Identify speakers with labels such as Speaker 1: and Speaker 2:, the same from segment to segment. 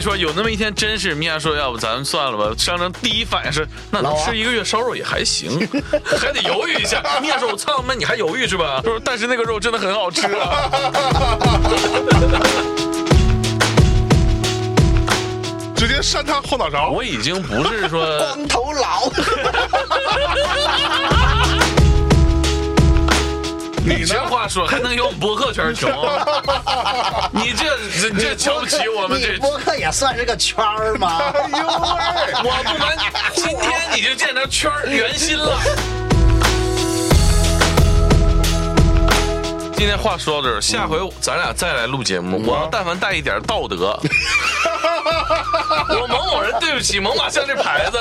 Speaker 1: 说，有那么一天，真是米娅说，要不咱们算了吧。商城第一反应是，那能吃一个月烧肉也还行， 还得犹豫一下。米娅说，我操，那你还犹豫是吧？说，但是那个肉真的很好吃啊。
Speaker 2: 直接扇他后脑勺。
Speaker 1: 我已经不是 说
Speaker 3: 光头佬，
Speaker 2: 你呢
Speaker 1: 这？话说，还能有我们播客圈穷？啊你这这你这瞧不起我们这
Speaker 3: 你。播客也算是个圈儿吗？
Speaker 2: 哎呦喂！
Speaker 1: 我不瞒你，今天你就见着圈儿圆心了。今天话说到这儿，下回咱俩再来录节目，我要但凡带一点道 德，我某某人对不起猛犸象这牌子。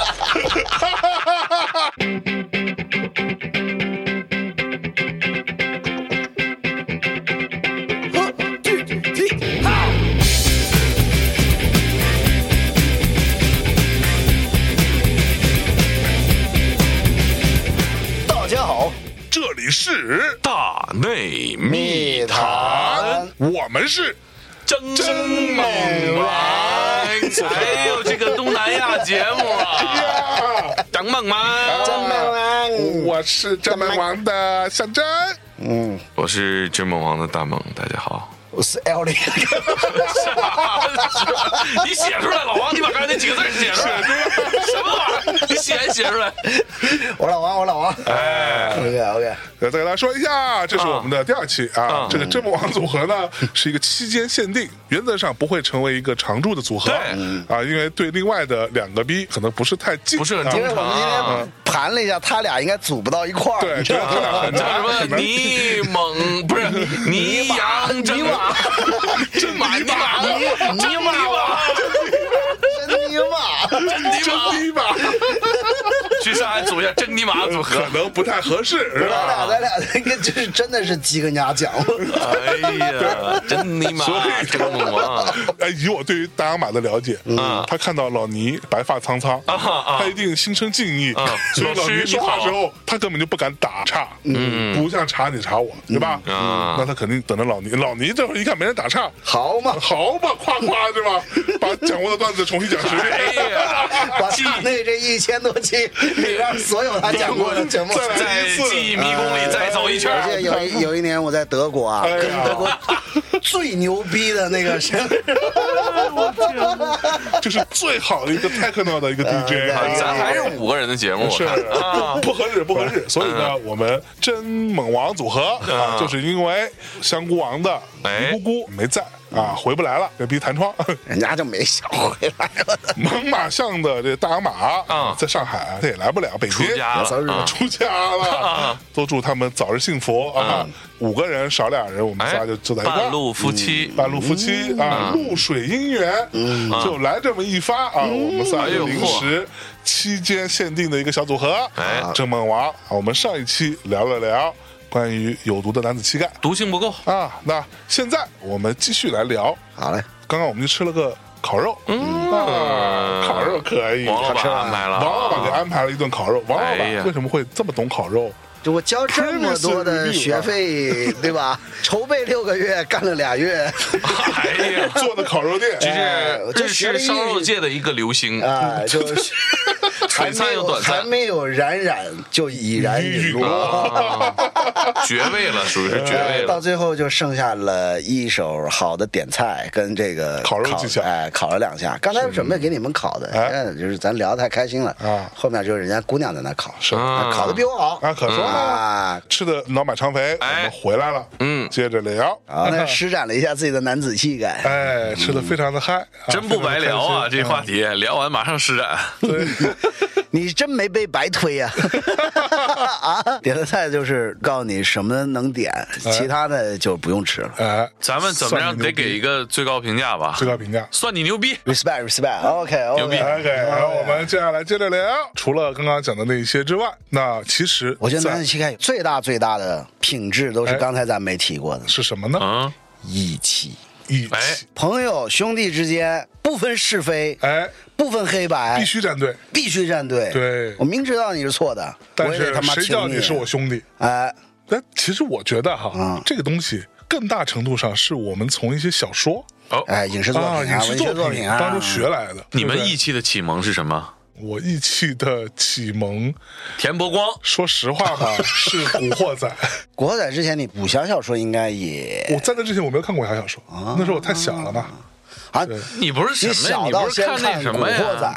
Speaker 3: 大家好，
Speaker 2: 这里是
Speaker 1: 大内密
Speaker 3: 谈
Speaker 2: 我们是
Speaker 1: 真
Speaker 2: 真猛
Speaker 1: 男，才有哎这个东南亚节目啊！
Speaker 2: 呀，
Speaker 1: 张猛吗？
Speaker 3: 真美文，
Speaker 2: 我是正门王的小真。
Speaker 3: 嗯，
Speaker 1: 我是真猛王的大猛，大家好。
Speaker 3: 我是 L 零，
Speaker 1: 你写出来，老王，你把刚才那几个字写出来，什么玩意儿？你写也写出来。
Speaker 3: 我老王，我老王
Speaker 2: 哎，
Speaker 3: ，OK OK，
Speaker 2: 再给大家说一下，这是我们的第二期啊。
Speaker 1: 啊
Speaker 2: 这个真魔王组合呢，是一个期间限定，原则上不会成为一个常驻的组合。
Speaker 1: 对
Speaker 2: 啊，因为对另外的两个逼可能不是太近，
Speaker 1: 不是很
Speaker 2: 啊
Speaker 1: 重
Speaker 3: 因为我们今天盘了一下，他俩应该组不到一块儿，
Speaker 2: 对
Speaker 3: 你知道
Speaker 2: 这俩
Speaker 3: 吗
Speaker 2: 很？
Speaker 1: 叫什么？你猛不是你羊真马，真马你马
Speaker 3: 你
Speaker 1: 真马
Speaker 3: 真尼玛，
Speaker 1: 真尼
Speaker 2: 真
Speaker 1: 马，
Speaker 2: 逼吧，
Speaker 1: 去上海组一下真尼马组合
Speaker 2: 可。能不太合适，是
Speaker 3: 咱
Speaker 2: 吧？
Speaker 3: 俩咱俩这个就是真的是鸡跟鸭讲，
Speaker 1: 哎呀，真尼玛， 真猛王
Speaker 2: 哎，以我对于大洋马的了解，嗯，他看到老倪白发苍苍，
Speaker 1: 啊
Speaker 2: 他一定心生敬意
Speaker 1: 啊，
Speaker 2: 所以老倪说话
Speaker 1: 老师
Speaker 2: 的时
Speaker 1: 你
Speaker 2: 候，他根本就不敢打岔，嗯，不像查你查我，对吧？
Speaker 1: 啊
Speaker 2: 那他肯定等着老倪，老倪这会儿一看没人打岔，
Speaker 3: 好嘛，
Speaker 2: 好嘛，夸夸对吧？把讲过的段子重新讲十
Speaker 1: 哎
Speaker 2: 遍，
Speaker 1: 呀，
Speaker 3: 把大内这一千多期里边所有他讲过的节目，
Speaker 2: 再来
Speaker 1: 在记忆迷宫里再走一圈
Speaker 3: 而且有一有一年我在德国啊，
Speaker 2: 哎
Speaker 3: 跟
Speaker 2: 呀
Speaker 3: 德国最牛逼的那个谁，
Speaker 2: 这是最好的一个 techno 的一个
Speaker 1: 哎
Speaker 2: DJ，
Speaker 3: 啊
Speaker 1: 咱还是五个人的节目，我
Speaker 2: 是
Speaker 1: 看啊。 嗯
Speaker 2: 不合适，不合适。所以呢，我们真猛王组合啊，就是因为香菇王的
Speaker 1: 哎嗯
Speaker 2: 尼姑姑没在啊，回不来了，这逼弹窗。
Speaker 3: 人家就没想回来了。
Speaker 2: 猛犸象的这大洋马
Speaker 1: 啊
Speaker 2: 在上海他也来不了，北
Speaker 1: 出
Speaker 2: 京
Speaker 1: 家
Speaker 3: 咱
Speaker 1: 了
Speaker 3: 日
Speaker 1: 啊！
Speaker 2: 出家 了，都祝他们早日幸福啊！五个人少俩人，我们仨就坐在一块
Speaker 1: 嗯
Speaker 2: 儿
Speaker 1: 哎半路夫妻，
Speaker 2: 半路夫妻啊，
Speaker 1: 嗯
Speaker 2: 露水姻缘，就来这么一发啊，我们仨就临时期间限定的一个小组合，
Speaker 1: 哎
Speaker 2: 郑梦王啊，我们上一期聊了聊关于有毒的男子气概
Speaker 1: 毒性不 够，
Speaker 2: 啊，那现在我们继续来聊，
Speaker 3: 好嘞，
Speaker 2: 刚刚我们就吃了个烤肉，啊，烤肉可以，
Speaker 1: 嗯王老
Speaker 2: 好吃
Speaker 1: 板
Speaker 2: 吧
Speaker 1: 安排了，
Speaker 2: 王老板给安排了一顿烤肉，王老
Speaker 1: 哎呀
Speaker 2: 板为什么会这么懂烤肉？
Speaker 3: 就我交这么多的学费，对 吧？筹备六个月，干了俩月，
Speaker 1: 哎呀，
Speaker 2: 做的烤肉 店，
Speaker 1: 这
Speaker 3: 哎
Speaker 1: 是
Speaker 3: 这
Speaker 1: 日
Speaker 3: 学
Speaker 1: 式
Speaker 3: 历
Speaker 1: 烧肉界的一个流星，
Speaker 3: 啊，就是还
Speaker 1: 璀璨
Speaker 3: 没
Speaker 1: 又
Speaker 3: 有
Speaker 1: 短
Speaker 3: 还
Speaker 1: 暂，
Speaker 3: 没有冉冉就已然
Speaker 2: 一
Speaker 3: 陨
Speaker 2: 语
Speaker 3: 落。
Speaker 1: 啊绝味了，属于是绝味
Speaker 3: 到
Speaker 1: 了。
Speaker 3: 最后就剩下了一手好的点菜跟这个
Speaker 2: 烤肉技巧
Speaker 3: 哎，烤了两下。刚才准备给你们烤的，
Speaker 2: 哎
Speaker 3: 嗯，就是咱聊得太开心了
Speaker 2: 啊
Speaker 3: 后面就是人家姑娘在那烤，
Speaker 2: 是
Speaker 3: 啊烤的比我好
Speaker 2: 啊，可说
Speaker 1: 嗯
Speaker 2: 了。
Speaker 3: 啊
Speaker 2: 吃的脑满肠肥，我
Speaker 1: 哎
Speaker 2: 们回来了，
Speaker 1: 嗯
Speaker 2: 接着聊，
Speaker 3: 啊， 那施展了一下自己的男子气概。
Speaker 2: 哎，吃的非常的嗨，啊
Speaker 1: 真不白聊啊！
Speaker 2: 非
Speaker 1: 这
Speaker 2: 常
Speaker 1: 话
Speaker 2: 的开心
Speaker 1: 题聊完马上施展，
Speaker 3: 你真没被白 推呀、啊！点的菜就是告诉你什么能点，其他的就不用吃了。
Speaker 2: 哎，
Speaker 1: 咱们怎么样
Speaker 2: 算你
Speaker 1: 得
Speaker 2: 牛逼
Speaker 1: 给一个最高评价吧？
Speaker 2: 最高评价。
Speaker 1: 算你牛逼，
Speaker 3: respect respect
Speaker 2: 哎
Speaker 3: OK
Speaker 1: 牛逼
Speaker 3: OK，
Speaker 2: OK，然后我们接下来接着聊，除了刚刚讲的那一些之外，那其实
Speaker 3: 我觉得
Speaker 2: 在
Speaker 3: 男子气概最大最大的品质都是
Speaker 2: 哎
Speaker 3: 刚才咱没提过的
Speaker 2: 是什么呢？
Speaker 1: 嗯，
Speaker 3: 义气。
Speaker 2: 义
Speaker 1: 哎
Speaker 2: 气，
Speaker 3: 朋友兄弟之间不分是非，
Speaker 2: 哎，
Speaker 3: 不分黑白，
Speaker 2: 必须站队，
Speaker 3: 必须站队。
Speaker 2: 对
Speaker 3: 我明知道你是错的，
Speaker 2: 但
Speaker 3: 我也得
Speaker 2: 是
Speaker 3: 他妈
Speaker 2: 谁
Speaker 3: 挺
Speaker 2: 叫你是我兄弟？
Speaker 3: 哎，
Speaker 2: 但其实我觉得哈
Speaker 3: 嗯，
Speaker 2: 这个东西更大程度上是我们从一些小说
Speaker 1: 哦
Speaker 3: 哎，影视作
Speaker 2: 啊，
Speaker 3: 品啊，
Speaker 2: 影视
Speaker 3: 文学作品啊，
Speaker 2: 当中学来的。
Speaker 1: 你
Speaker 2: 对
Speaker 1: 们
Speaker 2: 不对
Speaker 1: 一期的启蒙是什么？
Speaker 2: 我义气的启蒙，
Speaker 1: 田伯光，
Speaker 2: 说实话吧，
Speaker 3: 啊
Speaker 2: 是《古惑仔》。
Speaker 3: 国仔之前你武侠小说应该也
Speaker 2: 我在那之前我没有看过武侠小说，那时候我太小了嘛。
Speaker 3: 啊，
Speaker 2: 对
Speaker 1: 你不是什
Speaker 3: 你
Speaker 1: 么呀？
Speaker 3: 小
Speaker 1: 你
Speaker 3: 到
Speaker 1: 不
Speaker 3: 先
Speaker 1: 是那
Speaker 3: 看
Speaker 1: 什
Speaker 3: 《古
Speaker 1: 么呀？
Speaker 3: 惑仔》，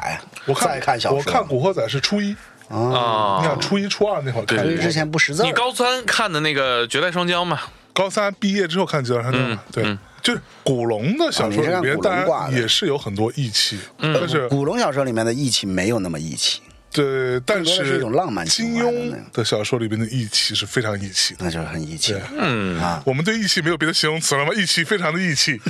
Speaker 2: 我看
Speaker 3: 再看小说，
Speaker 2: 我看《古惑仔》是初一，你
Speaker 1: 啊
Speaker 3: 嗯
Speaker 2: 想，初一初二那会儿看
Speaker 1: 对
Speaker 3: 所
Speaker 2: 的
Speaker 3: 以。之前不识字儿。
Speaker 1: 你高三看的那个《绝代双骄》嘛？
Speaker 2: 高三毕业之后看《九阳山庄》
Speaker 1: 嗯
Speaker 2: 嘛，对，就是古龙的小说里
Speaker 3: 啊你是看
Speaker 2: 边，
Speaker 3: 古龙
Speaker 2: 当
Speaker 3: 挂
Speaker 2: 然
Speaker 3: 的嗯
Speaker 2: 也是有很多义气，
Speaker 1: 嗯
Speaker 2: 但是
Speaker 3: 古龙小说里面的义气没有那么义气，
Speaker 2: 对，但
Speaker 3: 多的是一种浪漫情
Speaker 2: 金
Speaker 3: 怀的
Speaker 2: 庸
Speaker 3: 那种
Speaker 2: 的小说里边的义气是非常义气的。
Speaker 3: 那就是很义气啊了。
Speaker 1: 嗯
Speaker 2: 我们对义气没有别的形容词了吗？义气非常的义 气。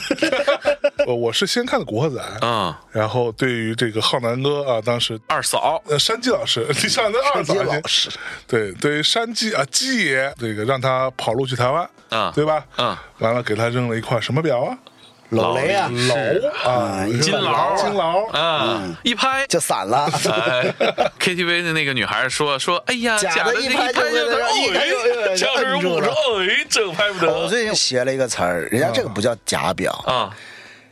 Speaker 2: 我我是先看的《古惑仔》，
Speaker 1: 啊，
Speaker 2: 然后对于这个浩南哥啊，当时
Speaker 1: 二嫂，
Speaker 2: 呃山鸡老师，你想的二嫂
Speaker 3: 山鸡
Speaker 2: 姐
Speaker 3: 老师，
Speaker 2: 对，对于山鸡啊鸡爷，这个让他跑路去台湾
Speaker 1: 啊
Speaker 2: 对吧？
Speaker 1: 啊，
Speaker 2: 完了给他扔了一块什么表啊？
Speaker 3: 老雷啊，
Speaker 2: 楼啊，
Speaker 3: 嗯
Speaker 1: 金劳，
Speaker 2: 金劳
Speaker 1: 啊，一拍。
Speaker 3: 就散了。
Speaker 1: 哎，KTV 的那个女孩说说，哎呀，
Speaker 3: 假的
Speaker 1: 假的
Speaker 3: 一
Speaker 1: 那
Speaker 3: 拍
Speaker 1: 一
Speaker 3: 就
Speaker 1: 拍就
Speaker 3: 会
Speaker 1: 得，
Speaker 3: 让一拍就
Speaker 1: 哎，
Speaker 3: 就
Speaker 1: 僵尸
Speaker 3: 摁住
Speaker 1: 舞
Speaker 3: 了
Speaker 1: 说，哎，这拍不
Speaker 3: 我
Speaker 1: 得
Speaker 3: 最近学了一个词儿，人家这个不叫假表，
Speaker 1: 啊，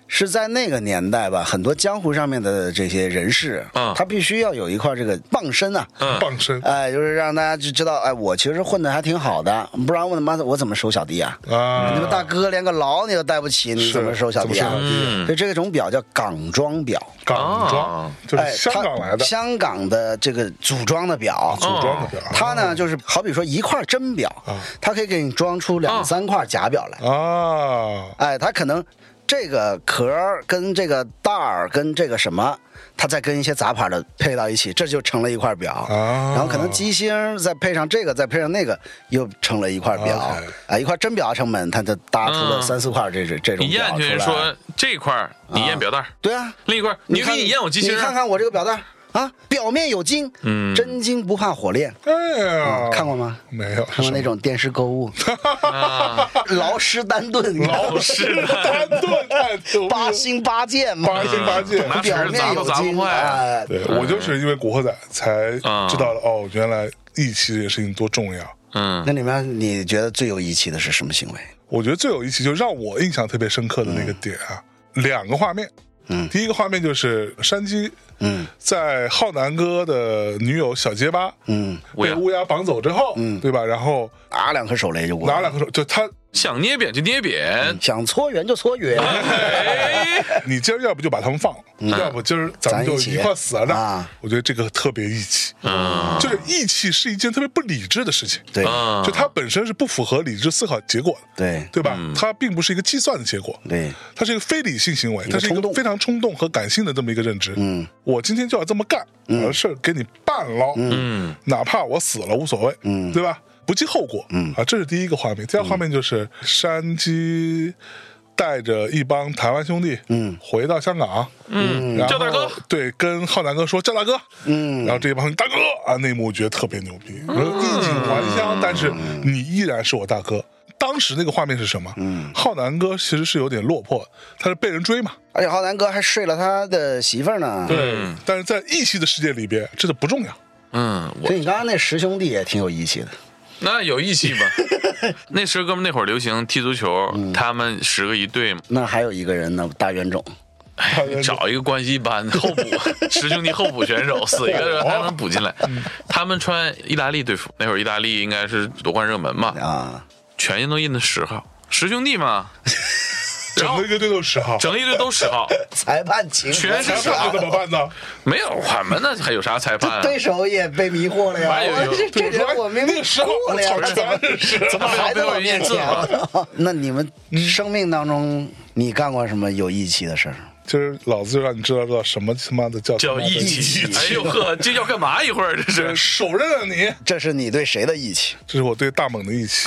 Speaker 3: 是在那个年代吧，很多江湖上面的这些人士，
Speaker 1: 嗯
Speaker 3: 他必须要有一块这个傍身啊，
Speaker 1: 嗯
Speaker 2: 傍身
Speaker 3: 哎，就是让大家就知道，哎，我其实混的还挺好的，不然我他妈我怎么收小弟啊？
Speaker 2: 啊，
Speaker 3: 你们大哥连个牢你都带不起，你
Speaker 2: 是
Speaker 3: 怎么收小弟
Speaker 2: 怎么
Speaker 3: 啊
Speaker 2: 收小弟？
Speaker 1: 嗯
Speaker 3: 所以这种表叫港装表，
Speaker 2: 港
Speaker 1: 啊
Speaker 2: 庄就是
Speaker 3: 哎，
Speaker 2: 香港来
Speaker 3: 它
Speaker 2: 的啊
Speaker 3: 香港的这个组装的表，
Speaker 2: 组装哦的表，
Speaker 3: 它呢就是好比说一块真表，它可以给你装出两三块假表
Speaker 2: 哦
Speaker 3: 来，
Speaker 2: 啊，
Speaker 3: 哎，它可能这个壳儿跟这个袋儿跟这个什么，它再跟一些杂牌的配到一起，这就成了一块表。
Speaker 2: 啊
Speaker 3: 然后可能机芯儿再配上这个，再配上那个，又成了一块表。
Speaker 2: OK
Speaker 3: 哎，一块真表成本，它就搭出了
Speaker 1: 嗯
Speaker 3: 三四块这这这种
Speaker 1: 你
Speaker 3: 表
Speaker 1: 验
Speaker 3: 出
Speaker 1: 去
Speaker 3: 来。
Speaker 1: 人说这块儿你验表带儿，
Speaker 3: 对啊，
Speaker 1: 另一块儿你
Speaker 3: 看
Speaker 1: 给你验我机
Speaker 3: 你
Speaker 1: 芯
Speaker 3: 看
Speaker 1: 儿，
Speaker 3: 看我这个表带儿啊，表面有金，嗯，真金不怕火炼。
Speaker 2: 哎呀，
Speaker 3: 嗯看过吗？
Speaker 2: 没有，
Speaker 3: 看过那种电视 购物，
Speaker 1: 啊，
Speaker 3: 劳诗丹顿，你知道吗
Speaker 1: 老实的，
Speaker 2: 丹顿太牛逼
Speaker 3: 八
Speaker 2: 了
Speaker 3: 星八箭嘛，
Speaker 2: 八星八戒。
Speaker 1: 嗯拿尺
Speaker 3: 表
Speaker 1: 子
Speaker 3: 面
Speaker 1: 砸都
Speaker 3: 有
Speaker 1: 砸
Speaker 3: 金
Speaker 1: 不坏啊，
Speaker 3: 哎
Speaker 2: 对我就是因为《古惑仔》才知道了哦，原来义气这个事情多重要。
Speaker 1: 嗯
Speaker 3: 那里面你觉得最有义气的是什么行为？
Speaker 2: 我觉得最有意思，就让我印象特别深刻的那个点啊，两个画面。
Speaker 3: 嗯
Speaker 2: 第一个画面就是山鸡，
Speaker 3: 嗯，
Speaker 2: 在浩南哥的女友小结巴
Speaker 3: 嗯，
Speaker 1: 乌
Speaker 2: 被
Speaker 1: 鸦
Speaker 2: 乌鸦绑走之后，嗯，对吧？然后
Speaker 3: 拿两颗手雷就过
Speaker 2: 拿
Speaker 3: 来，
Speaker 2: 两个手，就他，
Speaker 1: 想捏扁就捏扁，
Speaker 3: 想搓圆就搓圆，
Speaker 1: 哎，
Speaker 2: 你今儿要不就把他们放了，要不今儿咱们
Speaker 3: 嗯咱
Speaker 2: 就
Speaker 3: 一起
Speaker 2: 一块死在那儿
Speaker 3: 啊
Speaker 2: 我觉得这个特别义气，
Speaker 1: 嗯
Speaker 2: 就是义气是一件特别不理智的事情，
Speaker 3: 对
Speaker 1: 啊
Speaker 2: 就它本身是不符合理智思考结果的，
Speaker 3: 对
Speaker 2: 对吧？它并不是一个计算的结果，
Speaker 3: 对，
Speaker 2: 它是一个非理性行为，
Speaker 3: 个
Speaker 2: 它是一
Speaker 3: 冲
Speaker 2: 个
Speaker 3: 动
Speaker 2: 非常冲动和感性的这么一个认知。
Speaker 3: 嗯，
Speaker 2: 我今天就要这么干，我的事儿给你办了，嗯，哪怕我死了无所谓，嗯，对吧？不计后果，嗯啊，这是第一个画面。第二个画面就是山鸡带着一帮台湾兄弟，嗯，回到香港，嗯，然后
Speaker 1: 叫大哥
Speaker 2: 对，跟浩南哥说叫大哥，嗯，然后这一帮大哥啊，那一幕我觉得特别牛逼，我说衣锦还乡，但是你依然是我大哥。当时那个画面是什么？嗯，浩南哥其实是有点落魄，他是被人追嘛，
Speaker 3: 而且浩南哥还睡了他的媳妇儿呢。
Speaker 2: 对，但是在义气的世界里边，这个不重要。
Speaker 1: 嗯，我
Speaker 3: 所以你刚刚那十兄弟也挺有义气的，
Speaker 1: 那有义 气吧？那时候哥们那会儿流行踢足球，
Speaker 3: 嗯
Speaker 1: 他们十个一队嘛，
Speaker 3: 那还有一个人呢，大冤种，
Speaker 1: 哎找一个关系一般的 候补十兄弟候补选手，死一个
Speaker 3: 哦
Speaker 1: 人还能补进来。
Speaker 3: 嗯
Speaker 1: 他们穿意大利队服，那会儿意大利应该是夺冠热门嘛，
Speaker 3: 啊，
Speaker 1: 全印都印的十号，十兄弟嘛，然
Speaker 2: 整
Speaker 1: 后
Speaker 2: 个一个队都十号，
Speaker 1: 整一队都十号，
Speaker 3: 裁判情
Speaker 1: 全是
Speaker 2: 裁
Speaker 1: 十
Speaker 2: 判
Speaker 1: 号
Speaker 2: 怎，么办呢？
Speaker 1: 没有我们那还有啥裁判啊？
Speaker 3: 对手也被迷惑了呀
Speaker 1: 哎呦呦！
Speaker 3: 我这这人我明
Speaker 2: 那
Speaker 3: 明
Speaker 2: 个时候
Speaker 3: 过了呀，
Speaker 2: 我操
Speaker 3: 他怎么怎么还在我面前啊？ 那你们
Speaker 2: 嗯
Speaker 3: 生命当中，你干过什么有义气的事儿？
Speaker 2: 今儿老子就让你知道知道什么他妈的叫
Speaker 1: 叫义气，哎呦呵，这要干嘛一会儿这是？
Speaker 2: 手刃了你！
Speaker 3: 这是你对谁的义气？
Speaker 2: 这是我对大猛的义气。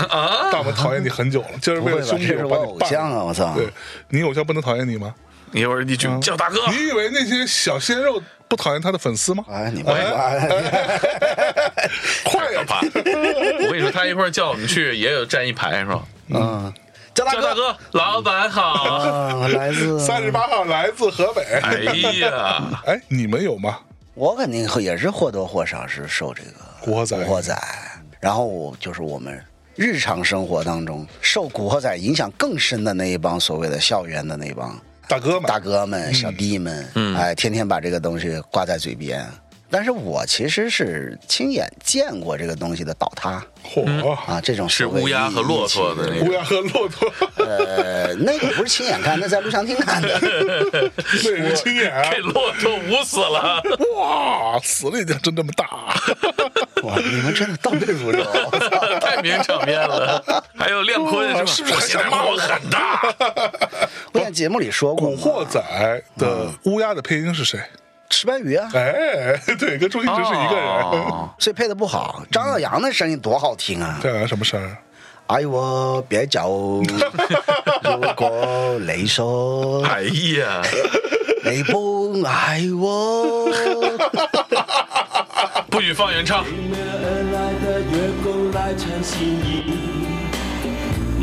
Speaker 2: 大猛讨厌你很久了，今儿
Speaker 3: 不
Speaker 2: 为
Speaker 3: 会
Speaker 2: 了
Speaker 3: 吧？
Speaker 2: 兄弟
Speaker 3: 这是我
Speaker 2: 把你
Speaker 3: 偶像
Speaker 2: 办
Speaker 3: 啊！
Speaker 2: 了。
Speaker 3: 我操！
Speaker 2: 对你偶像不能讨厌你吗？
Speaker 1: 一会儿一句
Speaker 3: 嗯
Speaker 1: 叫大 哥，
Speaker 2: 你以为那些小鲜肉不讨厌他的粉丝吗？
Speaker 3: 哎，你不哎会吧？
Speaker 2: 快呀！
Speaker 1: 怕。 我跟你说，他一会儿叫我们去，也有站一排是吧？
Speaker 3: 嗯，叫大
Speaker 1: 叫大
Speaker 3: 哥
Speaker 1: 哥，老板 好。
Speaker 3: 啊，来 自
Speaker 2: 三十八号来自河北。
Speaker 1: 哎呀，
Speaker 2: 哎，你们有吗？
Speaker 3: 我肯定也是或多或少是受这个《
Speaker 2: 古惑仔
Speaker 3: 古惑仔》，然后我就是我们日常生活当中受《古惑仔》影响更深的那一帮所谓的校园的那一帮
Speaker 2: 大哥们，
Speaker 3: 大哥们、
Speaker 2: 嗯
Speaker 3: 小弟们，
Speaker 1: 嗯
Speaker 3: 哎，天天把这个东西挂在嘴边。但是我其实是亲眼见过这个东西的倒塌
Speaker 2: 嚯，
Speaker 3: 啊，这种
Speaker 1: 是
Speaker 3: 所谓
Speaker 1: 乌鸦
Speaker 3: 一
Speaker 1: 和骆驼
Speaker 3: 一起
Speaker 1: 的那个
Speaker 2: 乌鸦和骆驼，
Speaker 3: 呃，那个不是亲眼看，那在录像厅看 的。
Speaker 2: 那是亲眼啊
Speaker 1: 被骆驼捂死了。
Speaker 2: 哇，死了一家真这么大，
Speaker 3: 哇，你们真的倒背如流。
Speaker 1: 太名场面了，还有亮坤
Speaker 2: 哇
Speaker 1: 吧？
Speaker 2: 哦是不是
Speaker 1: 我
Speaker 2: 很
Speaker 1: 现在
Speaker 2: 想
Speaker 1: 骂
Speaker 2: 骂
Speaker 1: 我很 大？
Speaker 3: 我在节目里说
Speaker 2: 《
Speaker 3: 过
Speaker 2: 古
Speaker 3: 嘛，
Speaker 2: 惑仔》的乌鸦的配音是谁？
Speaker 3: 石斑鱼啊，
Speaker 2: 哎，对，跟周星驰是一个 人。
Speaker 1: 哦
Speaker 3: 所以配的不好。张耀扬那声音多好听啊！
Speaker 2: 这俩什么声儿？
Speaker 3: 爱我哎别 走，如果你说
Speaker 1: 哎呀，
Speaker 3: 你不爱我，
Speaker 1: 不许放原唱。
Speaker 4: 迎面而来的月光拉长线影，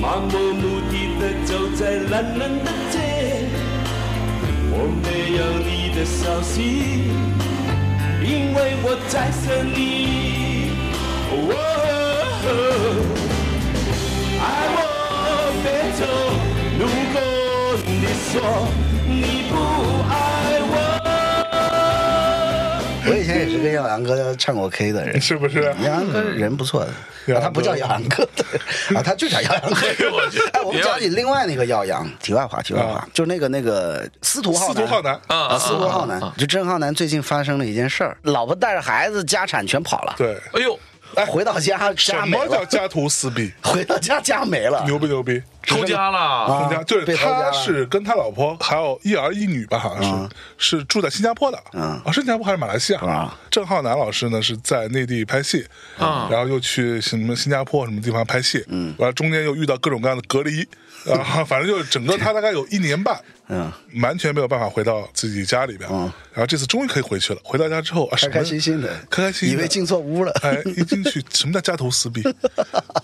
Speaker 4: 漫无目的的走在冷冷的街，我没有你的消息，因为我在想你。哦爱我别走，如果你说你不爱我。
Speaker 3: 我以前也是跟耀扬哥唱过 K 的 人。
Speaker 2: 是不是？
Speaker 3: 耀扬哥人不错的，
Speaker 2: 耀扬
Speaker 3: 啊
Speaker 2: 哥
Speaker 3: 他不叫耀扬哥， 啊，他就叫耀扬哥
Speaker 1: 呦我去。
Speaker 3: 哎，我们讲起另外那个耀扬，题外话，题外话
Speaker 2: 啊，
Speaker 3: 就那个那个司徒浩
Speaker 2: 司徒浩南，
Speaker 1: 啊啊
Speaker 3: 啊，司徒
Speaker 1: 啊！
Speaker 3: 浩南，就郑浩南最近发生了一件事儿，老婆带着孩子，家产全跑了，
Speaker 2: 对，
Speaker 1: 哎呦，
Speaker 2: 哎
Speaker 3: 回到家
Speaker 2: 什
Speaker 3: 家没
Speaker 2: 么叫
Speaker 3: 了，
Speaker 2: 家徒四壁？
Speaker 3: 回到家家没了，
Speaker 2: 牛不牛逼？
Speaker 1: 偷家了，
Speaker 3: 啊
Speaker 2: 人家就是
Speaker 3: 被偷家
Speaker 2: 他
Speaker 3: 了
Speaker 2: 是跟他老婆还有一儿一女吧，好像是是住在新加坡的，
Speaker 3: 嗯
Speaker 2: 啊，是新加坡还是马来西亚
Speaker 3: 啊？
Speaker 2: 郑浩南老师呢是在内地拍戏，
Speaker 1: 啊
Speaker 3: 嗯
Speaker 2: 然后又去什么新加坡什么地方拍戏，嗯，完了中间又遇到各种各样的隔离，啊，反正就是整个他大概有一年半，
Speaker 3: 嗯，
Speaker 2: 完全没有办法回到自己家里边，
Speaker 3: 嗯
Speaker 2: 然后这次终于可以回去了。回到家之后，啊，
Speaker 3: 开开心心的
Speaker 2: 什么，开开心心
Speaker 3: 以
Speaker 2: 的
Speaker 3: 为进错屋了，
Speaker 2: 哎，一进去，什么叫家徒四壁？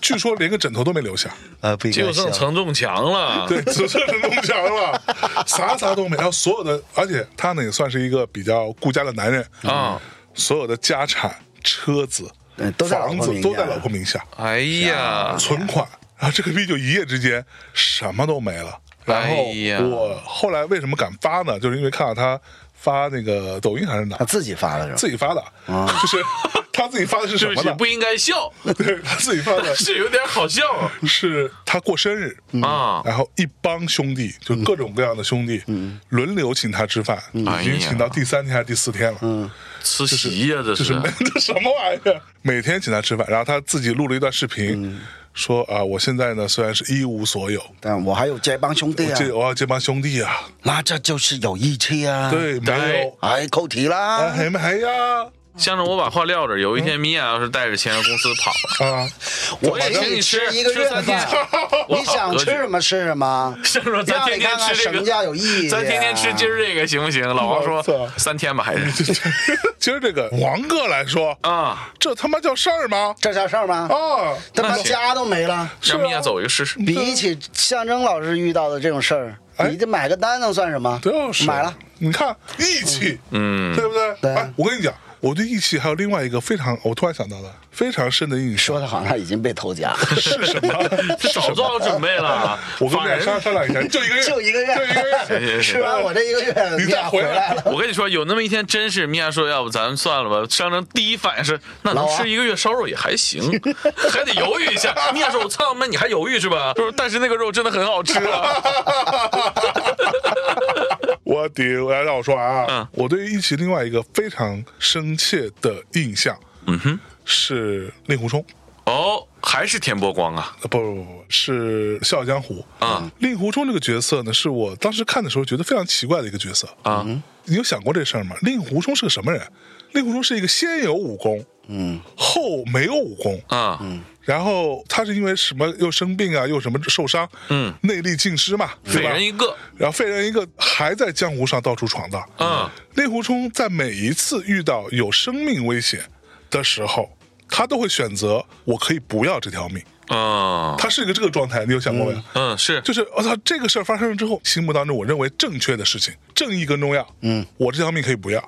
Speaker 2: 据说连个枕头都没留下，
Speaker 3: 呃，不应
Speaker 1: 结
Speaker 3: 该
Speaker 1: 果剩
Speaker 3: 笑。
Speaker 1: 承重墙了。
Speaker 2: 对，只剩人弄墙了， 啥啥都没。然后所有的，而且他呢也算是一个比较顾家的男人
Speaker 1: 啊，
Speaker 2: 所有的家产、车子
Speaker 3: 嗯、都在老
Speaker 2: 房
Speaker 3: 婆
Speaker 2: 子
Speaker 3: 名
Speaker 2: 都
Speaker 3: 下
Speaker 2: 在老婆名下，
Speaker 1: 哎呀，
Speaker 2: 存款。然后这个逼就一夜之间什么都没了。然后
Speaker 1: 哎呀
Speaker 2: 我后来为什么敢发呢？就是因为看到他发那个抖音还是哪
Speaker 3: 他自己发的是吧？
Speaker 2: 自己发的，
Speaker 3: 啊
Speaker 2: 就是 他自己发的是什
Speaker 1: 对
Speaker 2: 么
Speaker 1: 不起，
Speaker 2: 呢
Speaker 1: 不？应该 笑，
Speaker 2: 对他自己发的
Speaker 1: 是有点好笑
Speaker 2: 是他过生日，
Speaker 1: 啊。
Speaker 2: 然后一帮兄弟，就各种各样的兄弟，轮流请他吃饭，已经请到第三天还是第四天了，
Speaker 1: 吃席呀，这
Speaker 2: 这
Speaker 1: 是
Speaker 2: 是没这什么玩意儿？每天请他吃饭，然后他自己录了一段视频，说啊，我现在呢虽然是一无所有，
Speaker 3: 但我还有这帮兄弟
Speaker 2: 我
Speaker 3: 啊，
Speaker 2: 这我要这帮兄弟啊，
Speaker 3: 那这就是有义气啊。，
Speaker 2: 对，没有。
Speaker 3: 哎，扣题
Speaker 2: 啊，
Speaker 3: 啦。
Speaker 2: 还没还呀
Speaker 1: 向着我把话撂这。有一天，米娅要是带着钱让公司跑了，
Speaker 2: 啊！
Speaker 3: 我
Speaker 1: 请
Speaker 3: 请
Speaker 1: 你吃
Speaker 3: 吃一个
Speaker 1: 吃
Speaker 3: 月
Speaker 1: 三
Speaker 3: 的
Speaker 1: 天
Speaker 3: 饭，
Speaker 1: 我
Speaker 3: 你想
Speaker 1: 好
Speaker 3: 吃什么吃 什么。
Speaker 1: 向着说咱
Speaker 3: 让
Speaker 1: 天
Speaker 3: 你
Speaker 1: 天
Speaker 3: 看
Speaker 1: 吃
Speaker 3: 看
Speaker 1: 这
Speaker 3: 什
Speaker 1: 个
Speaker 3: 么叫有意义。
Speaker 1: 咱天天吃今儿这个行不行？老王
Speaker 2: 啊我操
Speaker 1: 说三天吧，还是
Speaker 2: 今儿这个王哥来说，
Speaker 1: 啊，
Speaker 2: 这他妈叫事儿吗？
Speaker 3: 这叫事儿
Speaker 2: 啊，
Speaker 3: 吗？他
Speaker 1: 哦那
Speaker 3: 妈
Speaker 1: 行
Speaker 3: 家都没了。
Speaker 1: 让米娅走一个试试。
Speaker 3: 比起象征老师遇到的这种事儿，
Speaker 2: 哎
Speaker 3: 你这买个单能算什么？
Speaker 2: 就是
Speaker 3: 买了。，
Speaker 2: 你看义气，
Speaker 1: 嗯，
Speaker 2: 对不对？
Speaker 3: 对
Speaker 2: 哎，我跟你讲，我对义气还有另外一个非常，我突然想到的非常深的印象
Speaker 3: 说的好像他已经被偷家 了，
Speaker 2: 是什 么？
Speaker 1: 他早做好准备
Speaker 3: 啊
Speaker 1: 了。啊
Speaker 2: 我跟
Speaker 1: 法
Speaker 2: 你俩
Speaker 1: 人
Speaker 2: 商商量一下，就一个月，
Speaker 3: 就一个月
Speaker 2: 就一个月。
Speaker 1: 行
Speaker 3: 吃完我这一个月，
Speaker 2: 你再
Speaker 3: 俩回
Speaker 2: 回来
Speaker 3: 来了。
Speaker 1: 我跟你说，有那么一天，真是米娅说，要不咱们算了吧。商量第一反应是，那能
Speaker 3: 老王
Speaker 1: 吃一个月烧肉也还行， 还得犹豫一下。米娅说，我操妈，你还犹豫是吧？说，但是那个肉真的很好吃啊。
Speaker 2: 我丢！来让我说完啊
Speaker 1: 嗯，
Speaker 2: 我对义气另外一个非常深切的印象，嗯
Speaker 1: 哼，
Speaker 2: 是令狐冲。
Speaker 1: 哦，还是田伯光啊，
Speaker 2: 呃不不不不，是《笑傲江湖》
Speaker 1: 啊。
Speaker 2: 令狐冲这个角色呢，是我当时看的时候觉得非常奇怪的一个角色
Speaker 1: 啊。
Speaker 3: 嗯
Speaker 2: 你有想过这事儿吗？令狐冲是个什么人？令狐冲是一个先有武功，嗯，后没有武功，
Speaker 1: 啊，
Speaker 3: 嗯
Speaker 2: 然后他是因为什么又生病啊，又什么受伤，
Speaker 1: 嗯，
Speaker 2: 内力尽失嘛，
Speaker 1: 每
Speaker 2: 对吧
Speaker 1: 人？一个，
Speaker 2: 然后废人一个还在江湖上到处闯荡，
Speaker 1: 嗯，
Speaker 2: 令狐冲在每一次遇到有生命危险的时候，他都会选择我可以不要这条命，
Speaker 1: 嗯，
Speaker 2: 他是一个这个状态，你有想过没有？
Speaker 1: 嗯，是
Speaker 2: 就是我操、这个事儿发生了之后，心目当中我认为正确的事情，正义跟中药，嗯，我这条命可以不要。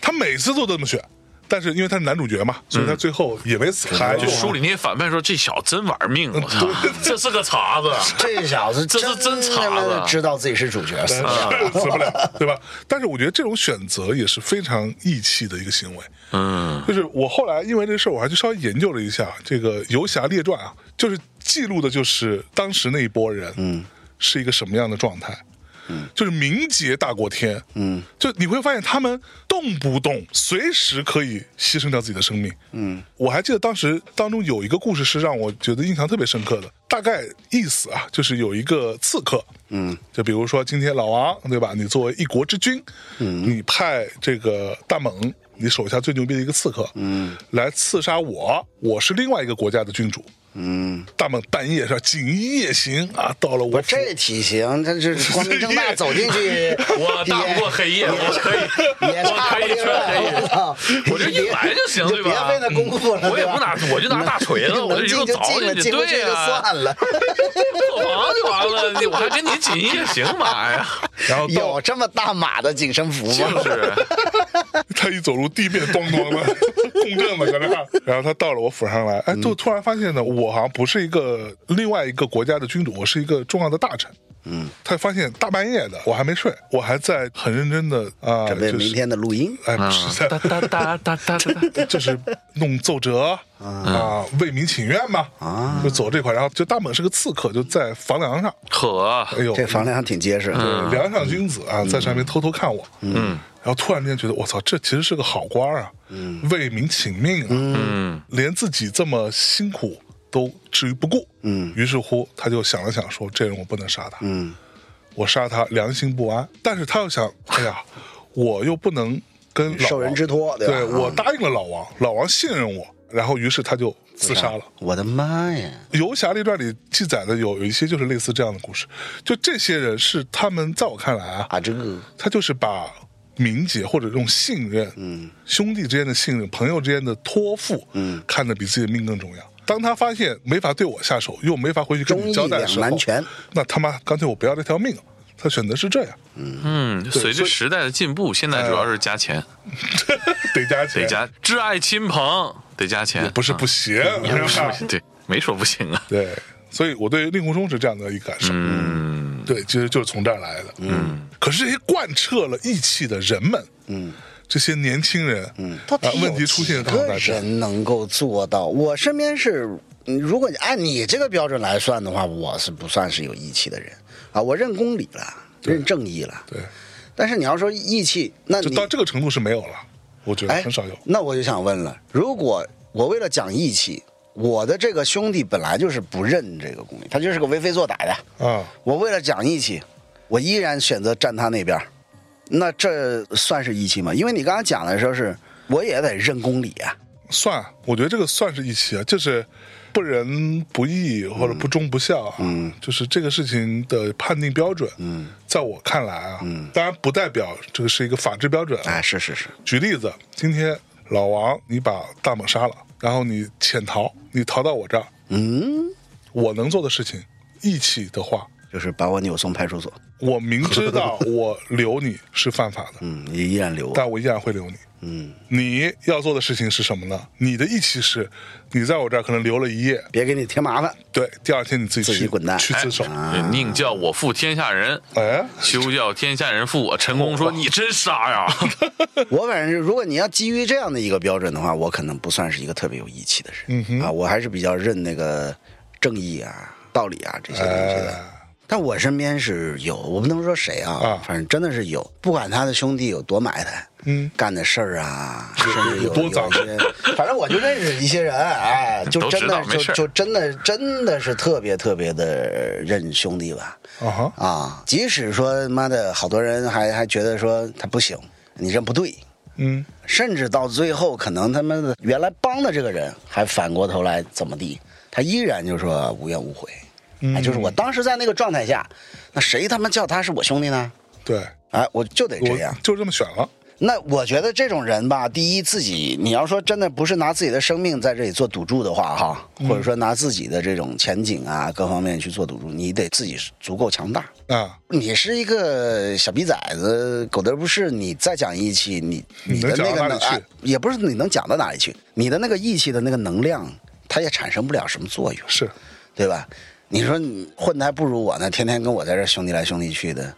Speaker 2: 他每次都这么选，但是因为他是男主角嘛，所以他最后也没死，还
Speaker 1: 就书里那些反派说这小子真玩命，我 操，这是个茬子。
Speaker 3: 这小 子
Speaker 1: 这是真啊
Speaker 3: 他
Speaker 1: 茬
Speaker 3: 妈
Speaker 1: 子
Speaker 3: 的知道自己是主角，死不了
Speaker 2: 死不了，对吧？但是我觉得这种选择也是非常义气的一个行为。
Speaker 1: 嗯，
Speaker 2: 就是我后来因为这事儿，我还去稍微研究了一下这个《游侠列传》啊，就是记录的就是当时那一波人，嗯，是一个什么样的状态。嗯，就是名节大过天，嗯，就你会发现他们动不动随时可以牺牲掉自己的生命，嗯，我还记得当时当中有一个故事是让我觉得印象特别深刻的，大概意思啊，就是有一个刺客，嗯，就比如说今天老王对吧？你作为一国之君，嗯，你派这个大猛你手下最牛逼的一个刺客，嗯，来刺杀我，我是另外一个国家的君主。嗯，大猛半夜是吧锦衣夜行啊，到了我
Speaker 3: 不，这体型，这这光明正大走进 去，
Speaker 1: 我大不过黑夜，
Speaker 3: 也
Speaker 1: 我可以，
Speaker 3: 也
Speaker 1: 我
Speaker 3: 差
Speaker 1: 可
Speaker 3: 不
Speaker 1: 以
Speaker 3: 多
Speaker 1: 穿黑夜。
Speaker 3: 了。
Speaker 1: 我这一来就行，对吧？
Speaker 3: 别费那功夫 了，
Speaker 1: 我也不拿，我就拿大锤子，我
Speaker 3: 能
Speaker 1: 一
Speaker 3: 进
Speaker 1: 路
Speaker 3: 就
Speaker 1: 凿
Speaker 3: 进了，
Speaker 1: 进去，
Speaker 3: 进不
Speaker 1: 对
Speaker 3: 进就
Speaker 1: 呀，
Speaker 3: 算了。
Speaker 1: 破防就完了。你我还跟你锦衣夜行嘛呀？
Speaker 2: 然后到
Speaker 3: 有这么大码的紧身服
Speaker 1: 就
Speaker 3: 吗？
Speaker 1: 是
Speaker 2: 他一走路，地面咣咣 的共振了，搁那儿。然后他到了我府上来，哎，就突然发现呢，我好像不是一个另外一个国家的君主，我是一个重要的大臣。嗯，他发现大半夜的，我还没睡，我还在很认真的啊，
Speaker 3: 准备明天的录音，
Speaker 2: 就是，哎，不是在
Speaker 1: 哒哒哒哒哒哒。
Speaker 2: 就是弄奏折啊，为民请愿嘛，啊，就走这块。然后就大猛是个刺客，就在房梁上，
Speaker 1: 可
Speaker 2: 哎呦，
Speaker 3: 这房梁挺结实。
Speaker 1: 嗯
Speaker 2: 对梁上君子啊，在上面偷偷看我，嗯，然后突然间觉得我操，这其实是个好官儿啊，嗯，为民请命啊，嗯，连自己这么辛苦都置于不顾，嗯，于是乎他就想了想说，这人我不能杀他，嗯，我杀他良心不安，但是他又想，哎呀，我又不能跟老王
Speaker 3: 受人之托对
Speaker 2: 对
Speaker 3: 吧嗯啊
Speaker 2: 我答应了老王，老王信任我，然后于是他就自杀了。
Speaker 3: 我的妈呀！
Speaker 2: 《游侠列传》里记载的有有一些就是类似这样的故事，就这些人是他们，在我看来啊，
Speaker 3: 啊，这
Speaker 1: 嗯
Speaker 3: 个
Speaker 2: 他就是把名节或者这种信任，嗯，兄弟之间的信任，朋友之间的托付，嗯，看得比自己的命更重要。当他发现没法对我下手，又没法回去跟
Speaker 3: 忠
Speaker 2: 你
Speaker 3: 义
Speaker 2: 交代的时
Speaker 3: 两
Speaker 2: 候
Speaker 3: 难全，
Speaker 2: 那他妈干脆我不要这条命了。他选择是这样，
Speaker 1: 嗯，随着时代的进步，现在主要是加钱，
Speaker 2: 得加钱，
Speaker 1: 得加挚爱亲朋，得加钱。
Speaker 2: 不是啊不行，是吧
Speaker 1: 对，没说不行啊。
Speaker 2: 对，所以我对令狐冲是这样的一个感受。
Speaker 1: 嗯，
Speaker 2: 对，其实就是从这儿来的。嗯，可是这些贯彻了义气的人们，嗯，这些年轻人，嗯
Speaker 3: 到底
Speaker 2: 啊、问
Speaker 3: 有
Speaker 2: 题出现
Speaker 3: 几
Speaker 2: 在他们
Speaker 3: 个
Speaker 2: 那边
Speaker 3: 人能够做到？我身边是，嗯如果你按你这个标准来算的话，我是不算是有义气的人啊。我认公理了，认正义了。
Speaker 2: 对，
Speaker 3: 但是你要说义气，那
Speaker 2: 就
Speaker 3: 你
Speaker 2: 到这个程度是没有了，我觉得
Speaker 3: 哎
Speaker 2: 很少有。
Speaker 3: 那我就想问了，如果我为了讲义气，我的这个兄弟本来就是不认这个公理，他就是个为非作歹的。
Speaker 2: 啊，
Speaker 3: 我为了讲义气，我依然选择站他那边儿，那这算是义气吗？因为你刚刚讲的时候是，我也得认公理啊。
Speaker 2: 算，我觉得这个算是义气啊，就是不仁不义或者不忠不孝啊，嗯，就是这个事情的判定标准，嗯，在我看来啊，嗯，当然不代表这个是一个法治标准啊。
Speaker 3: 哎，是是是，
Speaker 2: 举例子，今天老王你把大猛杀了，然后你潜逃，你逃到我这儿，
Speaker 3: 嗯，
Speaker 2: 我能做的事情，义气的话，
Speaker 3: 就是把我扭送派出所，
Speaker 2: 我明 知道我留你是犯法的，
Speaker 3: 嗯，你依然留我，
Speaker 2: 但我依然会留你。
Speaker 3: 嗯，
Speaker 2: 你要做的事情是什么呢？你的义气是，你在我这儿可能留了一夜，
Speaker 3: 别给你添麻烦。
Speaker 2: 对，第二天你自己去
Speaker 3: 自己滚蛋
Speaker 2: 去自首。
Speaker 1: 哎宁叫我负天下人，
Speaker 2: 哎，
Speaker 1: 休叫天下人负我。陈宫说：“你真傻呀
Speaker 3: 我反正是，如果你要基于这样的一个标准的话，我可能不算是一个特别有义气的
Speaker 2: 嗯
Speaker 3: 人、啊，我还是比较认那个正义啊、道理啊这些东西的。
Speaker 2: 哎，
Speaker 3: 但我身边是有，我不能说谁啊，
Speaker 2: 啊
Speaker 3: 反正真的是有，不管他的兄弟有多埋汰，
Speaker 2: 嗯，
Speaker 3: 干的事儿 啊，甚至有
Speaker 2: 多脏
Speaker 3: 有一些，反正我就认识一些人，哎，就
Speaker 1: 都知
Speaker 3: 真
Speaker 1: 道
Speaker 3: 的
Speaker 1: 没
Speaker 3: 就
Speaker 1: 事儿
Speaker 3: 就真的真的是特别特别的认兄弟吧，
Speaker 2: 啊哈，
Speaker 3: 啊，即使说妈的好多人还还觉得说他不行，你这不对，
Speaker 2: 嗯，
Speaker 3: 甚至到最后可能他们的原来帮的这个人还反过头来怎么地，他依然就说无怨无悔。
Speaker 2: 嗯
Speaker 3: 哎，就是我当时在那个状态下，那谁他妈叫他是我兄弟呢？
Speaker 2: 对，
Speaker 3: 哎，我就得这
Speaker 2: 我
Speaker 3: 样。
Speaker 2: 就这么选了。
Speaker 3: 那我觉得这种人吧，第一，自己你要说真的不是拿自己的生命在这里做赌注的话，哈，或者说拿自己的这种前景啊各方面去做赌注，你得自己足够强大。
Speaker 2: 啊，
Speaker 3: 你是一个小逼崽子，狗德不是你再讲义气，你
Speaker 2: 你能
Speaker 3: 的那
Speaker 2: 讲到哪
Speaker 3: 个能
Speaker 2: 里去
Speaker 3: 哎也不是你能讲到哪里去，你的那个义气的那个能量，它也产生不了什么作用，
Speaker 2: 是
Speaker 3: 对吧？你说你混的还不如我呢，天天跟我在这儿兄弟来兄弟去的，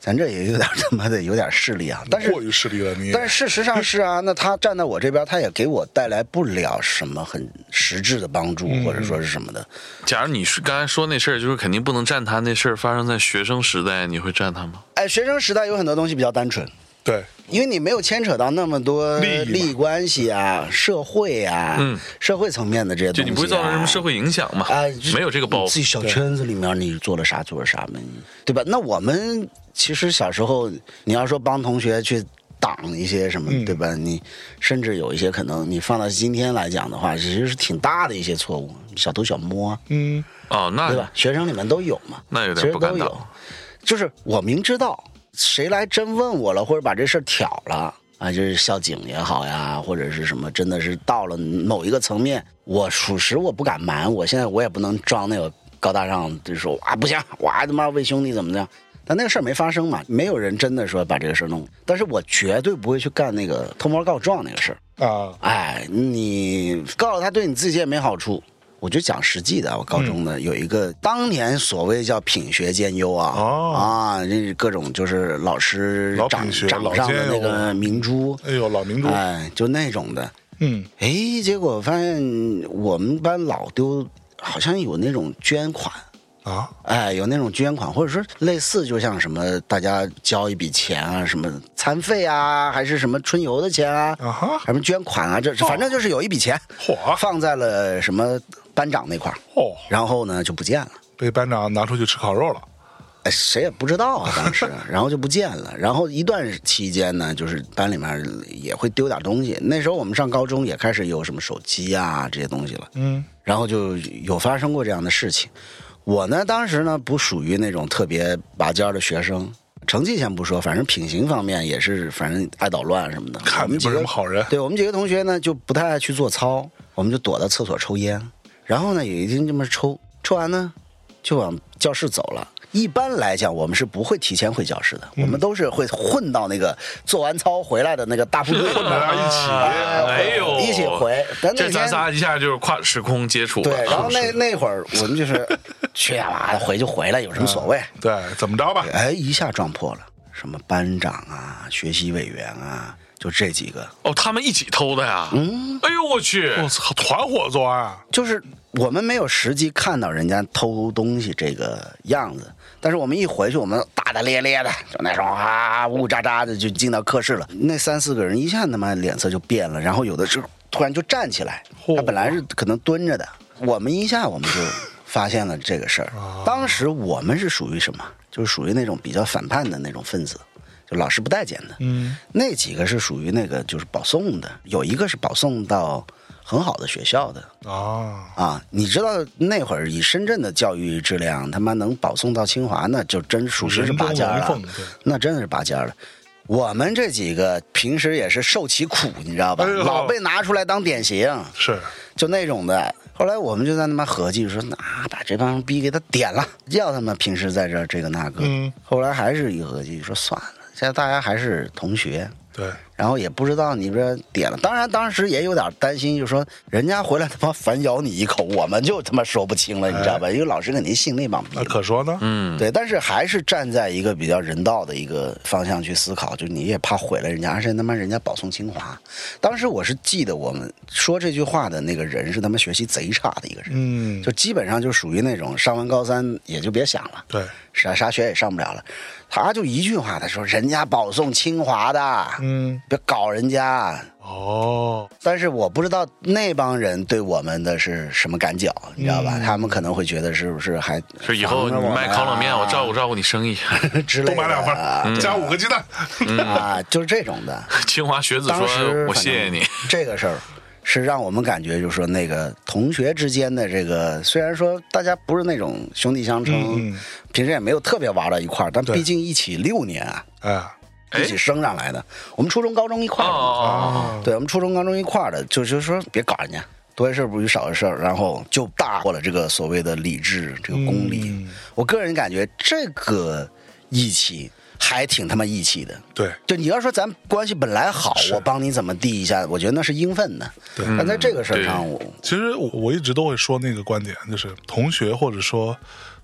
Speaker 3: 咱这也有点他妈的有点势 力啊。但是
Speaker 2: 过于势利了你也。
Speaker 3: 但是事实上是啊，那他站在我这边，他也给我带来不了什么很实质的帮助，
Speaker 2: 嗯
Speaker 3: 或者说是什么的。
Speaker 1: 假如你是刚才说那事儿，就是肯定不能站他那事儿发生在学生时代，你会站他吗？
Speaker 3: 哎，学生时代有很多东西比较单纯，
Speaker 2: 对，
Speaker 3: 因为你没有牵扯到那么多
Speaker 2: 利益嘛
Speaker 3: 利益关系啊、社会啊、
Speaker 1: 嗯
Speaker 3: 社会层面的这些
Speaker 1: 就
Speaker 3: 东西、啊。
Speaker 1: 你不会造成什么社会影响嘛？
Speaker 3: 哎，
Speaker 1: 没有这个包
Speaker 3: 你自
Speaker 1: 袱
Speaker 3: 己。小圈子里面你做了啥做了啥嘛，对吧？那我们其实小时候，你要说帮同学去挡一些什么，
Speaker 1: 嗯
Speaker 3: 对吧？你甚至有一些可能，你放到今天来讲的话，其实是挺大的一些错误，小偷小摸，啊
Speaker 2: 嗯，
Speaker 1: 哦，
Speaker 3: 对
Speaker 1: 那
Speaker 3: 吧？学生里面都有嘛，
Speaker 1: 那有
Speaker 3: 其
Speaker 1: 点
Speaker 3: 实
Speaker 1: 不敢
Speaker 3: 都有
Speaker 1: 当。
Speaker 3: 就是我明知道谁来真问我了，或者把这事儿挑了啊，就是校警也好呀，或者是什么，真的是到了某一个层面，我属实我不敢瞒，我现在我也不能装那个高大上，就是说啊不行，我还他妈为兄弟怎么的。但那个事儿没发生嘛，没有人真的说把这个事儿弄。但是我绝对不会去干那个偷摸告状那个事儿。
Speaker 2: 啊，
Speaker 3: 哎，你告了他，对你自己也没好处。我就讲实际的，我高中的有一个当年所谓叫品学兼优啊，
Speaker 2: 哦
Speaker 3: 啊，这是各种就是老师
Speaker 2: 老
Speaker 3: 掌
Speaker 2: 品学
Speaker 3: 掌
Speaker 2: 老
Speaker 3: 上的
Speaker 2: 兼
Speaker 3: 那
Speaker 2: 优
Speaker 3: 个明珠，
Speaker 2: 哎呦，老明珠，
Speaker 3: 哎，就那种的。
Speaker 2: 嗯，
Speaker 3: 哎，结果发现我们班老丢，好像有那种捐款，
Speaker 2: 啊，
Speaker 3: 哎，有那种捐款，或者说类似，就像什么大家交一笔钱啊，什么餐费啊，还是什么春游的钱啊，
Speaker 2: 啊哈
Speaker 3: 什么捐款啊，这
Speaker 2: 哦
Speaker 3: 这反正就是有一笔钱，
Speaker 2: 嚯
Speaker 3: 放在了什么班长那块儿，
Speaker 2: 哦，
Speaker 3: 然后呢就不见了。
Speaker 2: 被班长拿出去吃烤肉了，
Speaker 3: 哎，谁也不知道啊，当时，然后就不见了。然后一段期间呢，就是班里面也会丢点东西。那时候我们上高中也开始有什么手机啊这些东西了，
Speaker 2: 嗯，
Speaker 3: 然后就有发生过这样的事情。我呢，当时呢不属于那种特别拔尖儿的学生，成绩先不说，反正品行方面也是，反正爱捣乱什么的。
Speaker 2: 看
Speaker 3: 我
Speaker 2: 你
Speaker 3: 们
Speaker 2: 不是
Speaker 3: 几个
Speaker 2: 什么好 人
Speaker 3: 对我们几个同学呢，就不太爱去做操，我们就躲到厕所抽烟。然后呢，也一天这么抽，抽完呢，就往教室走了。一般来讲，我们是不会提前回教室的，我们都是会混到那个做完操回来的那个大部队，混
Speaker 2: 大家一起，
Speaker 1: 哎呦，
Speaker 3: 一起回。但那
Speaker 1: 这咱
Speaker 3: 天
Speaker 1: 仨一下就是跨时空接触了。
Speaker 3: 对，然后那那会儿我们就是去呀妈的回就回来，有什么所谓？
Speaker 2: 对，怎么着吧？
Speaker 3: 哎，一下撞破了，什么班长啊、学习委员啊，就这几个，
Speaker 1: 哦，他们一起偷的呀？嗯，哎呦我去，
Speaker 2: 我操，团伙作案啊，
Speaker 3: 就是我们没有实际看到人家偷东西这个样子，但是我们一回去，我们大大咧咧的，就那种啊呜喳喳的就进到课室了。那三四个人一下他妈脸色就变了，然后有的时候突然就站起来，他本来是可能蹲着的，我们一下我们就发现了这个事儿。当时我们是属于什么？就是属于那种比较反叛的那种分子。就老师不待见的，嗯，那几个是属于那个就是保送的，有一个是保送到很好的学校的，
Speaker 2: 啊，
Speaker 3: 啊，你知道那会儿以深圳的教育质量，他妈能保送到清华，那就真属实是拔尖儿
Speaker 2: 人
Speaker 3: 了
Speaker 2: 中龙凤对，
Speaker 3: 那真的是拔尖儿了。我们这几个平时也是受其苦，你知道吧？
Speaker 2: 哎呦
Speaker 3: 老被拿出来当典型，
Speaker 2: 是，
Speaker 3: 就那种的。后来我们就在那妈合计说，那、把这帮逼给他点了，要他们平时在这儿这个那个。
Speaker 2: 嗯
Speaker 3: 后来还是一合计说算了，现在大家还是同学，
Speaker 2: 对，
Speaker 3: 然后也不知道你这点了，当然当时也有点担心，就说人家回来他妈反咬你一口，我们就他妈说不清了，你知道吧？因为老师肯定信那帮逼
Speaker 2: 那。可说呢，
Speaker 1: 嗯，
Speaker 3: 对，但是还是站在一个比较人道的一个方向去思考，就你也怕毁了人家，而且他妈人家保送清华。当时我是记得我们说这句话的那个人是他妈学习贼差的一个人，
Speaker 2: 嗯
Speaker 3: 就，基本上就属于那种上完高三也就别想了，
Speaker 2: 对，
Speaker 3: 啥啥学也上不了了。他就一句话，他说人家保送清华的，
Speaker 2: 嗯，
Speaker 3: 别搞人家。
Speaker 2: 哦，
Speaker 3: 但是我不知道那帮人对我们的是什么感觉，你知道吧？他们可能会觉得是不是还
Speaker 1: 是以后你
Speaker 3: 防着我们
Speaker 1: 卖
Speaker 3: 啊
Speaker 1: 烤冷面，我照顾照顾你生意。
Speaker 3: 之
Speaker 2: 多
Speaker 3: 类的
Speaker 2: 买两份
Speaker 3: 啊
Speaker 2: 儿，加五个鸡蛋，
Speaker 3: 啊，就是这种 的。
Speaker 1: 清华学子
Speaker 3: 当
Speaker 1: 说
Speaker 3: 时：“
Speaker 1: 我谢谢你。
Speaker 3: 反正这个事儿。是让我们感觉，就是说那个同学之间的这个，虽然说大家不是那种兄弟相称，
Speaker 2: 嗯嗯
Speaker 3: 平时也没有特别玩到一块儿，但
Speaker 2: 对
Speaker 3: 毕竟一起六年啊，
Speaker 2: 哎，
Speaker 1: 哎
Speaker 3: 一起升上来的。我们初中、高中一块儿的嘛，
Speaker 2: 啊嗯
Speaker 1: 哦，
Speaker 3: 对，我们初中、高中一块儿的，就就说别搞人家，多一事不如少一事，然后就大过了这个所谓的理智，这个公理。
Speaker 2: 嗯
Speaker 3: 我个人感觉这个义气还挺他妈义气的。
Speaker 2: 对，
Speaker 3: 就你要说咱关系本来好，我帮你怎么地一下，我觉得那是应分的。
Speaker 2: 对
Speaker 3: 但在这个事儿上，
Speaker 1: 嗯
Speaker 3: 我
Speaker 2: 其实我我一直都会说那个观点，就是同学或者说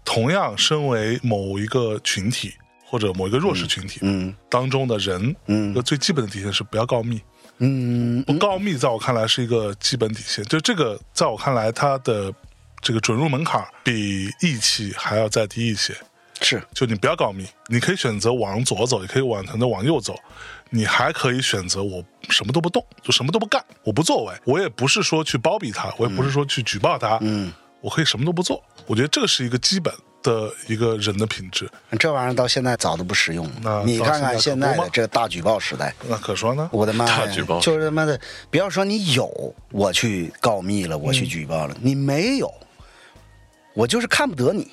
Speaker 2: 同样身为某一个群体或者某一个弱势群体，
Speaker 3: 嗯
Speaker 2: 当中的人，
Speaker 3: 嗯
Speaker 2: 一个最基本的底线是不要告密。
Speaker 3: 嗯
Speaker 2: 不告密，在我看来是一个基本底线。就这个，在我看来，它的这个准入门槛比义气还要再低一些。
Speaker 3: 是
Speaker 2: 就你不要告密，你可以选择往左走，也可以往选择往右走，你还可以选择我什么都不动，就什么都不干，我不作为，我也不是说去包庇他，我也不是说去举报他，嗯，我可以什么都不做。我觉得这个是一个基本的一个人的品质。
Speaker 3: 这玩意儿到现在早都不实用
Speaker 2: 那
Speaker 3: 了。你看看
Speaker 2: 到现
Speaker 3: 现
Speaker 2: 在可不吗
Speaker 3: 在的这大举报时代，
Speaker 2: 那可说呢，
Speaker 3: 我的妈呀！
Speaker 1: 大举报
Speaker 3: 就是他妈的，不要说你有，我去告密了，我
Speaker 1: 嗯
Speaker 3: 去举报了，你没有，我就是看不得你，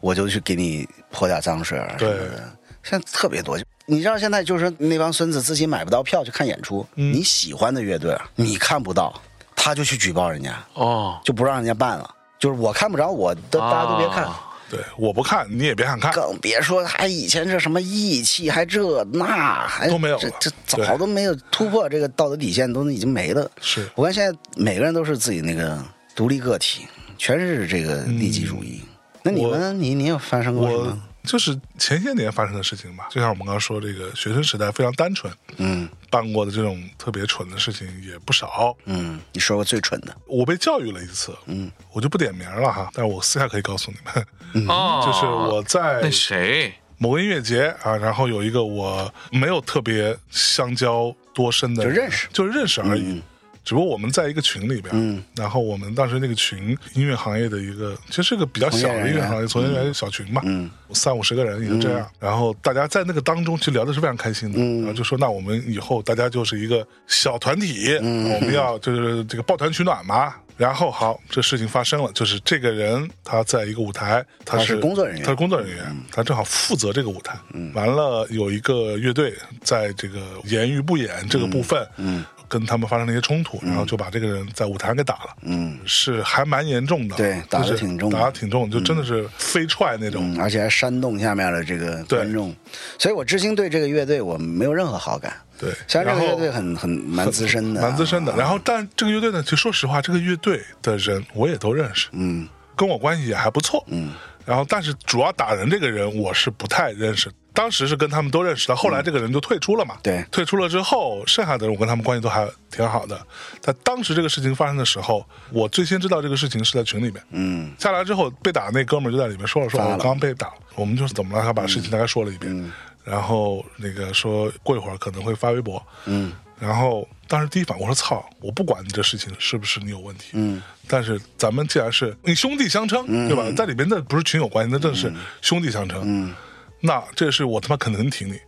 Speaker 3: 我就去给你泼点脏水儿什么
Speaker 2: 对
Speaker 3: 的。现在特别多，你知道现在就是那帮孙子自己买不到票去看演出，
Speaker 1: 嗯
Speaker 3: 你喜欢的乐队啊你看不到，他就去举报人家，
Speaker 1: 哦，
Speaker 3: 就不让人家办了。就是我看不着，我都大家都别看。
Speaker 1: 啊
Speaker 2: 对，我不看，你也别想看，
Speaker 3: 更别说还以前这什么义气，还这那，还
Speaker 2: 都没有了
Speaker 3: 这这
Speaker 2: 对
Speaker 3: 早都没有突破这个道德底线，都已经没了。
Speaker 2: 是
Speaker 3: 我看现在每个人都是自己那个独立个体，全是这个利己主义。那
Speaker 2: 嗯
Speaker 3: 你
Speaker 2: 我
Speaker 3: 们，你你有发生过什
Speaker 2: 我
Speaker 3: 么？
Speaker 2: 就是前些年发生的事情吧，就像我们刚刚说，这个学生时代非常单纯，
Speaker 3: 嗯
Speaker 2: 办过的这种特别蠢的事情也不少。
Speaker 3: 嗯，你说过最蠢的，
Speaker 2: 我被教育了一次，嗯，我就不点名了哈，但是我私下可以告诉你们，
Speaker 3: 嗯
Speaker 1: 哦，
Speaker 2: 嗯就是我在
Speaker 1: 那谁，
Speaker 2: 某个音乐节啊，然后有一个我没有特别相交多深的人，
Speaker 3: 就认识
Speaker 2: 就认识而已。只不过我们在一个群里边，
Speaker 3: 嗯
Speaker 2: 然后我们当时那个群，音乐行业的一个，其实是个比较小
Speaker 3: 从业
Speaker 2: 的
Speaker 3: 人
Speaker 2: 音乐
Speaker 3: 员啊
Speaker 2: 行业从业人员小群嘛，
Speaker 3: 嗯
Speaker 2: 三五十个人也就这样。然后大家在那个当中去聊的是非常开心的，
Speaker 3: 嗯
Speaker 2: 然后就说那我们以后大家就是一个小团体，
Speaker 3: 嗯
Speaker 2: 啊我们要就是这个抱团取暖嘛。然后好，这事情发生了，就是这个人他在一个舞台，他
Speaker 3: 他
Speaker 2: 是
Speaker 3: 是工作人员嗯
Speaker 2: 他是工作人员，他正好负责这个舞台。完了，有一个乐队在这个言语不演这个部分，
Speaker 3: 嗯
Speaker 2: 跟他们发生了一些冲突，然后就把这个人在舞台上给打了，
Speaker 3: 嗯
Speaker 2: 是还蛮严重的，
Speaker 3: 对打得
Speaker 2: 就是
Speaker 3: 挺重的
Speaker 2: 打得挺重，就真的是飞踹那种。
Speaker 3: 嗯，而且还煽动下面的这个
Speaker 2: 对
Speaker 3: 观众，所以我至今对这个乐队我没有任何好感。
Speaker 2: 对
Speaker 3: 虽然这
Speaker 2: 然
Speaker 3: 个
Speaker 2: 后
Speaker 3: 乐队很很蛮资深的啊，
Speaker 2: 蛮资深的。然后，但这个乐队呢，其实说实话，这个乐队的人我也都认识，
Speaker 3: 嗯
Speaker 2: 跟我关系也还不错，嗯。然后，但是主要打人这个人我是不太认识，当时是跟他们都认识的，后来这个人就退出了嘛。
Speaker 3: 对
Speaker 2: 退出了之后，剩下的人我跟他们关系都还挺好的。但当时这个事情发生的时候，我最先知道这个事情是在群里面，
Speaker 3: 嗯
Speaker 2: 下来之后被打那哥们儿就在里面说了说，
Speaker 3: 发
Speaker 2: 我
Speaker 3: 了嗯
Speaker 2: 刚被打了，我们就是怎么了？他把事情大概说了一遍，然后那个说过一会儿可能会发微博，
Speaker 3: 嗯
Speaker 2: 然后当时第一反应我说操，我不管你这事情是不是你有问题，
Speaker 3: 嗯，
Speaker 2: 但是咱们既然是你兄弟相称，对吧？在里面那不是群友关系，那正是兄弟相称，
Speaker 3: 嗯
Speaker 2: 那这是我他妈肯定挺你，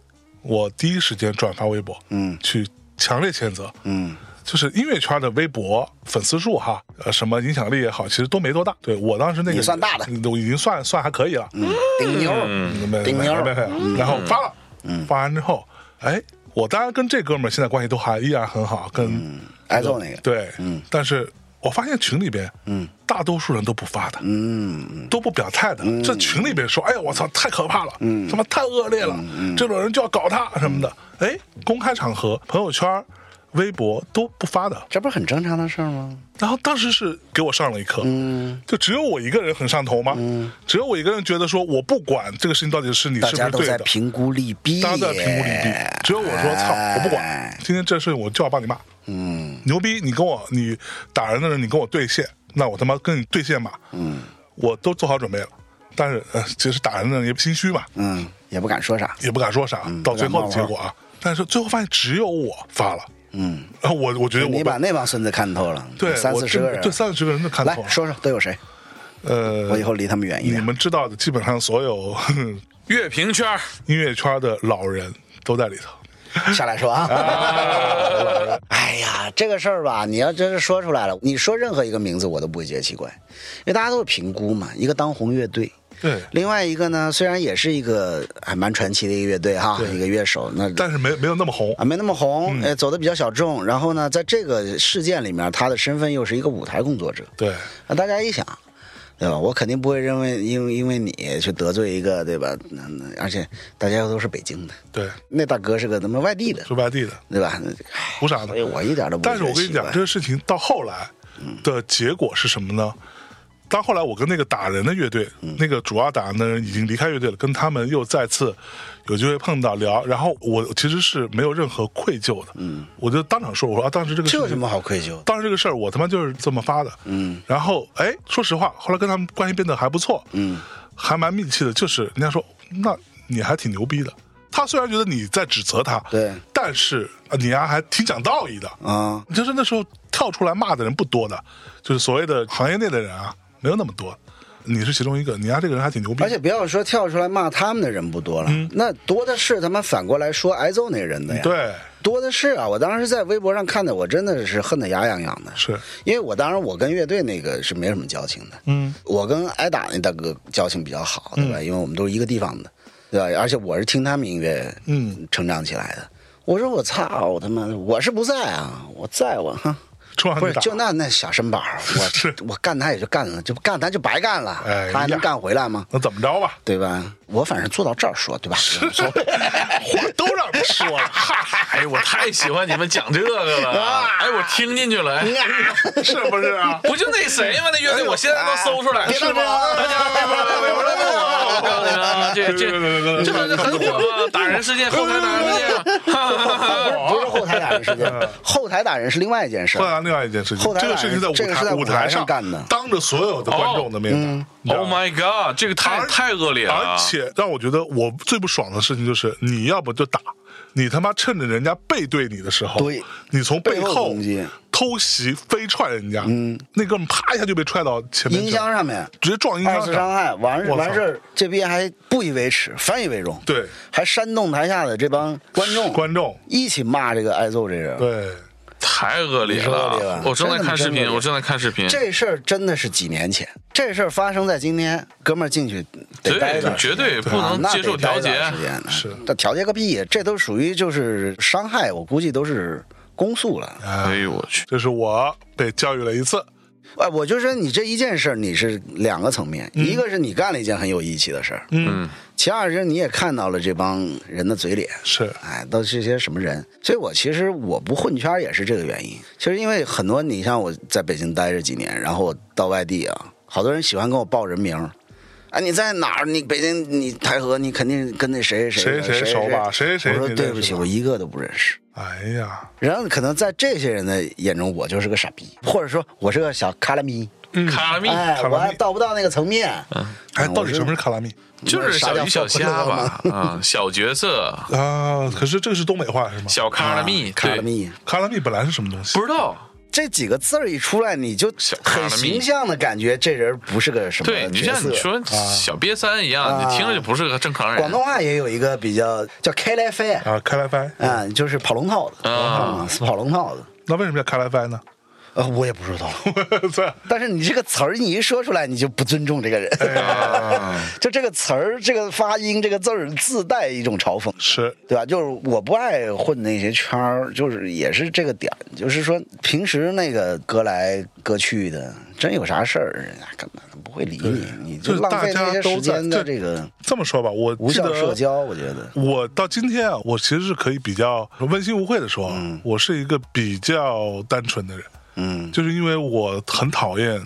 Speaker 2: 我第一时间转发微博，
Speaker 3: 嗯
Speaker 2: 去强烈谴责，
Speaker 3: 嗯
Speaker 2: 就是音乐圈的微博粉丝数哈，呃，什么影响力也好，其实都没多大。对我当时那个
Speaker 3: 也算大的，
Speaker 2: 我已经算算还可以了。嗯，
Speaker 3: 嗯，顶牛，
Speaker 2: 没
Speaker 3: 顶嗯牛
Speaker 2: 没没没然后发了，
Speaker 3: 嗯
Speaker 2: 发完之后，哎，我当然跟这哥们儿现在关系都还依然很好，跟
Speaker 3: 挨揍那个，
Speaker 2: 对，
Speaker 3: 嗯
Speaker 2: 但是我发现群里边，嗯，大多数人都不发的，
Speaker 3: 嗯，嗯
Speaker 2: 都不表态的，这群里边说，哎呀，我操，太可怕了，他妈太恶劣了，这种人就要搞他什么的，哎，公开场合、朋友圈、微博都不发的，
Speaker 3: 这不是很正常的事儿吗？
Speaker 2: 然后当时是给我上了一课，
Speaker 3: 嗯，
Speaker 2: 就只有我一个人很上头吗？只有我一个人觉得说我不管这个事情到底是你
Speaker 3: 大
Speaker 2: 是不
Speaker 3: 家
Speaker 2: 是
Speaker 3: 都
Speaker 2: 对
Speaker 3: 在
Speaker 2: 的，
Speaker 3: 评估利弊，
Speaker 2: 大家都在评估利弊，只有我说操，我不管
Speaker 3: 哎，
Speaker 2: 今天这事我就要帮你骂，
Speaker 3: 嗯
Speaker 2: 牛逼，你跟我你打人的人你跟我对线，那我他妈跟你对线骂，
Speaker 3: 嗯
Speaker 2: 我都做好准备了，但是呃，其实打人的人也心虚嘛，
Speaker 3: 嗯，也不敢说啥，
Speaker 2: 也不敢说
Speaker 3: 嗯
Speaker 2: 啥，到最后的结果啊，但是最后发现只有我发了，
Speaker 3: 嗯，
Speaker 2: 然后我我觉得我
Speaker 3: 你
Speaker 2: 被
Speaker 3: 把那帮孙子看透了，
Speaker 2: 对
Speaker 3: 三
Speaker 2: 我
Speaker 3: 四
Speaker 2: 真
Speaker 3: 十个人，
Speaker 2: 对三四十个人都看
Speaker 3: 来
Speaker 2: 错了，
Speaker 3: 说说都有谁？
Speaker 2: 呃，
Speaker 3: 我以后离他们远一
Speaker 2: 你
Speaker 3: 点。
Speaker 2: 们知道的，基本上所有
Speaker 1: 乐评圈儿
Speaker 2: 音乐圈的老人都在里头。
Speaker 3: 下来 说啊。 哎呀，这个事儿吧，你要真是说出来了，你说任何一个名字我都不会觉得奇怪，因为大家都是评估嘛。一个当红乐队，
Speaker 2: 对，
Speaker 3: 另外一个呢，虽然也是一个还蛮传奇的一个乐队哈，
Speaker 2: 对
Speaker 3: 一个乐手，那
Speaker 2: 但是没没有那么红
Speaker 3: 啊，没那么红，
Speaker 2: 嗯
Speaker 3: 呃，走的比较小众。然后呢，在这个事件里面，他的身份又是一个舞台工作者。
Speaker 2: 对，
Speaker 3: 啊，大家一想，对吧？我肯定不会认为因为因为你去得罪一个，对吧？那那而且大家又都是北京的，
Speaker 2: 对，
Speaker 3: 那大哥是个他妈外地的，
Speaker 2: 是外地的，
Speaker 3: 对吧？那唉
Speaker 2: 胡啥
Speaker 3: 所以
Speaker 2: 的。
Speaker 3: 哎我一点都不。
Speaker 2: 但是我跟你讲，这，个事情到后来的
Speaker 3: 嗯
Speaker 2: 结果是什么呢？当后来我跟那个打人的乐队，
Speaker 3: 嗯
Speaker 2: 那个主要打人的人已经离开乐队了，跟他们又再次有机会碰到聊，然后我其实是没有任何愧疚的，嗯，我就当场说，我说啊，当时这个事
Speaker 3: 这
Speaker 2: 情
Speaker 3: 有什么好愧疚的？
Speaker 2: 当时这个事儿我他妈就是这么发的，嗯，然后哎，说实话，后来跟他们关系变得还不错，嗯，还蛮密切的，就是人家说，那你还挺牛逼的。他虽然觉得你在指责他，
Speaker 3: 对
Speaker 2: 但是啊你丫还挺讲道义的
Speaker 3: 啊。
Speaker 2: 就是那时候跳出来骂的人不多的，就是所谓的行业内的人啊，没有那么多。你是其中一个，你丫这个人还挺牛逼的，
Speaker 3: 而且不要说跳出来骂他们的人不多了，那多的是他们反过来说挨揍那人的呀。，
Speaker 2: 嗯对，
Speaker 3: 多的是啊！我当时在微博上看的，我真的是恨得牙痒痒的。
Speaker 2: 是
Speaker 3: 因为我当然我跟乐队那个是没什么交情的，
Speaker 2: 嗯，
Speaker 3: 我跟挨打那大哥交情比较好，对吧？因为我们都是一个地方的，对吧？而且我是听他们音乐，
Speaker 2: 嗯，
Speaker 3: 成长起来的。我说我操，我他妈我是不在啊，我在我哼，
Speaker 2: 冲上
Speaker 3: 不
Speaker 2: 去
Speaker 3: 是
Speaker 2: 打，
Speaker 3: 就那那小身板儿，
Speaker 2: 是
Speaker 3: 我我干他也就干了，就干他就白干了，
Speaker 2: 哎呀
Speaker 3: 他还能干回来吗？
Speaker 2: 那怎么着吧？
Speaker 3: 对吧？我反正做到这儿说，对吧？
Speaker 2: 话都让你说了，嗨，
Speaker 1: 哎，我太喜欢你们讲这个 了，
Speaker 3: 啊
Speaker 1: 哎，我听进去了。
Speaker 3: 嗯
Speaker 1: 哎
Speaker 2: 是不是啊？
Speaker 1: 不就那谁吗？那乐
Speaker 3: 哎
Speaker 1: 队我现在都搜出来，
Speaker 3: 别
Speaker 1: 是吗？
Speaker 3: 闹这样
Speaker 1: 大家微博来，微博来问我，我告诉你们啊，这
Speaker 2: 别别别
Speaker 1: 这
Speaker 2: 别
Speaker 1: 这好像很火嘛，打人事件，后台打人事件，哈哈哈哈
Speaker 3: 不是后台打人事件，后台打人是另外一件事儿。
Speaker 2: 后来另外一件事情，
Speaker 3: 后台
Speaker 2: 这个
Speaker 3: 晚
Speaker 2: 事情在舞
Speaker 3: 这个
Speaker 2: 台
Speaker 3: 是在
Speaker 2: 舞
Speaker 3: 舞
Speaker 2: 台
Speaker 3: 台
Speaker 2: 上
Speaker 3: 上干的嗯
Speaker 2: 当着所有的观众的面的你知道
Speaker 1: ！Oh
Speaker 2: 吗
Speaker 1: my god，这个太
Speaker 2: 而
Speaker 1: 太恶劣
Speaker 2: 而
Speaker 1: 了。
Speaker 2: 且让我觉得我最不爽的事情就是，你要不就打，你他妈趁着人家背对你的时候，
Speaker 3: 对
Speaker 2: 你从背
Speaker 3: 背后
Speaker 2: 后
Speaker 3: 攻击
Speaker 2: 偷袭飞踹人家，嗯，那哥们啪一下就被踹到前面去
Speaker 3: 音
Speaker 2: 了，
Speaker 3: 箱上面
Speaker 2: 直接撞音
Speaker 3: 二
Speaker 2: 箱
Speaker 3: 次
Speaker 2: 上，
Speaker 3: 伤害，完
Speaker 2: 我操
Speaker 3: 完事儿，这边还不以为耻，反以为荣，
Speaker 2: 对
Speaker 3: 还煽动台下的这帮观众
Speaker 2: 观众，
Speaker 3: 一起骂这个挨揍这人。
Speaker 2: 对，
Speaker 1: 太恶劣
Speaker 3: 你说恶劣吧
Speaker 1: 了！我正在看视
Speaker 3: 真的真恶
Speaker 1: 频，
Speaker 3: 劣
Speaker 1: 我正在看视频。
Speaker 3: 这事儿真的是几年前，这事儿发生在今天，哥们儿进去得待一
Speaker 1: 对
Speaker 3: 段，时
Speaker 1: 绝
Speaker 3: 间
Speaker 1: 对不
Speaker 3: 啊
Speaker 1: 能
Speaker 3: 那
Speaker 1: 接受
Speaker 3: 得待
Speaker 1: 调
Speaker 3: 一段
Speaker 1: 节。
Speaker 3: 时间呢
Speaker 2: 是
Speaker 3: 那调节个屁！这都属于就是伤害，我估计都是公诉了。
Speaker 1: 哎呦我去！
Speaker 2: 这是我被教育了一次，
Speaker 3: 哎，我就说你这一件事儿，你是两个层面，一个是你干了一件很有义气的事儿，
Speaker 2: 嗯，
Speaker 3: 其二是你也看到了这帮人的嘴脸，
Speaker 2: 是
Speaker 3: 哎，都是些什么人？所以我其实我不混圈儿也是这个原因。其实因为很多，你像我在北京待着几年，然后我到外地啊，好多人喜欢跟我报人名儿。哎，你在哪儿？你北京，你台河，你肯定跟那谁谁
Speaker 2: 谁谁
Speaker 3: 谁
Speaker 2: 熟吧谁谁谁你
Speaker 3: 我说
Speaker 2: 认
Speaker 3: 对不
Speaker 2: 识
Speaker 3: 起，
Speaker 2: 吧
Speaker 3: 我一个都不认识。
Speaker 2: 哎呀，
Speaker 3: 然后可能在这些人的眼中，我就是个傻逼，或者说我是个小卡拉咪。
Speaker 1: 卡拉米
Speaker 3: 哎，
Speaker 2: 卡拉咪
Speaker 3: 我还到不到那个层面。
Speaker 2: 哎，
Speaker 3: 嗯
Speaker 2: 到
Speaker 3: 我
Speaker 2: 底
Speaker 3: 是
Speaker 2: 什么是卡拉米
Speaker 1: 就是小鱼小虾吧，啊，小角色，
Speaker 2: 啊？可是这个是东北话是吗？
Speaker 1: 小卡拉米，
Speaker 3: 啊卡
Speaker 1: 对
Speaker 3: 拉，咪，
Speaker 2: 卡拉米本来是什么东西？
Speaker 1: 不知道。
Speaker 3: 这几个字儿一出来，你就
Speaker 1: 小卡拉咪
Speaker 3: 很形象的感觉这人不是个什么
Speaker 1: 对你就
Speaker 3: 角
Speaker 1: 像
Speaker 3: 色
Speaker 1: 你。说小瘪三一样，
Speaker 3: 啊
Speaker 1: 你听着就不是个正常人。
Speaker 3: 广东话也有一个比较叫开来飞
Speaker 2: 啊，开来翻，
Speaker 3: 啊，就是跑龙套的
Speaker 1: 啊
Speaker 3: 啊，是跑龙套的。
Speaker 2: 那为什么叫开来翻呢？
Speaker 3: 呃，我也不知道，
Speaker 2: 在
Speaker 3: 但是你这个词儿你一说出来，你就不尊重这个人。
Speaker 1: 哎
Speaker 3: 就这个词儿、这个发音、这个字儿自带一种嘲讽。
Speaker 2: 是
Speaker 3: 对吧？就是我不爱混那些圈儿，就是也是这个点儿，就是说平时那个歌来歌去的，真有啥事儿，人家根本不会理你，你
Speaker 2: 就
Speaker 3: 就是浪
Speaker 2: 大
Speaker 3: 费
Speaker 2: 家
Speaker 3: 那些
Speaker 2: 都
Speaker 3: 时间
Speaker 2: 在
Speaker 3: 的这个
Speaker 2: 这么说吧，我
Speaker 3: 无
Speaker 2: 记
Speaker 3: 效
Speaker 2: 得
Speaker 3: 社交，我觉得。
Speaker 2: 我到今天啊，我其实是可以比较问心无愧的说，啊我是一个比较单纯的人，
Speaker 3: 嗯，
Speaker 2: 就是因为我很讨厌。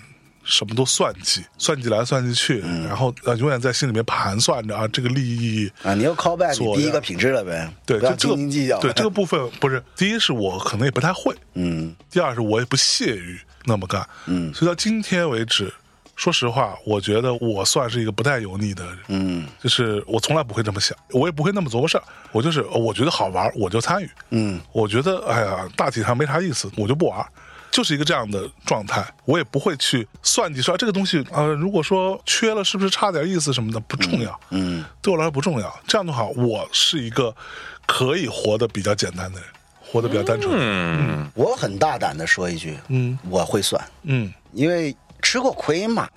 Speaker 2: 什么都算计，算计来算计去，
Speaker 3: 嗯
Speaker 2: 然后呃，永远在心里面盘算着啊，这个利益，
Speaker 3: 啊，你又 call back
Speaker 2: 做
Speaker 3: 你第一
Speaker 2: 呀
Speaker 3: 个品质了呗，
Speaker 2: 对，
Speaker 3: 不要
Speaker 2: 就这
Speaker 3: 斤
Speaker 2: 个
Speaker 3: 斤计较，
Speaker 2: 对这个，部分不是，第一是我可能也不太会，
Speaker 3: 嗯
Speaker 2: 第二是我也不屑于那么干，
Speaker 3: 嗯
Speaker 2: 所以到今天为止，说实话，我觉得我算是一个不太油腻的人，
Speaker 3: 嗯
Speaker 2: 就是我从来不会这么想，我也不会那么琢磨事儿，我就是呃我觉得好玩儿我就参与，
Speaker 3: 嗯，
Speaker 2: 我觉得哎呀大体上没啥意思，我就不玩儿。就是一个这样的状态，我也不会去算计说、啊这个东西，呃，如果说缺了是不是差点意思什么的，不重要，
Speaker 3: 嗯，
Speaker 2: 对我来说不重要。这样的话，我是一个可以活得比较简单的人，活得比较单纯。
Speaker 1: 嗯，
Speaker 3: 我很大胆的说一句，
Speaker 2: 嗯
Speaker 3: 我会算，
Speaker 2: 嗯
Speaker 3: 因为吃过亏嘛，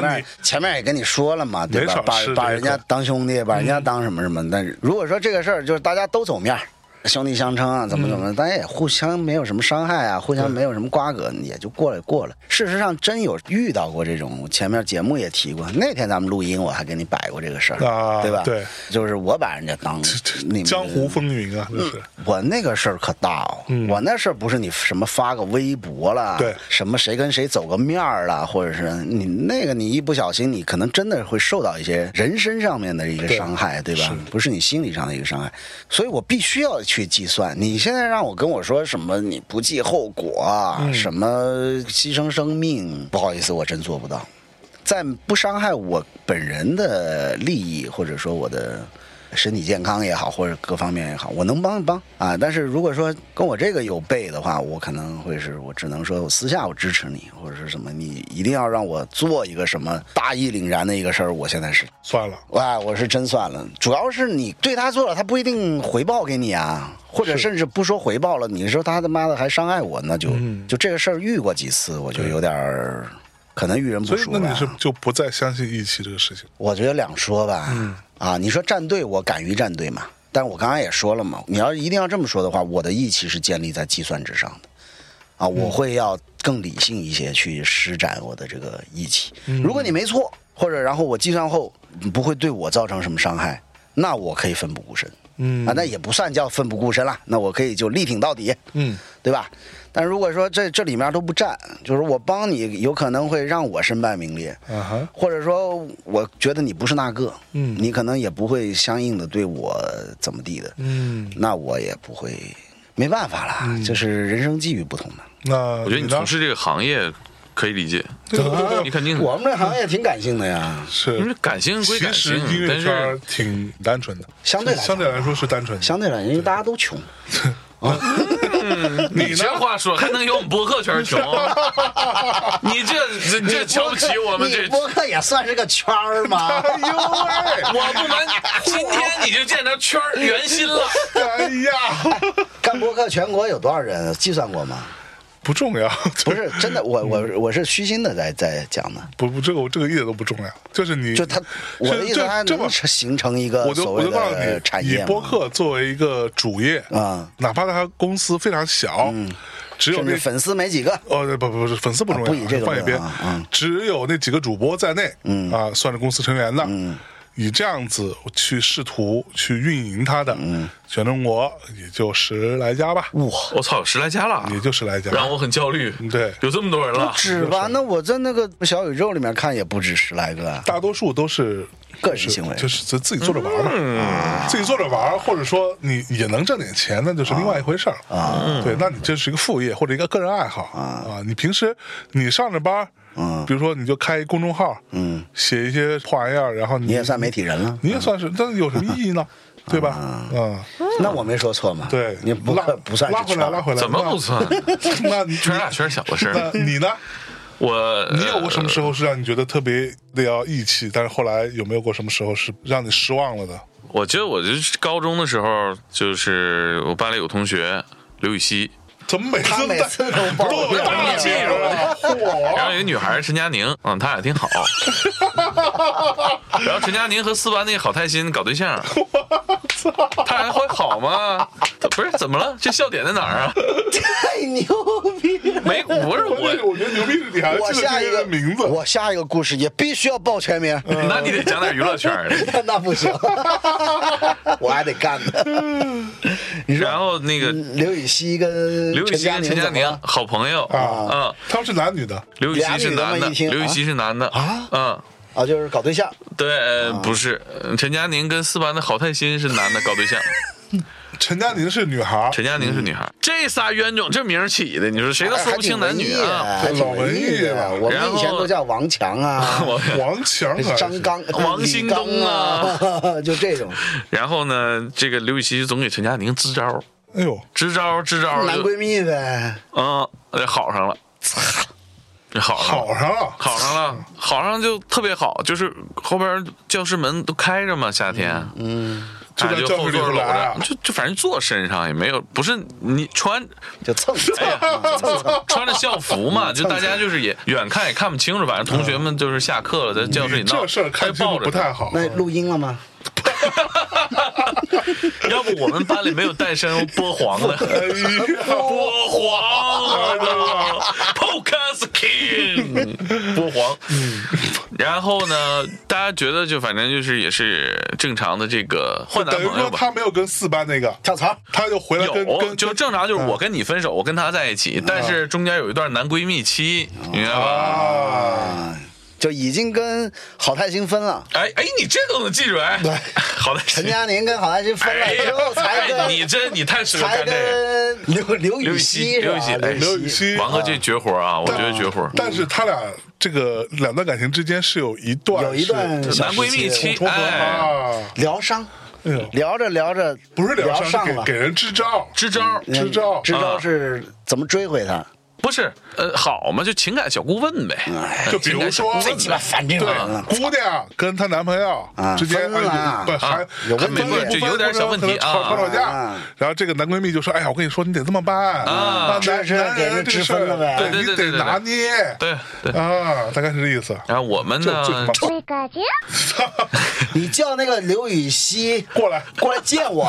Speaker 2: 那你
Speaker 3: 面前面也跟你说了嘛，对
Speaker 2: 没
Speaker 3: 吧
Speaker 2: 少？
Speaker 3: 把
Speaker 2: 吃
Speaker 3: 把
Speaker 2: 这
Speaker 3: 人家
Speaker 2: 个嗯
Speaker 3: 当兄弟，把人家当什么什么，但是如果说这个事儿就是大家都走面儿。兄弟相称啊，怎么
Speaker 2: 嗯
Speaker 3: 怎么，大家也互相没有什么伤害啊，互相没有什么瓜葛，也就过了过了。事实上，真有遇到过这种，前面节目也提过，那天咱们录音我还跟你摆过这个事儿，
Speaker 2: 啊
Speaker 3: 对吧？
Speaker 2: 对，
Speaker 3: 就是我把人家当你们
Speaker 2: 江湖风云啊，这
Speaker 1: 嗯
Speaker 2: 是。
Speaker 3: 我那个事儿可大哦，我那事儿不是你什么发个微博啦，
Speaker 2: 嗯对
Speaker 3: 什么谁跟谁走个面儿啦，或者是你那个你一不小心，你可能真的会受到一些人身上面的一个
Speaker 2: 对
Speaker 3: 伤害，对吧？
Speaker 2: 是
Speaker 3: 不是你心理上的一个伤害，所以我必须要去计算。你现在让我跟我说什么你不计后果啊，
Speaker 2: 嗯
Speaker 3: 什么牺牲生命，不好意思，我真做不到。在不伤害我本人的利益，或者说我的身体健康也好，或者各方面也好，我能帮就帮啊。但是如果说跟我这个有悖的话，我可能会是我只能说我私下我支持你，或者是什么，你一定要让我做一个什么大义凛然的一个事儿，我现在是
Speaker 2: 算了，
Speaker 3: 哇，我是真算了，主要是你对他做了，他不一定回报给你啊，或者甚至不说回报了，你说他他妈的还伤害我，那就、
Speaker 2: 嗯
Speaker 3: 就这个事儿遇过几次，我就有点儿可能遇人不
Speaker 2: 所以
Speaker 3: 淑
Speaker 2: 那
Speaker 3: 吧。
Speaker 2: 你是就不再相信义气这个事情？
Speaker 3: 我觉得两说吧。啊，你说站队，我敢于站队嘛？但我刚刚也说了嘛，你要一定要这么说的话，我的义气是建立在计算之上的。啊，我会要更理性一些去施展我的这个义气。如果你没错，或者然后我计算后不会对我造成什么伤害，那我可以奋不顾身。
Speaker 2: 嗯
Speaker 3: 啊，那也不算叫奋不顾身了，那我可以就力挺到底。
Speaker 2: 嗯，
Speaker 3: 对吧？但如果说这这里面都不占，就是我帮你，有可能会让我身败名裂，
Speaker 2: 啊哈
Speaker 3: 或者说我觉得你不是那个，
Speaker 2: 嗯
Speaker 3: 你可能也不会相应的对我怎么地的，
Speaker 2: 嗯，
Speaker 3: 那我也不会，没办法啦，就是人生际遇不同嘛。
Speaker 2: 那
Speaker 1: 我觉得你
Speaker 2: 呢
Speaker 1: 从事这个行业可以理解，
Speaker 2: 对对对
Speaker 1: 你
Speaker 2: 对
Speaker 1: 肯定
Speaker 3: 我们这行业挺感性的呀，
Speaker 1: 你说
Speaker 2: 是。
Speaker 1: 感性归
Speaker 2: 其
Speaker 1: 感
Speaker 2: 实
Speaker 1: 性
Speaker 2: 音，乐
Speaker 1: 但
Speaker 2: 圈
Speaker 1: 是
Speaker 2: 儿挺单纯的，
Speaker 3: 相对来
Speaker 2: 相对来说是单纯的。
Speaker 3: 相对来讲，因为大家都穷，
Speaker 1: 你这话说还能有我们播客圈穷？你这这 你这瞧不起我们这哎
Speaker 3: 你。播客也算是个圈儿 嘛。
Speaker 1: 我不瞒你，今天你就见着圈儿圆心了。
Speaker 2: 哎呀，
Speaker 3: 干播客全国有多少人？计算过吗？
Speaker 2: 不重要，
Speaker 3: 不是真的，我我我是虚心的在在讲的。
Speaker 2: 不不，这个我这个一点都不重要，就是你
Speaker 3: 就他，我的意思，
Speaker 2: 这
Speaker 3: 他
Speaker 2: 这么
Speaker 3: 能形成一个
Speaker 2: 我就
Speaker 3: 所
Speaker 2: 我
Speaker 3: 谓
Speaker 2: 就告诉
Speaker 3: 的
Speaker 2: 你，
Speaker 3: 产
Speaker 2: 以
Speaker 3: 业吗
Speaker 2: 播客作为一个主业，
Speaker 3: 啊，
Speaker 2: 哪怕他公司非常小，只有
Speaker 3: 嗯甚
Speaker 2: 那
Speaker 3: 至粉丝没几个，
Speaker 2: 哦，对不不不是粉丝不重要，
Speaker 3: 啊不以这个
Speaker 2: 放一边
Speaker 3: 论啊嗯，
Speaker 2: 只有那几个主播在内，啊，算是公司成员的，
Speaker 3: 嗯
Speaker 2: 以这样子去试图去运营它的，全中国也就十来家吧，
Speaker 3: 嗯哇，
Speaker 1: 我操，有十来家了，
Speaker 2: 也就十来家，啊嗯
Speaker 1: 让我很焦虑。
Speaker 2: 对
Speaker 1: 有这么多人
Speaker 2: 啊
Speaker 1: 了，
Speaker 3: 止吧？那我在那个小宇宙里面看也不止十来个啊，
Speaker 2: 大多数都是
Speaker 3: 个人行为
Speaker 2: 就是自自己做着玩儿嘛，
Speaker 1: 嗯
Speaker 2: 自己做着玩儿，或者说你也能挣点钱，那就是另外一回事儿啊。对，那你这是一个副业或者一个个人爱好啊。你平时你上着班儿，
Speaker 3: 嗯
Speaker 2: 比如说你就开一公众号，
Speaker 3: 嗯，
Speaker 2: 写一些破玩意儿，然后
Speaker 3: 你也算媒体人了。
Speaker 2: 你也算是，但有什么意义呢？对吧？啊，
Speaker 3: 那我没说错嘛？
Speaker 2: 对，
Speaker 3: 你不
Speaker 2: 拉
Speaker 3: 不算
Speaker 2: 拉
Speaker 3: 是
Speaker 2: 回
Speaker 3: 圈
Speaker 2: 来，
Speaker 3: 儿
Speaker 2: 拉回来，
Speaker 1: 怎么不算？
Speaker 2: 那？那你
Speaker 1: 圈儿大圈儿小的事
Speaker 2: 那
Speaker 1: 儿。
Speaker 2: 你呢？
Speaker 1: 我
Speaker 2: 你有过什
Speaker 1: 呃
Speaker 2: 么时候是让你觉得特别的要义气，但是后来有没有过什么时候是让你失望了的？
Speaker 1: 我记得我就是高中的时候，就是我班里有同学刘禹锡，
Speaker 2: 怎么每次
Speaker 3: 他每次
Speaker 2: 带
Speaker 3: 都 爆
Speaker 2: 都有大
Speaker 1: 记
Speaker 2: 面儿啊
Speaker 1: 然后
Speaker 2: 嚯！
Speaker 1: 有一女孩陈佳宁，嗯，她俩挺 好。然后陈佳宁和四班那个郝太新搞对象，他俩会好吗？他不是怎么了？这笑点在哪儿啊？
Speaker 3: 太牛逼了！
Speaker 1: 没，不是
Speaker 2: 关键是
Speaker 1: 我，
Speaker 2: 我觉得牛逼是你还
Speaker 3: 我
Speaker 2: 记得
Speaker 3: 下
Speaker 2: 这
Speaker 3: 一
Speaker 2: 些
Speaker 3: 个
Speaker 2: 人名字，嗯
Speaker 3: 我下一个故事也必须要报全名，
Speaker 1: 那你得讲点娱乐圈儿的。
Speaker 3: 那不 行，我还得干呢。你说
Speaker 1: 然后那个
Speaker 3: 刘禹锡跟
Speaker 1: 刘禹锡跟陈
Speaker 3: 嗯陈
Speaker 1: 佳
Speaker 3: 佳
Speaker 1: 宁
Speaker 3: 宁
Speaker 1: 好朋友
Speaker 2: 啊
Speaker 1: 嗯，
Speaker 2: 他们是男女的，
Speaker 1: 刘禹锡是男
Speaker 3: 俩
Speaker 1: 的，
Speaker 3: 女的吗一听
Speaker 1: 刘禹锡是男的
Speaker 3: 啊
Speaker 1: 嗯。
Speaker 3: 啊，就是搞对象。
Speaker 1: 对，呃不是呃陈佳宁跟四班的郝太新是男的搞对象，
Speaker 2: 陈佳宁是女孩，
Speaker 1: 陈佳宁是女孩。这仨冤种，这名儿起的，你说谁都说
Speaker 3: 哎还
Speaker 1: 不
Speaker 3: 挺
Speaker 1: 清男
Speaker 3: 文艺
Speaker 1: 女
Speaker 3: 的，
Speaker 1: 啊。
Speaker 3: 还挺
Speaker 2: 老文艺
Speaker 3: 的
Speaker 2: 了
Speaker 3: 我
Speaker 1: 然
Speaker 3: 们
Speaker 1: 后
Speaker 3: 以前都叫王强 啊，
Speaker 2: 王强还是
Speaker 3: 张刚、
Speaker 1: 王兴东啊
Speaker 3: 李刚啊，就 这种。
Speaker 1: 然后呢，这个刘禹锡总给陈佳宁支招，
Speaker 2: 哎呦，
Speaker 1: 支招，支招，
Speaker 3: 男闺蜜呗，
Speaker 1: 嗯，这好上了，这好上了。
Speaker 2: 好上了，
Speaker 1: 好上了，好上就特别好，就是后边教室门都开着嘛，夏天，嗯，
Speaker 2: 就
Speaker 1: 啊
Speaker 2: 在
Speaker 1: 就
Speaker 2: 教
Speaker 1: 后
Speaker 2: 室里
Speaker 1: 座
Speaker 2: 头
Speaker 1: 搂
Speaker 2: 来
Speaker 1: 着
Speaker 2: 啊，，
Speaker 1: 就就反正坐身上也没有，不是你穿
Speaker 3: 就 蹭蹭
Speaker 1: 哎呀
Speaker 3: 蹭蹭，
Speaker 1: 穿着校服 嘛，就大家就是也远看也看不清楚，反正同学们就是下课了在教室里
Speaker 2: 你
Speaker 1: 闹，
Speaker 2: 嗯这事儿看
Speaker 1: 还
Speaker 2: 清楚
Speaker 1: 抱着
Speaker 2: 不太好。
Speaker 3: 那录音了吗？
Speaker 1: 他。要不我们班里没有诞生播黄的，
Speaker 2: 哎呀，
Speaker 1: 播黄了，Podcast King，播黄。
Speaker 2: 嗯
Speaker 1: 然后呢，大家觉得就反正就是也是正常的这个换男
Speaker 2: 等于
Speaker 1: 朋
Speaker 2: 说
Speaker 1: 友吧。
Speaker 2: 他没有跟四班那个，
Speaker 3: 跳槽，
Speaker 2: 他就回来跟
Speaker 1: 有，
Speaker 2: 跟嗯
Speaker 1: 就
Speaker 2: 跟
Speaker 1: 正常，就是我跟你分手，我跟他在一起，但是中间有一段男闺蜜期，明白吧？
Speaker 2: 啊，
Speaker 3: 啊，就已经跟郝太兴分了，
Speaker 1: 哎哎，你这都能记住哎？
Speaker 3: 对
Speaker 1: 好的，
Speaker 3: 陈佳宁跟郝太兴分了
Speaker 1: 哎
Speaker 3: 之
Speaker 1: 呀
Speaker 3: 后，才
Speaker 1: 哎你
Speaker 3: 跟
Speaker 1: 这你太适合
Speaker 3: 才
Speaker 1: 干这个。
Speaker 3: 跟嗯刘刘禹锡是
Speaker 1: 刘禹
Speaker 3: 吧
Speaker 1: 锡哎？
Speaker 2: 刘禹锡
Speaker 1: 王哥这绝活啊，我觉得绝活。
Speaker 3: 嗯
Speaker 2: 但是他俩这个两段感情之间是有一段
Speaker 3: 有一段
Speaker 2: 是
Speaker 3: 小
Speaker 1: 男闺蜜
Speaker 3: 时
Speaker 1: 期
Speaker 3: 期
Speaker 2: 重合
Speaker 1: 哎，
Speaker 2: 啊，
Speaker 3: 疗伤，
Speaker 2: 哎呦，
Speaker 3: 聊着聊着
Speaker 2: 不是
Speaker 3: 疗
Speaker 2: 疗伤，是
Speaker 3: 了
Speaker 2: 给给，人支招，
Speaker 1: 支招啊
Speaker 3: 嗯
Speaker 2: 支招
Speaker 3: 支招是怎么追回他？
Speaker 1: 不是呃好嘛，就情感小顾问呗。
Speaker 3: 哎
Speaker 2: 就比如说
Speaker 1: 最
Speaker 3: 鸡巴烦这种人了
Speaker 1: 嗯
Speaker 2: 对，姑娘跟她男朋友
Speaker 3: 啊
Speaker 2: 之间
Speaker 3: 分了
Speaker 2: 哎有不
Speaker 1: 啊
Speaker 2: 还
Speaker 1: 有
Speaker 3: 问题
Speaker 2: 分了不分
Speaker 1: 就有点小问题啊
Speaker 2: 可能吵吵吵架
Speaker 3: 啊，
Speaker 2: 然后这个男闺蜜就说：“哎呀，我跟你说，你得这么办
Speaker 1: 啊
Speaker 2: 男
Speaker 3: 这是
Speaker 2: 男
Speaker 3: 给
Speaker 2: 人
Speaker 3: 人
Speaker 2: 这
Speaker 3: 支
Speaker 2: 事
Speaker 3: 分了呗
Speaker 2: 儿
Speaker 1: 对对
Speaker 2: 你
Speaker 1: 对
Speaker 2: 得
Speaker 1: 对对
Speaker 2: 拿捏。”
Speaker 1: 对对。
Speaker 2: 啊，大概是这意思。
Speaker 1: 然后我们
Speaker 2: 就 就
Speaker 1: 呢，
Speaker 2: 就
Speaker 3: 你叫那个刘禹锡
Speaker 2: 过来，
Speaker 3: 过来见我，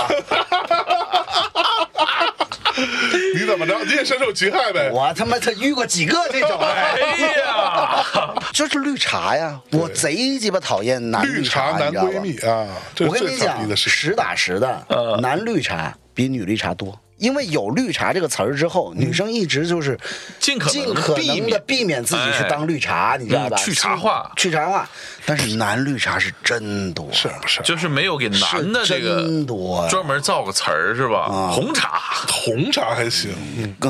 Speaker 2: 你怎么着？你也深受其害呗？
Speaker 3: 我他妈他遇过几个这种
Speaker 1: 哎
Speaker 3: 的，
Speaker 1: 呀，
Speaker 3: 就是绿茶呀，我贼鸡巴讨厌男
Speaker 2: 绿茶
Speaker 3: 茶，
Speaker 2: 男
Speaker 3: 你知道
Speaker 2: 闺
Speaker 3: 吧？
Speaker 2: 蜜啊，这
Speaker 3: 我
Speaker 2: 是
Speaker 3: 跟
Speaker 2: 最
Speaker 3: 你
Speaker 2: 傻逼
Speaker 3: 讲，
Speaker 2: 的事情。
Speaker 3: 实打实的，
Speaker 1: 嗯
Speaker 3: 男绿茶比女绿茶多，因为有绿茶这个词儿之后，女生一直就是
Speaker 1: 尽可能地
Speaker 3: 尽可
Speaker 1: 避
Speaker 3: 能的
Speaker 1: 免
Speaker 3: 避免自己去当绿茶，你知道吧？
Speaker 1: 嗯去茶化
Speaker 3: 去茶化。但是男绿茶是真多，
Speaker 2: 是不 是？
Speaker 1: 就是没有给男的这
Speaker 3: 是真多
Speaker 1: 个
Speaker 3: 呀啊
Speaker 1: 专门造个词儿是吧？红茶、
Speaker 2: 红茶还行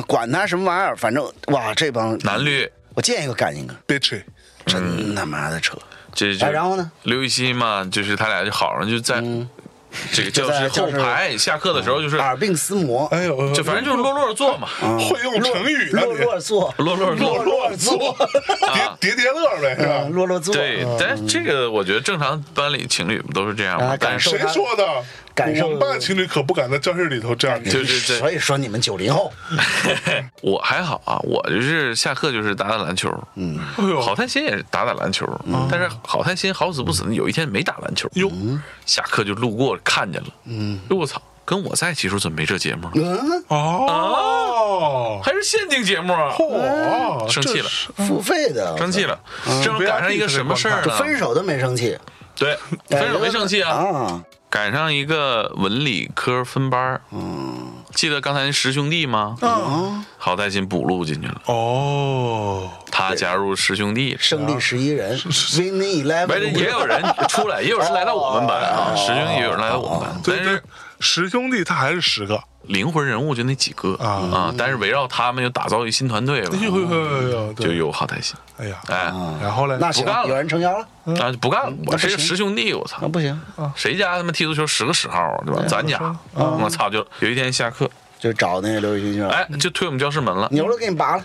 Speaker 3: 管他什么玩意儿，反正哇，这帮
Speaker 1: 男，绿，
Speaker 3: 我见一个干一个，
Speaker 2: ，bitchy，
Speaker 3: 真他妈的扯。
Speaker 1: 这就
Speaker 3: 哎然后呢？嗯
Speaker 1: 刘禹锡嘛，就是他俩就好上就在这个教室
Speaker 3: 就在教
Speaker 1: 后
Speaker 3: 室嗯
Speaker 1: 排，下课的时候就是，
Speaker 3: 耳鬓厮磨，
Speaker 2: 哎呦，
Speaker 1: 就反正就是落落坐嘛，
Speaker 3: 嗯
Speaker 2: 会用成语呢，
Speaker 3: 落
Speaker 2: 你
Speaker 3: 落座，
Speaker 1: 落落坐。
Speaker 2: 落落座，叠叠叠乐呗，是吧
Speaker 3: 嗯，？落落座，
Speaker 1: 对，但是这个我觉得正常班里情侣不都是这样
Speaker 3: 让
Speaker 1: 吗
Speaker 3: 他？
Speaker 1: 但
Speaker 3: 感
Speaker 1: 是
Speaker 3: 受
Speaker 2: 谁
Speaker 3: 他
Speaker 2: 说的？
Speaker 3: 感受
Speaker 2: 我们班情侣可不敢在教室里头这样。
Speaker 1: 对对对
Speaker 3: 所以说你们九零后，
Speaker 1: 我还好啊，我就是下课就是打打篮球，嗯，郝太新也是打打篮球，但是郝太新好死不死有一天没打篮球，哟，下课就路过看见了，嗯，我操，跟我在一起时候怎么没这节目呢？
Speaker 3: 嗯，
Speaker 2: 哦，
Speaker 1: 还是限定节目啊，
Speaker 2: 嚯，
Speaker 1: 生气了
Speaker 2: 这是
Speaker 3: 付费的，
Speaker 1: 嗯生气了，正好赶上一个什么事儿
Speaker 3: 就
Speaker 1: 呢？
Speaker 3: 分手都没生气，
Speaker 1: 对，分手没生气啊，
Speaker 3: 啊，
Speaker 1: 赶上一个文理科分班儿，嗯，记得刚才那十兄弟吗？嗯，郝太新补录进去了，
Speaker 2: 哦，
Speaker 1: 他加入十兄弟，
Speaker 3: 胜利十一人，Winning
Speaker 1: 没人
Speaker 3: Eleven，
Speaker 1: 也有人出来，也有人来到我们班啊，十兄弟也有人来到我们班，但
Speaker 2: 哦对对
Speaker 1: 是，
Speaker 2: 十兄弟他还是十个。
Speaker 1: 灵魂人物就那几个
Speaker 2: 啊
Speaker 1: 啊，但是围绕他们又打造一新团队了
Speaker 2: 哎，呦呦呦呦，
Speaker 1: 就
Speaker 2: 对，
Speaker 1: 有好太心，
Speaker 2: 哎呀，
Speaker 1: 哎，
Speaker 2: 然后呢？
Speaker 3: 那行
Speaker 1: 不干，了啊
Speaker 3: 有人成交了，
Speaker 1: 啊就不干了，我
Speaker 3: 那不
Speaker 1: 这
Speaker 3: 行嗯
Speaker 1: 个十兄弟，我操
Speaker 3: 那，不行，
Speaker 1: 谁家他妈踢足球十个十号啊，对吧？咱家，我操，就有一天下课，
Speaker 3: 就找那个刘雨欣去了，
Speaker 1: 哎，就推我们教室门了，
Speaker 3: 牛都给你拔了，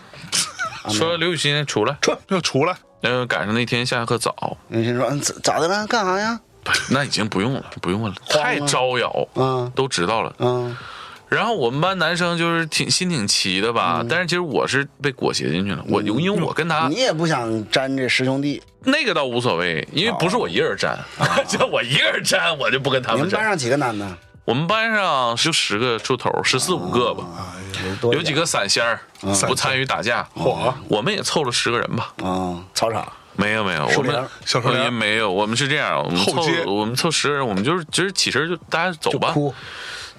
Speaker 1: 说刘雨欣出来，
Speaker 2: 要出来，
Speaker 1: 然后赶上那天下课早，
Speaker 3: 刘雨欣说嗯咋咋的了，干啥呀？
Speaker 1: 不是 那已经不用了，不用了，
Speaker 3: 啊
Speaker 1: 太招摇，
Speaker 3: 嗯
Speaker 1: 都知道了，
Speaker 3: 嗯，
Speaker 1: 然后我们班男生就是挺心挺齐的吧，但是其实我是被裹挟进去了。我因为我跟他
Speaker 3: 嗯你也不想沾这师兄弟，
Speaker 1: 那个倒无所谓，因为不是我一个人沾， 就我一个人沾，我就啊不跟他
Speaker 3: 哦你
Speaker 1: 们
Speaker 3: 们班
Speaker 1: 沾。
Speaker 3: 上几个男的？
Speaker 1: 我们班上就十个出头，十四五个吧，
Speaker 3: 多一
Speaker 1: 有几
Speaker 3: 点
Speaker 1: 个散仙儿
Speaker 3: 嗯
Speaker 1: 不参与打架，
Speaker 2: 嚯，
Speaker 1: 我们也凑了十个人吧。
Speaker 3: 啊，操场
Speaker 1: 没有没有，
Speaker 3: 树
Speaker 1: 我
Speaker 3: 林
Speaker 1: 们
Speaker 3: 儿
Speaker 2: 小树林儿
Speaker 1: 呃没有，我们是这样，我们
Speaker 2: 后街
Speaker 1: 凑我们凑十个人，我们就是只是起身就大家走
Speaker 3: 就
Speaker 1: 吧。
Speaker 3: 哭，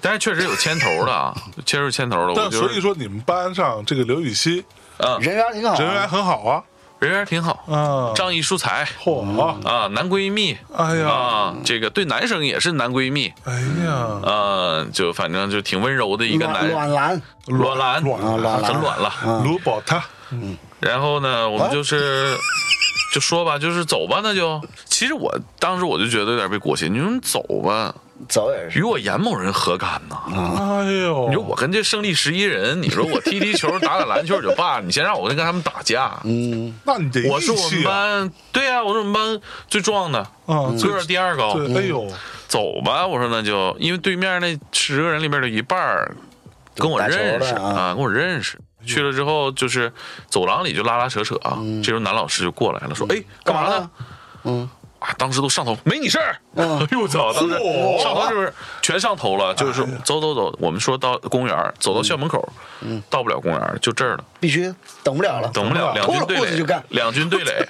Speaker 1: 但是确实有牵头的啊， 确实有牵头的。我
Speaker 2: 但
Speaker 1: 就
Speaker 2: 所以
Speaker 1: 是
Speaker 2: 说你们班上这个刘禹锡
Speaker 1: 啊，
Speaker 3: 人缘挺好啊，
Speaker 2: 人缘很好啊，
Speaker 1: 人缘挺好，
Speaker 2: 啊，
Speaker 1: 仗义疏财。
Speaker 2: 嚯，
Speaker 1: 啊，男闺蜜
Speaker 2: 哎呀，
Speaker 1: 啊，这个对男生也是男闺蜜，
Speaker 2: 哎呀，
Speaker 1: 啊，就反正就挺温柔的一个男
Speaker 3: 暖
Speaker 1: 人，
Speaker 3: 暖男，
Speaker 1: 暖男，
Speaker 2: 暖哎
Speaker 3: 啊暖男
Speaker 1: 很暖了。
Speaker 2: 卢宝他
Speaker 1: 然后呢，我们就是就说吧，就是走吧，那就。其实我当时我就觉得有点被裹挟，你说你走吧，
Speaker 3: 走也是
Speaker 1: 与我严某人何干呢？啊
Speaker 2: 哎呦，
Speaker 1: 你说我跟这胜利十一人，你说我踢踢球、打打篮球也就罢了，你先让我跟他们打架，
Speaker 2: 那你得
Speaker 1: 我是我
Speaker 2: 义
Speaker 1: 们
Speaker 2: 气啊
Speaker 1: 班，对呀、我是我们班最壮的，
Speaker 2: 啊，
Speaker 1: 个
Speaker 2: 最
Speaker 1: 儿第二高，
Speaker 2: 对，哎呦，
Speaker 1: 走吧，我说那就，因为对面那十个人里面有一半儿跟我认
Speaker 3: 打
Speaker 1: 识
Speaker 3: 球的啊
Speaker 1: 啊，跟我认识。去了之后就是走廊里就拉拉扯扯啊，
Speaker 3: 嗯
Speaker 1: 这时候男老师就过来了，说：“哎，干嘛呢？”嗯，啊，当时都上头，没你事儿。
Speaker 3: 嗯
Speaker 1: 哎呦我操，当时
Speaker 2: 嚯
Speaker 1: 上头就是全上头
Speaker 3: 哎
Speaker 1: 了，就是说走走走，我们说到公园儿，走到校门口，
Speaker 3: 嗯
Speaker 1: 到不了公园儿，就这儿了。
Speaker 3: 必须啊等不了了，
Speaker 1: 等不了，两
Speaker 3: 脱
Speaker 1: 军
Speaker 3: 了
Speaker 1: 对
Speaker 3: 裤子就
Speaker 1: 垒
Speaker 3: 干，，
Speaker 1: 两军对垒，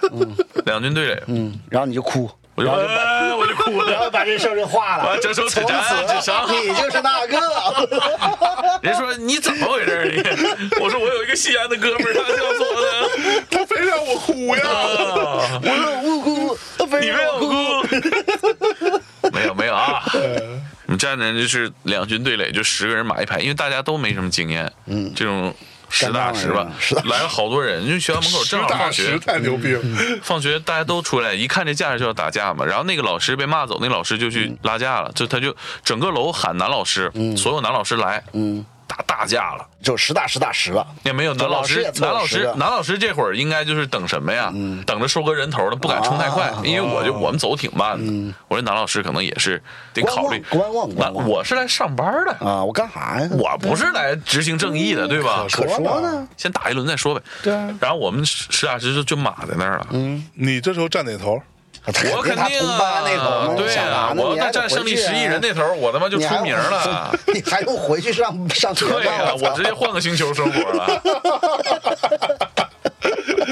Speaker 1: 两军对垒，
Speaker 3: 嗯，然后你就哭，
Speaker 1: 我就哎，我就哭了。
Speaker 3: 然后把这事儿就化
Speaker 1: 我
Speaker 3: 了，
Speaker 1: 这手指
Speaker 3: 从
Speaker 1: 甲指
Speaker 3: 此
Speaker 1: 上
Speaker 3: 你就是那个，
Speaker 1: 人家说你怎么回事儿你？我说我有一个西安的哥们儿，他叫做呢，
Speaker 2: 他非让我哭呀，
Speaker 3: 我说我哭，我非
Speaker 1: 你没
Speaker 3: 让
Speaker 1: 有
Speaker 3: 哎我哭，
Speaker 1: 哭， 没有没有啊。我们站着就是两军对垒，就十个人码一排，因为大家都没什么经验，嗯，这种实打实吧
Speaker 3: 干仗是吧实打，实
Speaker 1: 来了好多人，因为学校门口
Speaker 2: 实
Speaker 1: 正好
Speaker 2: 打
Speaker 1: 放
Speaker 2: 实
Speaker 1: 学，嗯
Speaker 2: 太牛逼了，
Speaker 1: 放学大家都出来，一看这架势就要打架嘛。然后那个老师被骂走，那老师就去拉架了，就他就整个楼喊男老师，所有男老师来，嗯，打大架了。
Speaker 3: 就实打实打实了，
Speaker 1: 也没有男
Speaker 3: 老
Speaker 1: 老
Speaker 3: 师
Speaker 1: 师
Speaker 3: 也，凑啊
Speaker 1: 男老
Speaker 3: 合实
Speaker 1: 师
Speaker 3: 干，
Speaker 1: 男老师这会儿应该就是等什么呀？等着收割人头了，不敢冲太快
Speaker 3: 嗯啊，
Speaker 1: 因为我就我们走挺慢的。我说男老师可能也是得
Speaker 3: 观
Speaker 1: 考
Speaker 3: 望
Speaker 1: 虑，
Speaker 3: 观望
Speaker 1: 那
Speaker 3: 观望
Speaker 1: 我是来上班的，
Speaker 3: 啊，我干啥呀？
Speaker 1: 我不是来执行正义的，对
Speaker 2: 啊
Speaker 1: 吧？
Speaker 3: 可说呢，
Speaker 1: 先打一轮再说呗。
Speaker 3: 嗯对啊
Speaker 1: 然后我们实实打实就就码在那儿了。
Speaker 2: 你这时候站哪头？
Speaker 1: 我
Speaker 3: 跟
Speaker 1: 肯
Speaker 3: 他
Speaker 1: 定
Speaker 3: 同
Speaker 1: 啊
Speaker 3: 班那头，，
Speaker 1: 对
Speaker 3: 想啥
Speaker 1: 啊，
Speaker 3: 呢
Speaker 1: 我
Speaker 3: 你还
Speaker 1: 要
Speaker 3: 得
Speaker 1: 站胜利
Speaker 3: 回去啊
Speaker 1: 十亿人那头，我他妈就
Speaker 3: 你还
Speaker 1: 出名了。
Speaker 3: 你还用回 去上上学
Speaker 1: 对呀、
Speaker 3: 呀？
Speaker 1: 我
Speaker 3: 操
Speaker 1: 直接换个星球生活了。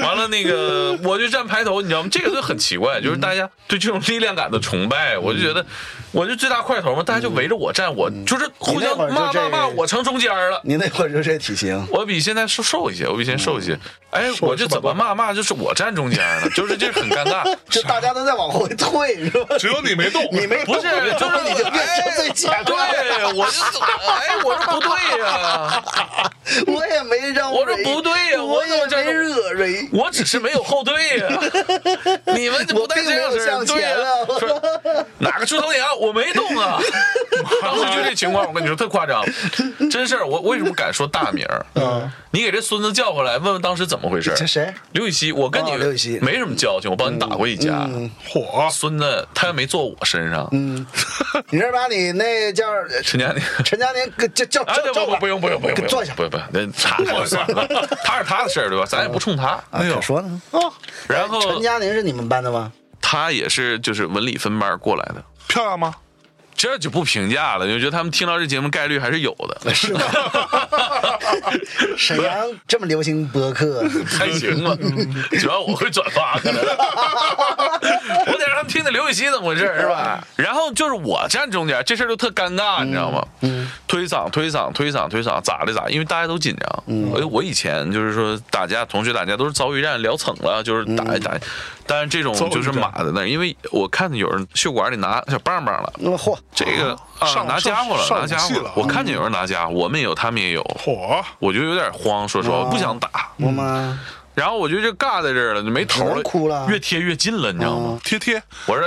Speaker 1: 完了，那 个我就站排头，你知道吗？这个就很奇怪，就是大家对这种力量感的崇拜，我就觉
Speaker 3: 嗯
Speaker 1: 得我就最大块头嘛，大家就围着我站，我就是互
Speaker 3: 你那
Speaker 1: 相
Speaker 3: 会儿就
Speaker 1: 骂
Speaker 3: 这
Speaker 1: 骂
Speaker 3: 个
Speaker 1: 骂，我成中间了。
Speaker 3: 你那会儿就这体型，
Speaker 1: 我比现在瘦瘦一些，我比现在瘦一
Speaker 3: 嗯
Speaker 1: 些。哎，我就怎么骂骂，就是我站中间了，就是这很尴 尬。
Speaker 3: 就大家都在往回退，是吧？
Speaker 2: 只有你没动，
Speaker 3: 你没
Speaker 1: 不是，就是
Speaker 3: 你就变成
Speaker 1: 哎
Speaker 3: 最前
Speaker 1: 对
Speaker 3: 面，，
Speaker 1: 我就哎，我说不对呀、
Speaker 3: 我也没让
Speaker 1: 我说不对呀
Speaker 3: 我
Speaker 1: 我怎么这
Speaker 3: 也没惹人。
Speaker 1: 我只是没有后队呀、你们不带这样式儿，对
Speaker 3: 我并没有
Speaker 1: 呀、
Speaker 3: 向前啊
Speaker 1: 说哪个出头鸟？我没动 啊！当时就这情况，我跟你说特夸张，真事儿。我为什么敢说大名儿？你给这孙子叫回来，问问当时怎么回事儿？
Speaker 3: 嗯这谁？
Speaker 1: 刘禹锡，我跟你
Speaker 3: 哦刘禹锡嗯
Speaker 1: 没什么交情，我帮你打过一架。
Speaker 2: 火，啊
Speaker 1: 孙子他没坐我身上，
Speaker 3: 你这把你那叫
Speaker 1: 陈佳宁。
Speaker 3: 陈佳宁给叫叫
Speaker 1: 哎，
Speaker 3: 叫
Speaker 1: 对
Speaker 3: 叫
Speaker 1: 不
Speaker 3: 吧
Speaker 1: 不不用不用不用，不
Speaker 3: 给
Speaker 1: 用
Speaker 3: 坐下
Speaker 1: 不不，那他算 了，他是他的事儿对吧？咱也不冲他。
Speaker 3: 啊，可说呢。
Speaker 2: 啊，
Speaker 1: 然后
Speaker 3: 陈佳宁是你们班的吗？
Speaker 1: 他也是就是文理分班过来的，
Speaker 2: 漂亮吗？
Speaker 1: 这就不评价了，因为觉得他们听到这节目概率还是有的，
Speaker 3: 是吗？沈阳这么流行播客，
Speaker 1: 还行吧。
Speaker 2: 嗯
Speaker 1: 主要我会转 发，可能我得让他们听听刘禹锡怎么回事，是吧？
Speaker 2: 嗯
Speaker 1: 然后就是我站中间，这事儿就特尴尬，你知道吗？
Speaker 2: 嗯
Speaker 1: 推搡推搡推搡推搡，咋的咋？因为大家都紧张。
Speaker 2: 嗯
Speaker 1: 哎，我以前就是说打架，同学打架都是遭遇战，聊蹭了，就是
Speaker 2: 嗯
Speaker 1: 打一打。但是这种
Speaker 2: 遭遇
Speaker 1: 就是
Speaker 2: 战
Speaker 1: 码在那儿，因为我看见有人血管里拿小棒棒了。
Speaker 3: 嗯嚯，
Speaker 1: 这个啊，
Speaker 2: 上
Speaker 1: 拿家伙了，
Speaker 2: 上
Speaker 1: 拿家
Speaker 2: 上武器
Speaker 1: 伙
Speaker 2: 了啊
Speaker 1: 我看见有人拿家伙，我们也有，他们也有，
Speaker 2: 火，啊
Speaker 1: 我就有点慌，说实话，我不想打。
Speaker 3: 我妈
Speaker 1: 然后我就就尬在这儿了，就没头
Speaker 3: 只能哭了嗯
Speaker 1: 越贴越近了，你知道吗？
Speaker 2: 贴贴，
Speaker 1: 我说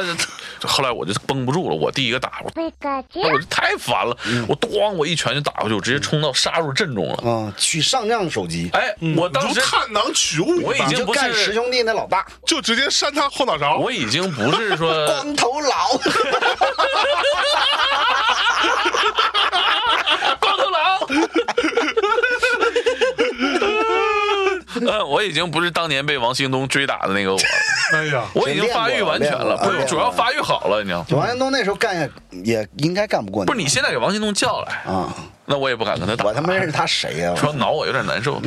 Speaker 1: 这，后来我就绷不住了，我第一个打，我 我这太烦了，
Speaker 3: 嗯
Speaker 1: 我咣我一拳就打过去，我直接冲到杀入阵中了。
Speaker 3: 啊，取上将手机，
Speaker 1: 哎，我当
Speaker 2: 如
Speaker 1: 时
Speaker 2: 探囊取物一般，
Speaker 1: 我已经
Speaker 3: 就
Speaker 1: 不
Speaker 3: 干十
Speaker 1: 是，
Speaker 3: 兄弟那老大，
Speaker 2: 就直接扇他后脑勺，
Speaker 1: 我已经不是说
Speaker 3: 光头 佬，
Speaker 1: 光头佬。嗯，我已经不是当年被王兴东追打的那个我了。
Speaker 2: 哎呀，
Speaker 1: 我已经发育完全了，
Speaker 3: 练
Speaker 1: 不
Speaker 3: 过练过
Speaker 1: 是，主要发育好了，你知道吗？
Speaker 3: 王彦东那时候干也也应该干不过
Speaker 1: 不是你现在给王兴东叫来，
Speaker 3: 啊，
Speaker 1: 那我也不敢跟他打，
Speaker 3: 我他妈认识他谁呀？
Speaker 1: 主要挠我有点难 受。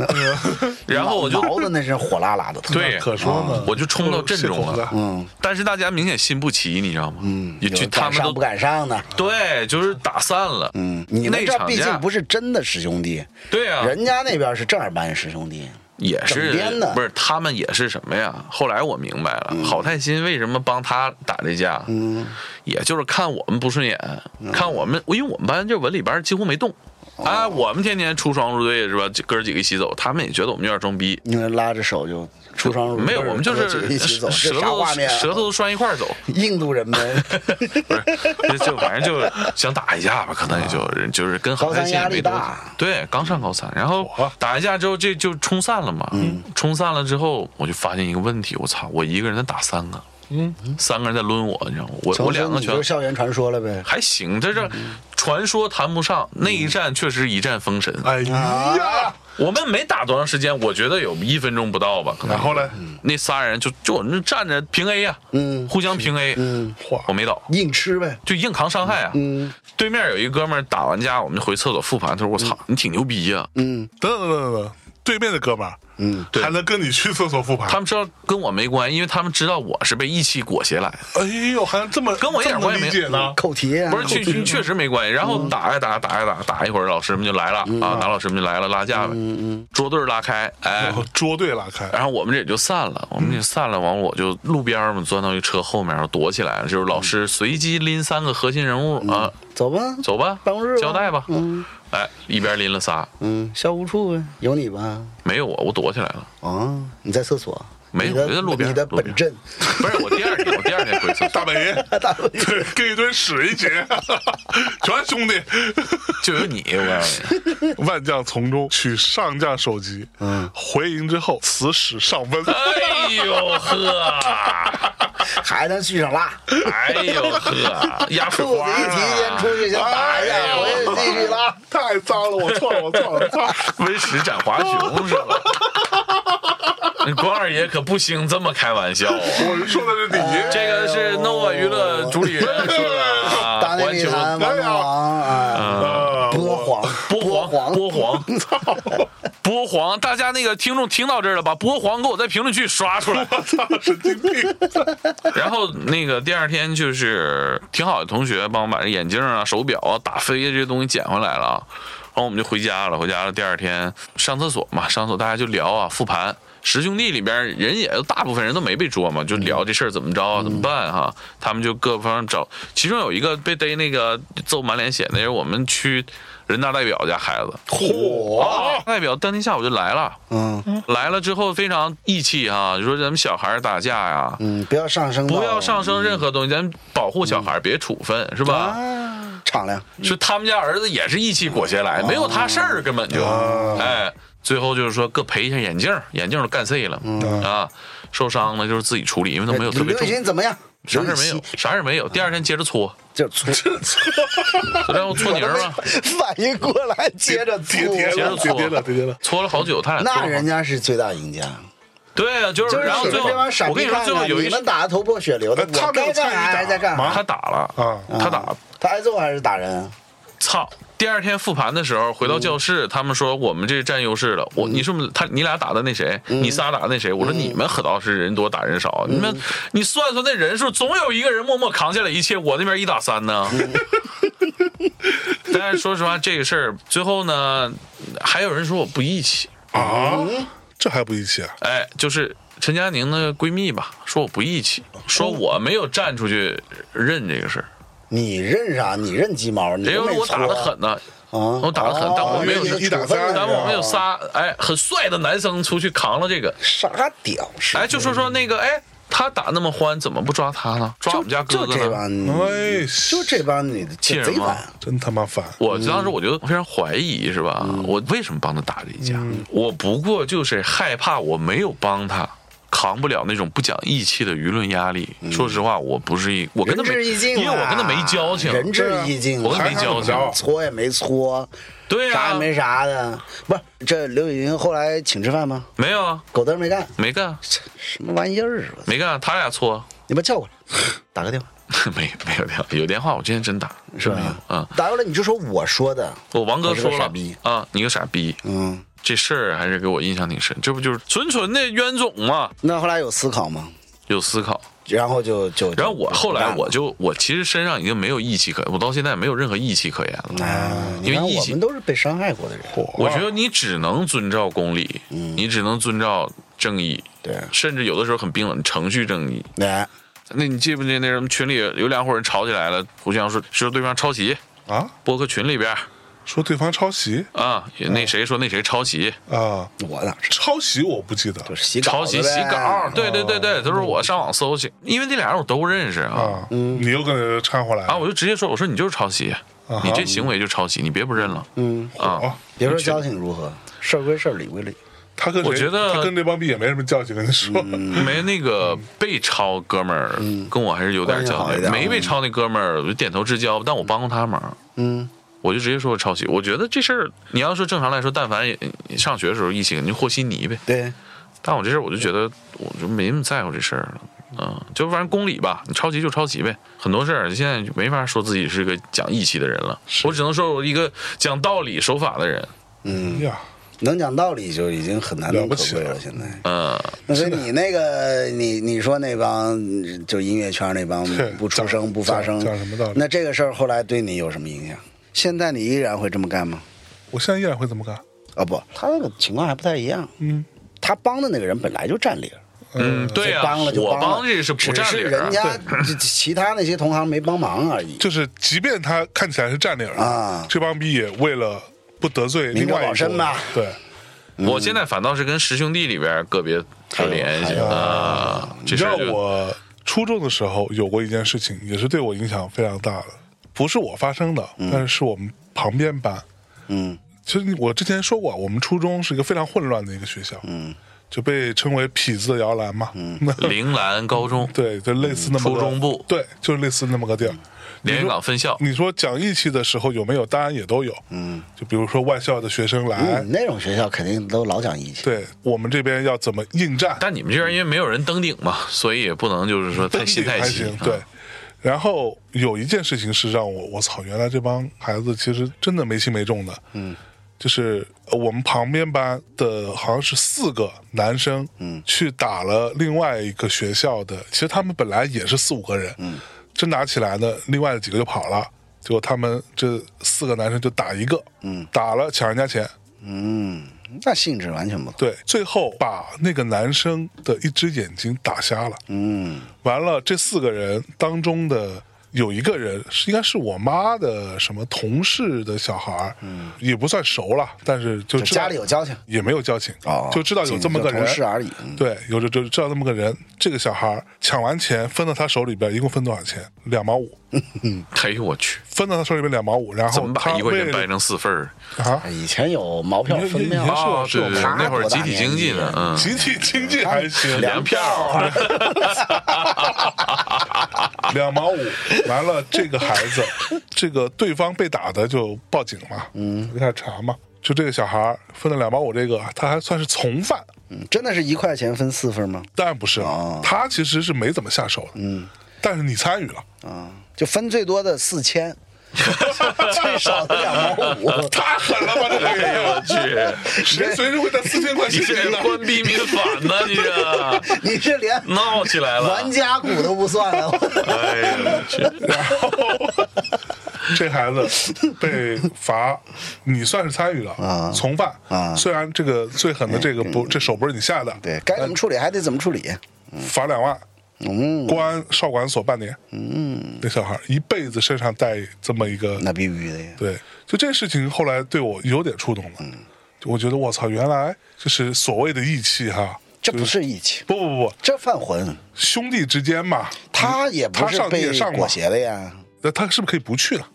Speaker 1: 然后我就
Speaker 3: 毛子那是火辣辣的，
Speaker 1: 对，
Speaker 2: 可说呢，
Speaker 1: 我就冲到阵中
Speaker 2: 谢口
Speaker 1: 了
Speaker 2: 子。
Speaker 3: 嗯，
Speaker 1: 但是大家明显心不齐，你知道吗？嗯也
Speaker 3: 有
Speaker 1: 就他
Speaker 3: 敢
Speaker 1: 们
Speaker 3: 上
Speaker 1: 都
Speaker 3: 不敢上的。
Speaker 1: 对，就是打散了。
Speaker 3: 嗯，你们
Speaker 1: 那
Speaker 3: 这
Speaker 1: 场
Speaker 3: 毕
Speaker 1: 架
Speaker 3: 竟不是真的师兄弟，
Speaker 1: 对啊，
Speaker 3: 人家那边是正儿八经师兄弟。
Speaker 1: 也是
Speaker 3: 整编的嗯
Speaker 1: 不是他们也是什么呀？后来我明白了，郝泰新为什么帮他打这架，
Speaker 3: 嗯
Speaker 1: 嗯，也就是看我们不顺眼，看我们，因为我们班就文理班几乎没动，
Speaker 3: 哦
Speaker 1: 啊，我们天天出双入对是吧？这哥儿几个一起走，他们也觉得我们有点装逼。
Speaker 3: 因为拉着手就出双入对
Speaker 1: 没有，我们就
Speaker 3: 哥几个
Speaker 1: 是
Speaker 3: 一起走，
Speaker 1: 舌舌
Speaker 3: 这啥
Speaker 1: 头
Speaker 3: 画面啊？
Speaker 1: 舌头都拴一块儿 走，
Speaker 3: 印度 人呗，
Speaker 1: 不是，就反正就想打一架吧，可能也就人就是跟好在线也没多
Speaker 3: 啊高三压力大啊
Speaker 1: 对，刚上高三，然后
Speaker 2: 哇
Speaker 1: 打一架之后这就冲散了嘛，
Speaker 3: 嗯
Speaker 1: 冲散了之后我就发现一个问题，我操，我一个人能打三个，嗯，三个人在抡我，你知道吗？我我两个
Speaker 3: 你就嗯
Speaker 1: 拳
Speaker 3: 是校园传说了呗。
Speaker 1: 还行，这这传说谈不上，那
Speaker 3: 嗯
Speaker 1: 一战确实一战封神，
Speaker 2: 哎呀，
Speaker 1: 我们没打多长时间，我觉得有一分钟不到吧，可能
Speaker 2: 然后嘞，
Speaker 1: 嗯那仨人就就我那站着平 A 呀，嗯，互相平 A，嗯
Speaker 2: 哇
Speaker 1: 我没倒。
Speaker 3: 硬吃呗，
Speaker 1: 就硬扛伤害啊。嗯，对面有一哥们儿打完架，我们就回厕所复盘，他说：“我操，你挺牛逼呀、
Speaker 2: 等等等等等，对面的哥们儿，嗯，
Speaker 1: 对
Speaker 2: 还能跟你去厕所复盘？
Speaker 1: 他们知道跟我没关系，因为他们知道我是被义气裹挟来的，
Speaker 2: 哎呦，还这么
Speaker 1: 跟我一点
Speaker 2: 这么
Speaker 1: 关系没嗯
Speaker 2: 理解呢？
Speaker 3: 扣题啊
Speaker 1: 不是确确实没关系。然后打呀打呀打呀打，打一会儿老师们就来了啊，男老师们就来了，拉架呗，桌对儿拉开，哎
Speaker 2: 然。后捉对拉 开，
Speaker 1: 然后我们这也就散了，我们也散了，完我就路边儿嘛，钻到一车后面儿躲起来了。就是老师随机拎三个核心人物啊，
Speaker 3: 走吧，
Speaker 1: 走吧，
Speaker 3: 办公室吧
Speaker 1: 交代吧，哎，一边拎了仨，
Speaker 3: 嗯，校务处呗，有你吧？
Speaker 1: 没有我，我躲起来了。
Speaker 3: 哦，你在厕所？
Speaker 1: 没有
Speaker 3: 你的
Speaker 1: 我在路边
Speaker 3: 你的
Speaker 1: 路边
Speaker 3: 本 镇，
Speaker 1: 不是我第二天，我第二天回厕所
Speaker 2: 大本营，
Speaker 3: 大本营
Speaker 2: 对，跟一堆屎一起，全兄弟，
Speaker 1: 就有你，我告诉你，
Speaker 2: 万将丛中取上将首级，嗯，回营之后，此屎上 温。
Speaker 1: 哎呦呵，
Speaker 3: 还能续上拉，
Speaker 1: 哎呦呵，压水
Speaker 3: 裤子
Speaker 1: 花
Speaker 3: 一提先
Speaker 1: 啊，
Speaker 3: 出去先打
Speaker 2: 哎
Speaker 3: 一下，
Speaker 2: 呦
Speaker 3: 回去继续拉。
Speaker 2: 太脏了，我错了，我错了，我错了。
Speaker 1: 温室斩华雄是 吧？关二爷可不兴这么开玩笑啊！
Speaker 2: 我说的是你，
Speaker 1: 这个是 nova 娱乐主理人说的
Speaker 3: 大
Speaker 1: 啊，
Speaker 3: 内
Speaker 1: 环
Speaker 3: 密
Speaker 1: 球
Speaker 3: 谈王大王啊，
Speaker 2: 呃，
Speaker 3: 波
Speaker 2: 我
Speaker 3: 黄
Speaker 1: 波
Speaker 3: 黄
Speaker 1: 黄，波黄，波黄，大家那个听众听到这儿了吧？波黄给我在评论区刷出 来。
Speaker 2: 操，神经病！
Speaker 1: 然后那个第二天就是挺好的同学帮我把这眼镜啊、手表啊、打飞的这些东西捡回来了啊，然后我们就回家了。回家了，第二天上厕所嘛，上厕所大家就聊啊，复盘。十兄弟里边人也大部分人都没被捉嘛，就聊这事儿怎么着啊，怎么办哈、他们就各方找，其中有一个被逮那个揍满脸血那人，我们去人大代表家孩子，啊
Speaker 3: 火，
Speaker 1: 代表当天下午就来了，
Speaker 3: 嗯
Speaker 1: 来了之后非常义气哈、就说咱们小孩儿打架呀、
Speaker 3: 嗯，不要上升到，
Speaker 1: 不要上升任何东西，咱保护小
Speaker 3: 嗯
Speaker 1: 孩儿，别处分，是吧？
Speaker 3: 啊，敞亮，
Speaker 1: 说他们家儿子也是义气裹挟
Speaker 3: 啊
Speaker 1: 来，没有他事儿，根本就，哎，最后就是说各赔一下眼镜儿，眼镜儿都干碎了
Speaker 3: 嗯
Speaker 1: 啊，受伤呢就是自己处理，因为都没有特别
Speaker 3: 刘雨
Speaker 1: 重，
Speaker 3: 欣怎么样？
Speaker 1: 啥事儿没有，啥事儿没有，第二天接着搓，
Speaker 3: 就搓，
Speaker 1: 昨天我搓泥儿 嘛，
Speaker 3: 反应过来，接着搓
Speaker 2: 叠。叠
Speaker 1: 接着
Speaker 2: 了，叠叠了，
Speaker 1: 搓
Speaker 2: 叠叠了。
Speaker 1: 搓了好久，他俩搓
Speaker 3: 那
Speaker 1: 了
Speaker 3: 人家是最大赢家，
Speaker 1: 对啊，就
Speaker 3: 就是是
Speaker 1: 然后
Speaker 3: 你
Speaker 1: 最
Speaker 3: 们
Speaker 1: 后
Speaker 3: 这帮傻
Speaker 1: 我跟
Speaker 3: 逼
Speaker 1: 你说，
Speaker 3: 看
Speaker 1: 最后
Speaker 3: 看，
Speaker 1: 有
Speaker 3: 你
Speaker 1: 一
Speaker 3: 们打的头破血流的，
Speaker 2: 哎他
Speaker 3: 我
Speaker 2: 没有
Speaker 3: 该
Speaker 2: 参
Speaker 3: 干
Speaker 2: 与
Speaker 3: 啥
Speaker 2: 打
Speaker 3: 还在干
Speaker 1: 他
Speaker 3: 啥。
Speaker 1: 打了
Speaker 2: 啊，
Speaker 1: 他打
Speaker 3: 他挨揍还是打人？
Speaker 1: 操！第二天复盘的时候，回到教室，他们说我们这占优势了。我你说他你俩打的那谁，你仨打的那谁？我说你们可倒是人多打人少，你们你算算那人数，总有一个人默默扛下来一切，我那边一打三呢。 但是说实话，这个事儿最后呢，还有人说我不义气，
Speaker 2: 啊，这还不一起啊？
Speaker 1: 哎，就是陈佳宁的闺蜜吧，说我不义气，说我没有站出去认这个事儿，
Speaker 3: 你认啥？你认鸡毛？你
Speaker 1: 因
Speaker 3: 都
Speaker 1: 为
Speaker 3: 没
Speaker 1: 我打的
Speaker 3: 搓
Speaker 1: 狠呐。
Speaker 3: 啊！
Speaker 1: 我打得狠但我没有
Speaker 3: 哦
Speaker 2: 一打三
Speaker 1: 咱们我们有
Speaker 3: 啊
Speaker 1: 仨哎很帅的男生出去扛了这个，
Speaker 3: 啥屌事？
Speaker 1: 哎就说说那个哎他打那么欢，怎么不抓他呢？抓我们家哥
Speaker 3: 就
Speaker 1: 哥
Speaker 3: 这
Speaker 1: 呢？
Speaker 3: 帮，
Speaker 2: 哎，
Speaker 3: 嗯就这帮女的
Speaker 1: 气人
Speaker 3: 贼
Speaker 1: 吗
Speaker 3: 烦。
Speaker 2: 真他妈烦！
Speaker 1: 我
Speaker 3: 嗯
Speaker 1: 当时我就非常怀疑是吧？我为什么帮他打这一架？
Speaker 3: 嗯
Speaker 1: 我不过就是害怕我没有帮他。扛不了那种不讲义气的舆论压力。说实话，我不是一，我跟他
Speaker 3: 嗯仁
Speaker 1: 没，
Speaker 3: 至义尽
Speaker 1: 因
Speaker 3: 啊，
Speaker 1: 为我跟他没交情。
Speaker 3: 仁至义尽啊，
Speaker 1: 我跟没交情
Speaker 3: 搓也没搓，
Speaker 1: 对
Speaker 3: 啥
Speaker 1: 啊
Speaker 3: 也，没啥的。不是，这刘雨欣后来请吃饭吗？
Speaker 1: 没有啊，
Speaker 3: 狗嘚儿没干，
Speaker 1: 没干，
Speaker 3: 什么玩意儿啊！
Speaker 1: 没干，他俩搓，
Speaker 3: 你把叫过来，打个电话
Speaker 1: 没没有电话，有电话我今天真打，
Speaker 3: 是吧？
Speaker 1: 嗯，
Speaker 3: 打过来你就说我说的，
Speaker 1: 我王哥
Speaker 3: 我是个
Speaker 1: 说
Speaker 3: 傻
Speaker 1: 了
Speaker 3: 逼
Speaker 1: 啊，你个傻逼，
Speaker 3: 嗯。
Speaker 1: 这事儿啊还是给我印象挺深，这不就是纯纯的冤种吗？
Speaker 3: 那后来有思考吗？
Speaker 1: 有思考，
Speaker 3: 然后就就，
Speaker 1: 然后我
Speaker 3: 就
Speaker 1: 后来我
Speaker 3: 就
Speaker 1: 就我其实身上已经没有义气可，我到现在没有任何义气可言了。
Speaker 3: 不干了，
Speaker 1: 因
Speaker 3: 哎你
Speaker 1: 为
Speaker 3: 看
Speaker 1: 义
Speaker 3: 我
Speaker 1: 气
Speaker 3: 们都是被伤害过的人，
Speaker 1: 我觉得你只能遵照公理，你只能遵照正义，
Speaker 3: 对啊
Speaker 1: 甚至有的时候很冰冷，程序正义。
Speaker 3: 来
Speaker 1: 那你记不记得那什么群里有两伙人吵起来了，互相说说对方抄袭，
Speaker 2: 啊，
Speaker 1: 播客群里边
Speaker 2: 说对方抄袭
Speaker 1: 啊，那谁说那谁抄袭，
Speaker 2: 啊，
Speaker 3: 我哪知道？
Speaker 2: 抄袭我不记得，
Speaker 3: 就是洗稿
Speaker 1: 抄
Speaker 3: 子
Speaker 1: 袭
Speaker 3: 呗哦
Speaker 1: 洗稿，，对对对对，都是我上网搜去，因为那俩人我都认识啊，
Speaker 2: 啊，
Speaker 3: 嗯
Speaker 2: 你又跟他掺和来
Speaker 1: 啊，
Speaker 2: 了
Speaker 1: 我就直接说，我说你就是抄袭，
Speaker 3: 啊
Speaker 2: 哈
Speaker 1: 你这行为就抄袭，你别不认了，嗯啊
Speaker 2: 啊，！
Speaker 3: 别说交情如何，事儿归事儿，理归理。
Speaker 2: 他跟
Speaker 1: 我
Speaker 2: 谁？
Speaker 1: 觉得
Speaker 2: 他跟这帮逼也没什么交情，跟你说，
Speaker 1: 没那个被抄哥们儿跟我还是有点交
Speaker 3: 嗯关系好一
Speaker 1: 情，
Speaker 3: 点
Speaker 1: 没被抄那哥们儿我就点头之交，但我帮过他忙，
Speaker 3: 嗯，
Speaker 1: 我就直接说抄袭。我觉得这事儿你要说正常来说，但凡你上学的时候一起你就和稀泥呗，
Speaker 3: 对，
Speaker 1: 但我这事儿我就觉得我就没那么在乎这事儿了。嗯，就反正公理吧，你抄袭就抄袭呗。很多事儿现在就没法说自己是个讲义气的人了，我只能说我一个讲道理、守法的人。
Speaker 3: 嗯，
Speaker 2: 哎呀，
Speaker 3: 能讲道理就已经很难能可贵
Speaker 2: 了
Speaker 3: 了。
Speaker 2: 不起
Speaker 3: 现在，
Speaker 1: 嗯，
Speaker 3: 那所以你那个，你你说那帮就音乐圈那帮
Speaker 2: 对
Speaker 3: 不出声
Speaker 2: 讲
Speaker 3: 不发声
Speaker 2: 讲讲什么道理，
Speaker 3: 那这个事儿后来对你有什么影响？现在你依然会这么干吗？
Speaker 2: 我现在依然会这么干，
Speaker 3: 啊、不，他那个情况还不太一样。
Speaker 2: 嗯，
Speaker 3: 他帮的那个人本来就占理儿，
Speaker 1: 嗯，对呀、
Speaker 3: 呃就帮了就
Speaker 1: 我
Speaker 3: 帮了
Speaker 1: 帮这是不占理
Speaker 3: 只是
Speaker 1: 儿啊
Speaker 3: 人。家这其他那些同行没帮忙而已。
Speaker 2: 就是即便他看起来是占领人
Speaker 3: 啊
Speaker 2: 这帮逼也为了不得罪
Speaker 3: 明
Speaker 2: 另
Speaker 3: 哲
Speaker 2: 外
Speaker 3: 保
Speaker 2: 一
Speaker 3: 身
Speaker 2: 波
Speaker 3: 吧
Speaker 2: 人对，
Speaker 3: 嗯
Speaker 1: 我现在反倒是跟师兄弟里边个
Speaker 3: 哎
Speaker 1: 别有联系
Speaker 3: 还有
Speaker 1: 啊，
Speaker 2: 你
Speaker 1: 这
Speaker 2: 知
Speaker 1: 事
Speaker 2: 道
Speaker 1: 儿就
Speaker 2: 我初中的时候有过一件事情，也是对我影响非常大的，不是我发生的，但是是我们旁边班。
Speaker 3: 嗯
Speaker 2: 其实我之前说过，我们初中是一个非常混乱的一个学校，嗯，就被称为痞子的摇篮嘛，嗯，
Speaker 1: 铃兰高中
Speaker 2: 对，就类似那么个
Speaker 1: 嗯初中部
Speaker 2: 对，就类似那么个地儿。
Speaker 1: 连云港分校，
Speaker 2: 你说讲义气的时候有没有？当然也都有，嗯，就比如说外校的学生来，
Speaker 3: 嗯，那种学校肯定都老讲义气。
Speaker 2: 对我们这边要怎么应战，
Speaker 1: 但你们这边因为没有人登顶嘛，所以也不能就是说太心
Speaker 2: 还
Speaker 1: 太急啊
Speaker 2: 行，。对。然后有一件事情是让我，我操，原来这帮孩子其实真的没轻没重的，嗯，就是呃我们旁边班的好像是四个男生，嗯，去打了另外一个学校的，其实他们本来也是四五个人，嗯，真打起来呢，另外的几个就跑了，结果他们这四个男生就打一个，嗯，打了抢人家钱，
Speaker 3: 嗯，那性质完全不同。
Speaker 2: 对，最后把那个男生的一只眼睛打瞎了。
Speaker 3: 嗯，
Speaker 2: 完了，这四个人当中的有一个人是应该是我妈的什么同事的小孩儿，嗯，也不算熟了，但是就
Speaker 3: 就
Speaker 2: 知道
Speaker 3: 家里有交情。
Speaker 2: 也没有交情，
Speaker 3: 哦
Speaker 2: 就知道有这么个人，
Speaker 3: 仅是同事而已嗯
Speaker 2: 对，有着就知道这么个人。这个小孩儿抢完钱分到他手里边，一共分多少钱？两毛五，
Speaker 1: 哎呦我去，
Speaker 2: 分到他手里边两毛五，然
Speaker 1: 怎
Speaker 2: 后
Speaker 1: 么
Speaker 2: 他
Speaker 1: 把一块
Speaker 2: 为
Speaker 1: 钱
Speaker 2: 了
Speaker 1: 掰成四份儿？
Speaker 2: 啊，
Speaker 3: 以前有毛票分
Speaker 2: 也也
Speaker 3: 票，
Speaker 1: 啊，
Speaker 2: 是
Speaker 1: 对
Speaker 2: 我
Speaker 1: 对，对
Speaker 3: 他
Speaker 1: 那会儿
Speaker 3: 多大
Speaker 1: 集体
Speaker 3: 年
Speaker 1: 经济
Speaker 3: 纪
Speaker 1: 呢
Speaker 3: 啊，
Speaker 1: 嗯，
Speaker 2: 集体经济还行，
Speaker 1: 粮票儿，
Speaker 2: 两毛五，完了这个孩子，这个对方被打的就报警嘛，嗯，就开始查嘛，就这个小孩儿分了两毛五，这个他还算是从犯，
Speaker 3: 嗯真的是一块钱分四份吗？
Speaker 2: 当然不是了
Speaker 3: 哦，
Speaker 2: 他其实是没怎么下手的，嗯，但是你参与了，
Speaker 3: 啊，就分最多的四千，最少的两毛五。
Speaker 2: 太狠了吧，这
Speaker 1: 哎呦
Speaker 2: 个
Speaker 1: 我去，
Speaker 2: 谁随时会带四千块
Speaker 1: 你
Speaker 2: 现金
Speaker 1: 这
Speaker 2: 呢？
Speaker 1: 官逼民反呢，你 这
Speaker 3: 你这连
Speaker 1: 闹起来了
Speaker 3: 玩。家股都不算啊 了，
Speaker 1: 哎呀，我去，
Speaker 2: 然后这孩子被罚，你算是参与了，
Speaker 3: 啊
Speaker 2: 从犯
Speaker 3: 啊
Speaker 2: 虽然这个最狠的这个不，这手不是你下的，
Speaker 3: 对该怎么处理还得怎么处理。
Speaker 2: 罚两万。
Speaker 3: 嗯，
Speaker 2: 公安少管所半年。嗯，那小孩一辈子身上带这么一个，
Speaker 3: 那必须的呀。
Speaker 2: 对，就这事情后来对我有点触动了。
Speaker 3: 嗯
Speaker 2: 就我觉得我操，原来就是所谓的义气哈，
Speaker 3: 这不是义气，
Speaker 2: 不不不，
Speaker 3: 这犯浑，
Speaker 2: 兄弟之间嘛，
Speaker 3: 他也不
Speaker 2: 他
Speaker 3: 是
Speaker 2: 上你
Speaker 3: 被
Speaker 2: 也上嘛
Speaker 3: 裹，挟的呀。
Speaker 2: 那他是不是可以不去了？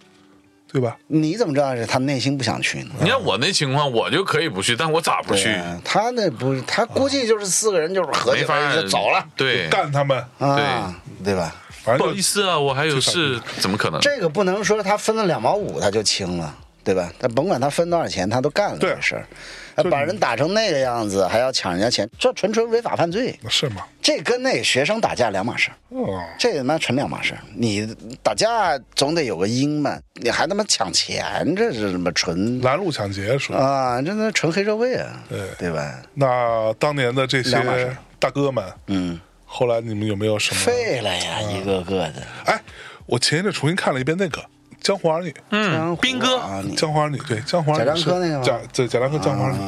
Speaker 2: 对吧？
Speaker 3: 你怎么知道是他内心不想去呢？
Speaker 1: 你看我那情况，我就可以不去，但我咋不去
Speaker 3: 对？啊他那不是，他估计就是四个人就是合
Speaker 1: 没
Speaker 3: 计
Speaker 1: 法
Speaker 3: 完啊就走了
Speaker 1: 对，
Speaker 2: 干他们，
Speaker 3: 啊，对吧？
Speaker 2: 反
Speaker 1: 不好
Speaker 2: 正
Speaker 1: 意
Speaker 2: 就
Speaker 1: 思啊，我还有事，怎么可能？
Speaker 3: 这个不能说他分了两毛五他就轻了，对吧？他甭管他分多少钱，他都干了
Speaker 2: 对
Speaker 3: 这事儿，呃把人打成那个样子，还要抢人家钱，这纯纯违法犯罪，
Speaker 2: 是嘛，
Speaker 3: 这跟那学生打架两码事儿。
Speaker 2: 哦，
Speaker 3: 这他妈纯两码事儿，你打架总得有个因吧？你还他妈抢钱，这是什么纯
Speaker 2: 拦路抢劫说，
Speaker 3: 啊？这那纯黑社会啊，
Speaker 2: 对
Speaker 3: 对吧？
Speaker 2: 那当年的这
Speaker 3: 两码事
Speaker 2: 些
Speaker 3: 儿
Speaker 2: 大哥们，
Speaker 3: 嗯，
Speaker 2: 后来你们有没有什么？
Speaker 3: 废了呀，
Speaker 1: 嗯
Speaker 3: 一个个的。
Speaker 2: 哎，我前一阵重新看了一遍那个《江湖儿女》，
Speaker 3: 江
Speaker 1: 嗯
Speaker 3: 湖，
Speaker 1: 斌哥，
Speaker 3: 啊，你
Speaker 2: 江花女对江花女
Speaker 3: 贾樟
Speaker 2: 是
Speaker 3: 柯那个吗啊
Speaker 2: 贾对贾樟柯江花女，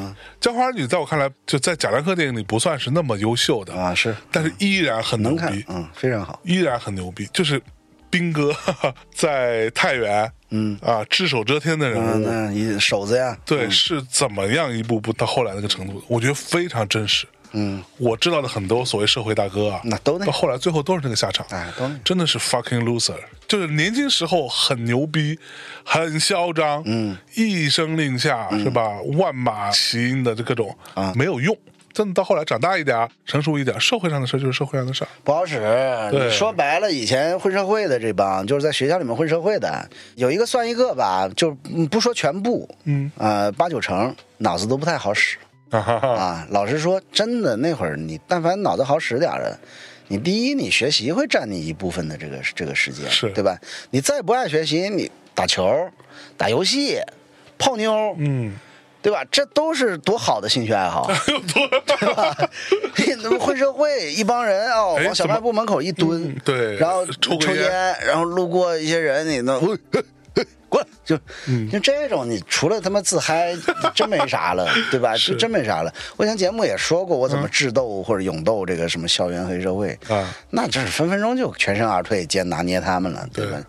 Speaker 2: 江花女在我看来就在贾樟柯电影里不算是那么优秀的
Speaker 3: 啊是
Speaker 2: 但是依然很牛
Speaker 3: 能看
Speaker 2: 逼，，
Speaker 3: 嗯，非常好。
Speaker 2: 依然很牛逼。就是斌哥 在太原嗯啊，只手遮天的人
Speaker 3: 嗯，
Speaker 2: 物，
Speaker 3: 那一手子呀，
Speaker 2: 对，是怎么样一步步到后来那个程度的？我觉得非常真实。嗯，我知道的很多所谓社会大哥啊，
Speaker 3: 那都那
Speaker 2: 到后来最后都是那个下场
Speaker 3: 哎都那样
Speaker 2: 真的是 fucking loser，就是年轻时候很牛逼，很嚣张，嗯，一声令下、
Speaker 3: 嗯
Speaker 2: 是吧？万马齐喑的这各种啊，没有用。真的到后来长大一点儿，成熟一点儿，社会上的事儿就是社会上的事儿。
Speaker 3: 不好使。
Speaker 2: 对
Speaker 3: 你说白了，以前混社会的这帮，就是在学校里面混社会的，有一个算一个吧，就嗯不说全部，
Speaker 2: 嗯
Speaker 3: 呃，八九成脑子都不太好使
Speaker 2: 啊 哈哈，
Speaker 3: 啊。老实说，真的那会儿你但凡脑子好使点儿的。你第一，你学习会占你一部分的这个这个时间，
Speaker 2: 是
Speaker 3: 对吧？你再不爱学习，你打球、打游戏、泡妞，
Speaker 2: 嗯，
Speaker 3: 对吧？这都是多好的兴趣 爱好，
Speaker 2: 有多
Speaker 3: 啊 你怎么混社会？一帮人哦，
Speaker 2: 哎
Speaker 3: 往小卖部门口一蹲
Speaker 2: 嗯，对
Speaker 3: 然后
Speaker 2: 抽
Speaker 3: 抽
Speaker 2: 根烟
Speaker 3: 然后路过一些人，你那嗯嘿嘿嘿过来就，就这种，你除了他妈自嗨，真没啥 了，对吧？就真没啥了。我以前节目也说过，我怎么智斗或者勇斗这个什么校园黑社会
Speaker 2: 啊，
Speaker 3: 那就是分分钟就全身而退，兼拿捏他们了，对吧
Speaker 2: 对？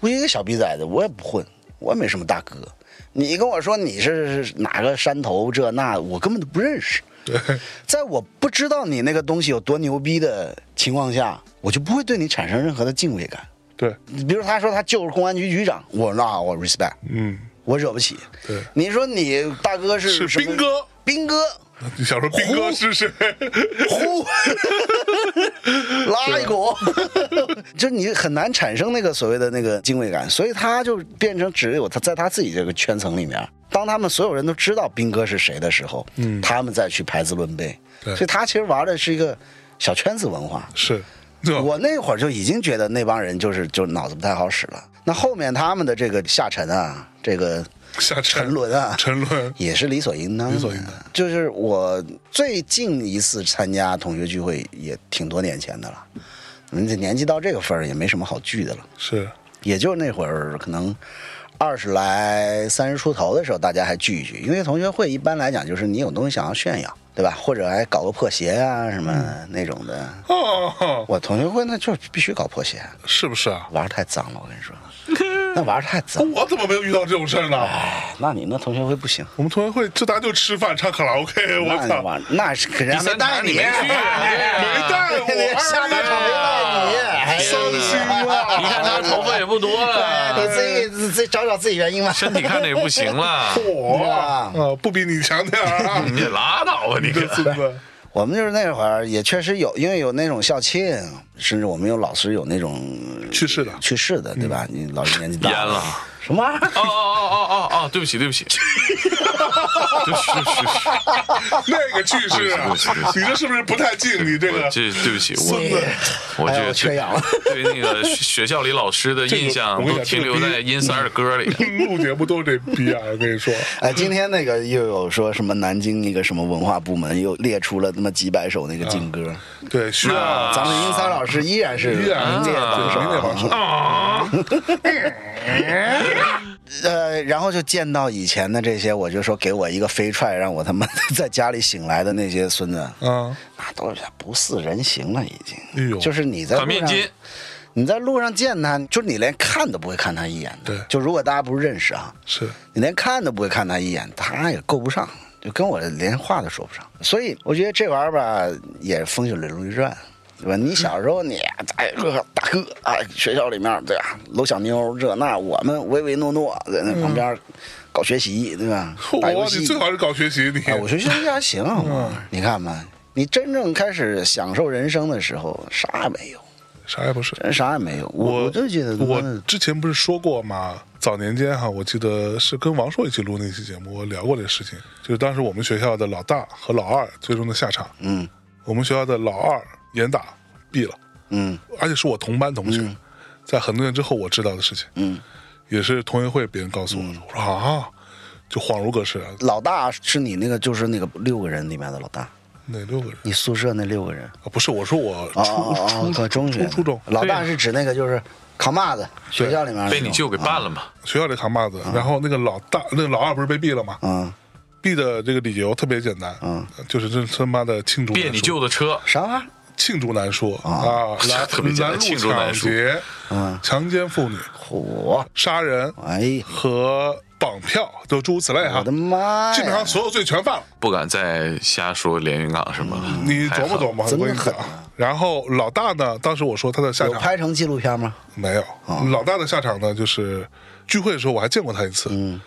Speaker 3: 我一个小逼崽子，我也不混，我也没什么大哥。你跟我说你是哪个山头这那，我根本都不认识。
Speaker 2: 对，
Speaker 3: 在我不知道你那个东西有多牛逼的情况下，我就不会对你产生任何的敬畏感。
Speaker 2: 对，
Speaker 3: 比如他说他就是公安局局长，我那我 respect，
Speaker 2: 嗯，
Speaker 3: 我惹不起。
Speaker 2: 对
Speaker 3: 你说你大哥是
Speaker 2: 是
Speaker 3: 什么
Speaker 2: 兵哥，
Speaker 3: 兵哥
Speaker 2: 你想说兵哥是谁？
Speaker 3: 呼， 拉一股，就你很难产生那个所谓的那个敬畏感，所以他就变成只有他在他自己这个圈层里面，当他们所有人都知道兵哥是谁的时候，嗯，他们再去排资论辈，
Speaker 2: 对
Speaker 3: 所以他其实玩的是一个小圈子文化。
Speaker 2: 是，对吧
Speaker 3: 我那会儿就已经觉得那帮人就是就脑子不太好使了。那后面他们的这个下沉啊，这个
Speaker 2: 下
Speaker 3: 沉沦啊，
Speaker 2: 沉沦，
Speaker 3: 也是理所应当的，
Speaker 2: 理所应当
Speaker 3: 就是我最近一次参加同学聚会也挺多年前的了，你这年纪到这个份儿也没什么好聚的了，
Speaker 2: 是，
Speaker 3: 也就那会儿可能二十来、三十出头的时候，大家还聚一聚，因为同学会一般来讲就是你有东西想要炫耀，对吧？或者还搞个破鞋啊什么那种的。
Speaker 2: 哦，
Speaker 3: 我同学会那就是必须搞破鞋，
Speaker 2: 是不是啊？
Speaker 3: 玩儿太脏了，我跟你说，那玩儿太脏。
Speaker 2: 我怎么没有遇到这种事儿呢？
Speaker 3: 哎，那你那同学会不行。
Speaker 2: 我们同学会就大家就吃饭唱卡拉 OK，我
Speaker 3: 那
Speaker 2: 操，
Speaker 3: 玩那是可人
Speaker 1: 第
Speaker 3: 家
Speaker 2: 啊
Speaker 3: 没
Speaker 1: 三
Speaker 3: 带
Speaker 1: 场
Speaker 3: 你，
Speaker 1: 没去啊，
Speaker 2: 没
Speaker 3: 哎
Speaker 2: 带我，
Speaker 3: 连下半场没带
Speaker 2: 哎
Speaker 3: 你
Speaker 2: 呀
Speaker 3: 哎
Speaker 2: 伤心
Speaker 1: 你看
Speaker 2: 了。
Speaker 1: 他头发也不多
Speaker 3: 对啊
Speaker 1: 了，
Speaker 3: 你自己自自己找找自己原因吧。
Speaker 1: 身体看着也不行了，
Speaker 2: 我
Speaker 3: 啊
Speaker 2: 啊，不比你强点儿 啊，
Speaker 1: 你拉倒吧你
Speaker 2: 你这孙子，
Speaker 3: 我们就是那会儿也确实有，因为有那种校庆，甚至我们有老师有那种
Speaker 2: 去世的嗯
Speaker 3: 去世的，对吧？你老人年纪大
Speaker 1: 淹了。
Speaker 3: 什么玩意儿？
Speaker 1: 哦哦哦哦哦哦，对不起对不起，对不起对不起，
Speaker 2: 那个去世啊
Speaker 1: 对不起对不，
Speaker 2: 你这是不是不太敬？ 你这
Speaker 1: 我
Speaker 2: 个
Speaker 1: 这对不起
Speaker 2: 孙子
Speaker 1: 我。我
Speaker 3: 哎
Speaker 1: 这
Speaker 3: 呀
Speaker 1: 个
Speaker 3: 我缺氧了
Speaker 1: 对对那个学校里老师的印象
Speaker 2: 这个我跟你
Speaker 1: 都
Speaker 2: 讲
Speaker 1: 停留在阴三儿歌里。
Speaker 2: 录嗯节目都是这逼啊！我跟你说，
Speaker 3: 哎，今天那个又有说什么南京那个什么文化部门又列出了那么几百首那个禁歌，
Speaker 2: 对，需要
Speaker 3: 咱们英三老师依然是
Speaker 2: 啊依然啊
Speaker 3: 名列榜
Speaker 2: 名列榜首
Speaker 3: 首。呃，然后就见到以前的这些，我就说给我一个飞踹，让我他妈在家里醒来的那些孙子，
Speaker 2: 啊，
Speaker 3: 那都是不似人形了，已经。
Speaker 2: 哎呦
Speaker 3: 就是你在
Speaker 1: 擀
Speaker 3: 路
Speaker 1: 面
Speaker 3: 上
Speaker 1: 筋，
Speaker 3: 你在路上见他，就你连看都不会看他一眼的。
Speaker 2: 对
Speaker 3: 就如果大家不认识啊，
Speaker 2: 是
Speaker 3: 你连看都不会看他一眼，他也够不上，就跟我连话都说不上。所以我觉得这玩意儿吧，也是风水轮流转，对吧？你小时候你哎，呃大哥哎，学校里面对吧，搂小妞这那，我们唯唯诺诺在那旁边搞学习，对吧？打游
Speaker 2: 我，
Speaker 3: 戏
Speaker 2: 嗯你最好是搞学习，你
Speaker 3: 哎，我学习成绩还行啊，
Speaker 2: 嗯
Speaker 3: 我你看吧，你真正开始享受人生的时候，啥也没有，
Speaker 2: 啥也不是。
Speaker 3: 真啥也没有。我
Speaker 2: 我
Speaker 3: 我就觉得他妈
Speaker 2: 我
Speaker 3: 的
Speaker 2: 之前不是说过吗？早年间哈，我记得是跟王朔一起录那期节目，我聊过这事情。就是当时我们学校的老大和老二最终的下场，
Speaker 3: 嗯
Speaker 2: 我们学校的老二严打毙了，
Speaker 3: 嗯
Speaker 2: 而且是我同班同学，在很多年之后我知道的事情，
Speaker 3: 嗯，
Speaker 2: 也是同学会别人告诉我的。我说啊，就恍如隔世啊，
Speaker 3: 老大是你那个就是那个六个人里面的老大，
Speaker 2: 哪六个人
Speaker 3: 你宿舍那六个人。
Speaker 2: 啊？不是，我说我
Speaker 3: 哦
Speaker 2: 初
Speaker 3: 哦哦，
Speaker 2: 初
Speaker 3: 可中学
Speaker 2: 初初中
Speaker 3: 老大
Speaker 1: 对
Speaker 3: 是指那个就是扛把子，学校里面
Speaker 2: 哎
Speaker 1: 被你舅给办
Speaker 3: 了。
Speaker 1: 了嘛？
Speaker 2: 学校里扛把子，然后那个老大，那个老二不是被毙了吗？
Speaker 3: 嗯，
Speaker 2: 毙的这个理由特别简单，
Speaker 3: 嗯，
Speaker 2: 就是这他妈的罄竹难
Speaker 1: 别你
Speaker 2: 书，
Speaker 1: 舅的车，
Speaker 3: 啥玩意儿？
Speaker 2: 罄竹难书啊，拦
Speaker 1: 特别简单
Speaker 2: 拦
Speaker 1: 罄
Speaker 2: 路
Speaker 1: 竹难
Speaker 2: 抢
Speaker 1: 书
Speaker 2: 劫、强奸妇女、
Speaker 3: 嗯火，
Speaker 2: 杀人
Speaker 3: 哎呀，
Speaker 2: 和绑票，就诸如此类哈。
Speaker 3: 我的妈呀！哎
Speaker 2: 基本上所有罪全犯了，
Speaker 1: 不敢再瞎说连云港什么了。
Speaker 2: 你琢磨琢磨，
Speaker 3: 真
Speaker 2: 我跟
Speaker 3: 的
Speaker 2: 你
Speaker 3: 狠啊
Speaker 2: 讲。然后老大呢，当时我说他的下
Speaker 3: 有
Speaker 2: 场
Speaker 3: 拍啊成纪录片吗？
Speaker 2: 没有，老大的下场呢，就是聚会的时候我还见过他一次，
Speaker 3: 嗯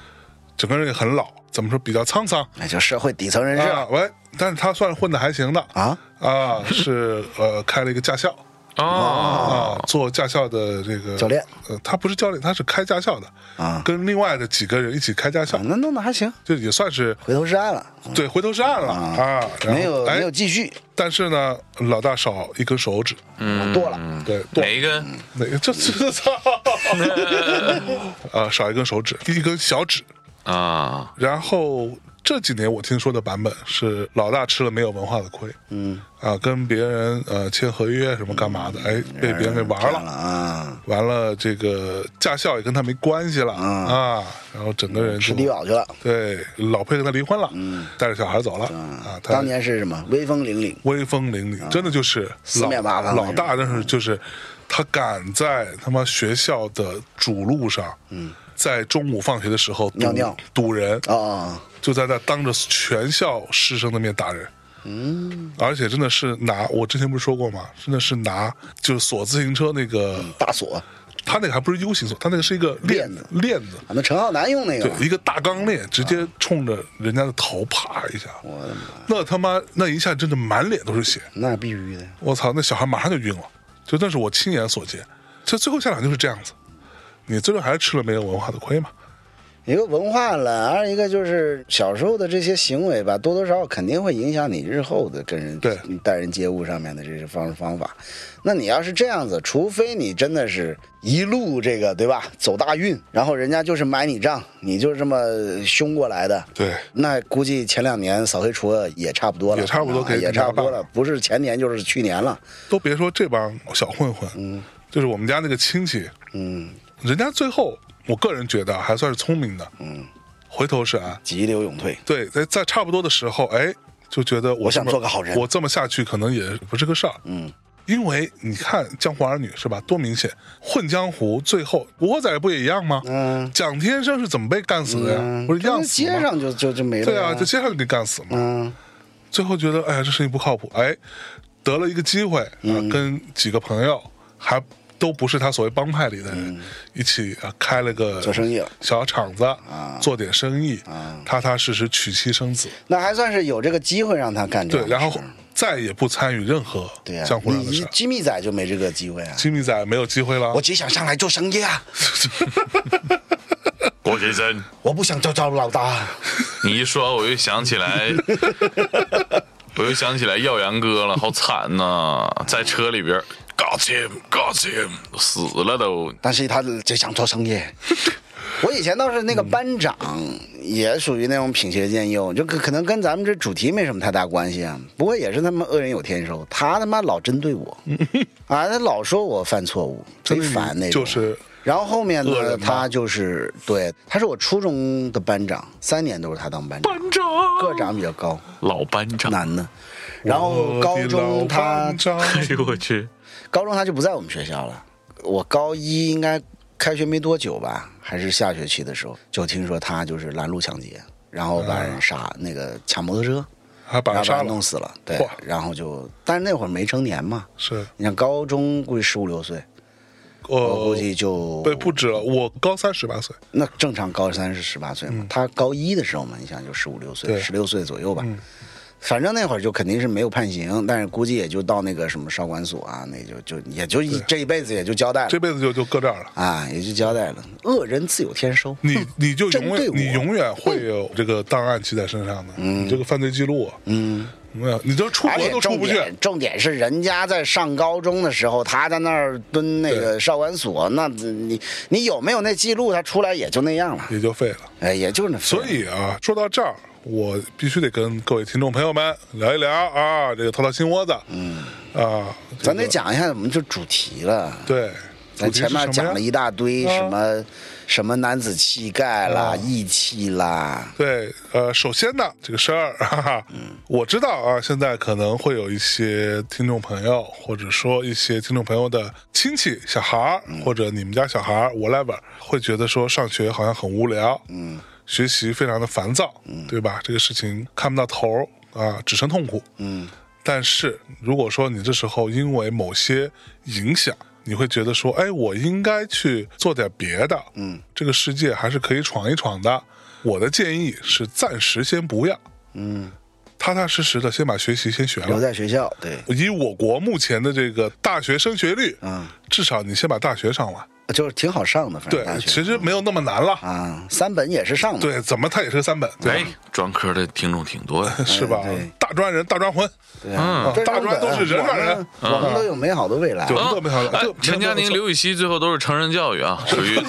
Speaker 2: 整个人也很老，怎么说比较沧桑
Speaker 3: 那就社会底层人士
Speaker 2: 啊，喂，但是他算是混的还行的
Speaker 3: 啊
Speaker 2: 啊，是呃开了一个驾校
Speaker 1: 哦，
Speaker 2: 啊，做驾校的这个
Speaker 3: 教练，
Speaker 2: 呃，他不是教练，他是开驾校的
Speaker 3: 啊
Speaker 2: 跟另外的几个人一起开驾校，
Speaker 3: 那弄得还行，
Speaker 2: 就也算是
Speaker 3: 回头是岸了，
Speaker 2: 对回头是岸了啊，然后
Speaker 3: 没有
Speaker 2: 哎
Speaker 3: 没有继续，
Speaker 2: 但是呢，老大少一根手指，嗯
Speaker 3: 剁了，
Speaker 2: 对，剁
Speaker 1: 哪一个？
Speaker 2: 哪个这这操啊，少一根手指，一根小指。
Speaker 1: 啊，
Speaker 2: 然后这几年我听说的版本是老大吃了没有文化的亏，嗯啊，跟别人呃签合约什么干嘛的，哎，被别人给玩
Speaker 3: 完了
Speaker 2: 了。
Speaker 3: 啊，
Speaker 2: 完了，这个驾校也跟他没关系了、啊，然后整个人
Speaker 3: 嗯吃
Speaker 2: 就
Speaker 3: 低保去
Speaker 2: 嗯
Speaker 3: 了。
Speaker 2: 对老佩跟他离婚了，带着小孩走了、啊。他
Speaker 3: 嗯当年是什么？威风凛凛，
Speaker 2: 威风凛凛，真的就是
Speaker 3: 四
Speaker 2: 老
Speaker 3: 面八方的
Speaker 2: 老
Speaker 3: 那种
Speaker 2: 大，但是就是他敢在他妈学校的主路上，嗯，在中午放学的时候堵
Speaker 3: 尿尿
Speaker 2: 堵人，
Speaker 3: 啊，
Speaker 2: 就在那当着全校师生的面打人。嗯，而且真的是拿我之前不是说过吗？真的是拿就是锁自行车那个，
Speaker 3: 大锁，啊
Speaker 2: 他那个还不是 U 型锁，他那个是一个链子链子，
Speaker 3: 啊那陈浩南用那个
Speaker 2: 对
Speaker 3: 吧，，
Speaker 2: 一个大钢链直接冲着人家的头啪一下，我的妈！那他妈那一下真的满脸都是血，
Speaker 3: 那必须的。
Speaker 2: 我操，那小孩马上就晕了，就那是我亲眼所见。就最后下场就是这样子，你最后还是吃了没有文化的亏嘛？
Speaker 3: 一个文化了，二一个就是小时候的这些行为吧，多多少少肯定会影响你日后的跟人
Speaker 2: 对
Speaker 3: 待人接物上面的这些方式方法。那你要是这样子，除非你真的是一路这个对吧，走大运，然后人家就是买你账，你就这么凶过来的。
Speaker 2: 对，
Speaker 3: 那估计前两年扫黑除恶也差不多了，啊
Speaker 2: 也差不多可以
Speaker 3: 也差不多
Speaker 2: 跟他
Speaker 3: 了
Speaker 2: 办，
Speaker 3: 不是前年就是去年了。
Speaker 2: 都别说这帮小混混，嗯，就是我们家那个亲戚，
Speaker 3: 嗯，
Speaker 2: 人家最后我个人觉得还算是聪明的，嗯，回头是啊岸。
Speaker 3: 急流勇退，
Speaker 2: 对，在在差不多的时候，哎，就觉得我
Speaker 3: 我想
Speaker 2: 这么
Speaker 3: 做个好人
Speaker 2: 我这么下去可能也不是个事儿，
Speaker 3: 嗯，
Speaker 2: 因为你看江湖儿女是吧，多明显，混江湖最后古惑仔不也一样吗？
Speaker 3: 嗯，
Speaker 2: 蒋天生是怎么被干死的呀？啊不是一样
Speaker 3: 这
Speaker 2: 死吗
Speaker 3: 街上就就就没了
Speaker 2: 对
Speaker 3: 呀。
Speaker 2: 啊，就街上就给干死嘛。
Speaker 3: 嗯，
Speaker 2: 最后觉得，哎呀，这事情不靠谱，哎，得了一个机会啊，
Speaker 3: 嗯
Speaker 2: 跟几个朋友还都不是他所谓帮派里的人，一起啊开了个
Speaker 3: 嗯做生意了
Speaker 2: 小厂子啊，做点生意啊，踏踏实实娶妻生子，
Speaker 3: 那还算是有这个机会让他干这
Speaker 2: 对，
Speaker 3: 样的
Speaker 2: 然
Speaker 3: 事儿。
Speaker 2: 后再也不参与任何
Speaker 3: 对呀、
Speaker 2: 江湖上的
Speaker 3: 你
Speaker 2: 事儿。
Speaker 3: 吉米仔就没这个机会啊！
Speaker 2: 金米仔没有机会了
Speaker 5: 我，只想上来做生意啊，
Speaker 1: 郭先生，
Speaker 5: 我不想做糟老大。
Speaker 3: 啊
Speaker 1: 你一说，我又想起来，我又想起来耀阳哥了，好惨呐、在车里边，got him，got him，死了都。
Speaker 3: 但是他只想做 生意。我以前倒是那个班长，也属于那种品学兼优，就可可能跟咱们这主题没什么太大关系啊。不过也是他妈恶人有天收，他他妈老针 对我，啊，他老说我犯错误，
Speaker 2: 真
Speaker 3: 最
Speaker 2: 的
Speaker 3: 烦那种。
Speaker 2: 就是
Speaker 3: 然后后面
Speaker 2: 恶
Speaker 3: 呢，
Speaker 2: 人吗
Speaker 3: 他就是对，他是我初中的班长，三年都是他当班长，班长个长比较高，
Speaker 1: 老班长，
Speaker 3: 男的。然
Speaker 2: 呃
Speaker 3: 后高
Speaker 2: 我的老
Speaker 3: 中他
Speaker 2: 班 长
Speaker 1: 哎呦我去，
Speaker 3: 高中他就不在我们学校了。我高一应该开学没多久吧，还是下学期的时候，就听说他就是拦路抢劫，然后把人杀，那个抢摩托车，
Speaker 2: 还把
Speaker 3: 然
Speaker 2: 他杀
Speaker 3: 后把人
Speaker 2: 了
Speaker 3: 弄，死了。对
Speaker 2: 嚯，
Speaker 3: 然后就，但是那会儿没成年嘛，
Speaker 2: 是
Speaker 3: 你像高中估计十五六岁，我
Speaker 2: 呃
Speaker 3: 估，计就
Speaker 2: 被不止了，我高三十八岁，
Speaker 3: 那正常高三是十八岁嘛，他高一的时候嘛，你想就十五六岁，
Speaker 2: 嗯对嗯
Speaker 3: 十六岁左右吧。反正那会儿就肯定是没有判刑，但是估计也就到那个什么少管所啊，那就就也就一这一辈子也就交代了。
Speaker 2: 这辈子就就搁这儿了。
Speaker 3: 啊，也就交代了，恶人自有天收。
Speaker 2: 你你就
Speaker 3: 针
Speaker 2: 永
Speaker 3: 对
Speaker 2: 远
Speaker 3: 我
Speaker 2: 你永远会有这个档案记在身上的，你这个犯罪记录，嗯，没有，你都出
Speaker 3: 而
Speaker 2: 国
Speaker 3: 且
Speaker 2: 都出
Speaker 3: 重
Speaker 2: 不去，
Speaker 3: 点重点是，人家在上高中的时候，他在那儿蹲那个
Speaker 2: 对
Speaker 3: 少管所，那你你有没有那记录？他出来也就那样了，
Speaker 2: 也就废了。
Speaker 3: 哎，也就是那份儿。
Speaker 2: 所以啊，说到这儿，我必须得跟各位听众朋友们聊一聊啊，这个淘淘心窝子，嗯，啊，这个
Speaker 3: 咱得讲一下我们这主题了。
Speaker 2: 对，
Speaker 3: 咱前面讲了一大堆
Speaker 2: 啊
Speaker 3: 什么什么男子气概啦、义气啦，
Speaker 2: 对，呃，首先呢，这个事儿，哈哈，
Speaker 3: 嗯
Speaker 2: 我知道啊，现在可能会有一些听众朋友，或者说一些听众朋友的亲戚小孩儿，
Speaker 3: 嗯
Speaker 2: 或者你们家小孩儿，whatever，会觉得说上学好像很无聊，嗯，学习非常的烦躁，嗯，对吧？这个事情看不到头儿啊，只剩痛苦，嗯。但是如果说你这时候因为某些影响，你会觉得说，哎，我应该去做点别的，嗯，这个世界还是可以闯一闯的。我的建议是暂时先不要，嗯，踏踏实实的先把学习先学
Speaker 3: 留
Speaker 2: 了。
Speaker 3: 在学校，对，
Speaker 2: 以我国目前的这个大学升学率，
Speaker 3: 嗯，
Speaker 2: 至少你先把大学上完，
Speaker 3: 就是挺好上的，反正
Speaker 2: 对
Speaker 3: 啊大，学
Speaker 2: 其实没有那么难了。
Speaker 3: 啊，三本也是上的，
Speaker 2: 对，怎么它也是个三本，对啊
Speaker 1: 哎
Speaker 2: 吧，，
Speaker 1: 专科的听众挺多的
Speaker 2: 是吧
Speaker 3: 哎对？
Speaker 2: 大专人、大专魂，
Speaker 3: 对啊，
Speaker 2: 嗯
Speaker 3: 这
Speaker 2: 大专
Speaker 3: 本
Speaker 2: 都是人
Speaker 3: 我
Speaker 2: 上
Speaker 3: 们
Speaker 2: 人
Speaker 3: 我们都有美好的未来
Speaker 2: 对。
Speaker 1: 啊
Speaker 2: 特别好的
Speaker 1: 哎
Speaker 2: 就
Speaker 1: 陈佳
Speaker 2: 没有那么
Speaker 1: 宁、
Speaker 2: 错
Speaker 1: 刘禹锡最后都是成人教育啊，属 于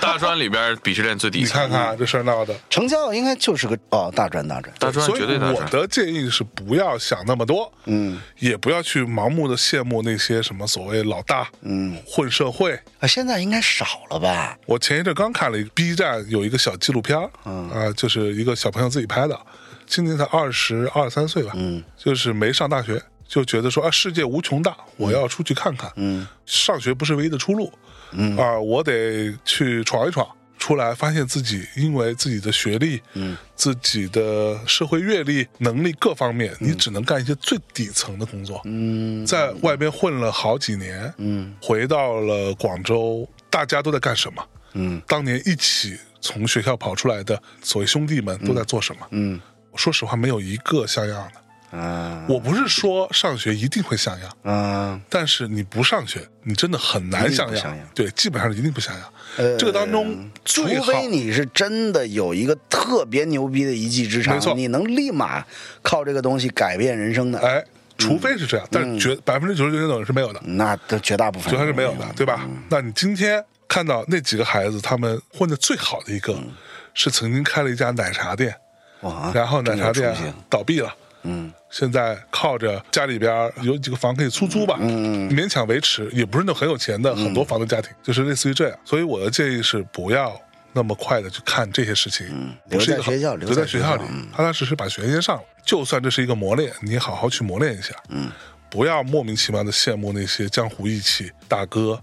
Speaker 1: 大专里边鄙视链最底
Speaker 2: 你
Speaker 1: 层
Speaker 2: 看。看这事儿闹的。
Speaker 3: 成交应该就是个哦，大专大专，
Speaker 1: 大专
Speaker 2: 所以
Speaker 1: 绝对大
Speaker 2: 我
Speaker 1: 专，
Speaker 2: 的建议是不要想那么多，嗯，也不要去盲目的羡慕那些什么所谓老大，嗯，混社会。
Speaker 3: 啊，现在应该少了吧？
Speaker 2: 我前一阵刚看了一个 B 站有一个小纪录片，嗯啊、就是一个小朋友自己拍的，今年才二十二三岁吧，嗯，就是没上大学。就觉得说啊，世界无穷大，我要出去看看。嗯，上学不是唯一的出路，嗯啊，我得去闯一闯。出来发现自己因为自己的学历，嗯，自己的社会阅历、能力各方面，你只能干一些最底层的工作。嗯，在外边混了好几年，嗯，回到了广州，大家都在干什么？当年一起从学校跑出来的所谓兄弟们都在做什么？嗯，说实话，没有一个像样的。
Speaker 3: 啊
Speaker 2: 我不是说上学一定会像样，
Speaker 3: 啊，
Speaker 2: 但是你不上学，你真的很难像
Speaker 3: 一
Speaker 2: 样。
Speaker 3: 定不像样
Speaker 2: 对，基本上一定不像样。
Speaker 3: 呃
Speaker 2: 这个当中
Speaker 3: 除
Speaker 2: 最好
Speaker 3: 非你是真的有一个特别牛逼的一技之
Speaker 2: 没错
Speaker 3: 长，你能立马靠这个东西改变人生的，
Speaker 2: 哎，除非是这样，
Speaker 3: 嗯
Speaker 2: 但是绝百分之九十九点九人是没有的，
Speaker 3: 那都绝大部分
Speaker 2: 绝对是没有
Speaker 3: 人
Speaker 2: 的，对吧？
Speaker 3: 嗯
Speaker 2: 那你今天看到那几个孩子，他们混的最好的一个，
Speaker 3: 嗯
Speaker 2: 是曾经开了一家奶茶店，
Speaker 3: 哇，
Speaker 2: 然后奶
Speaker 3: 真有
Speaker 2: 茶店
Speaker 3: 出息
Speaker 2: 倒闭了。嗯，现在靠着家里边儿有几个房可以出租吧，嗯，勉强维持，也不是那种很有钱的很多房的家庭，就是类似于这样。所以我的建议是不要那么快的去看这些事情，
Speaker 3: 留在
Speaker 2: 是一个好
Speaker 3: 学校
Speaker 2: 嗯留
Speaker 3: 留在
Speaker 2: 学
Speaker 3: 学
Speaker 2: 校嗯
Speaker 3: 校
Speaker 2: 里，踏踏实实把学业上了。就算这是一个磨练，你也好好去磨练一下，嗯，不要莫名其妙的羡慕那些江湖义气大哥，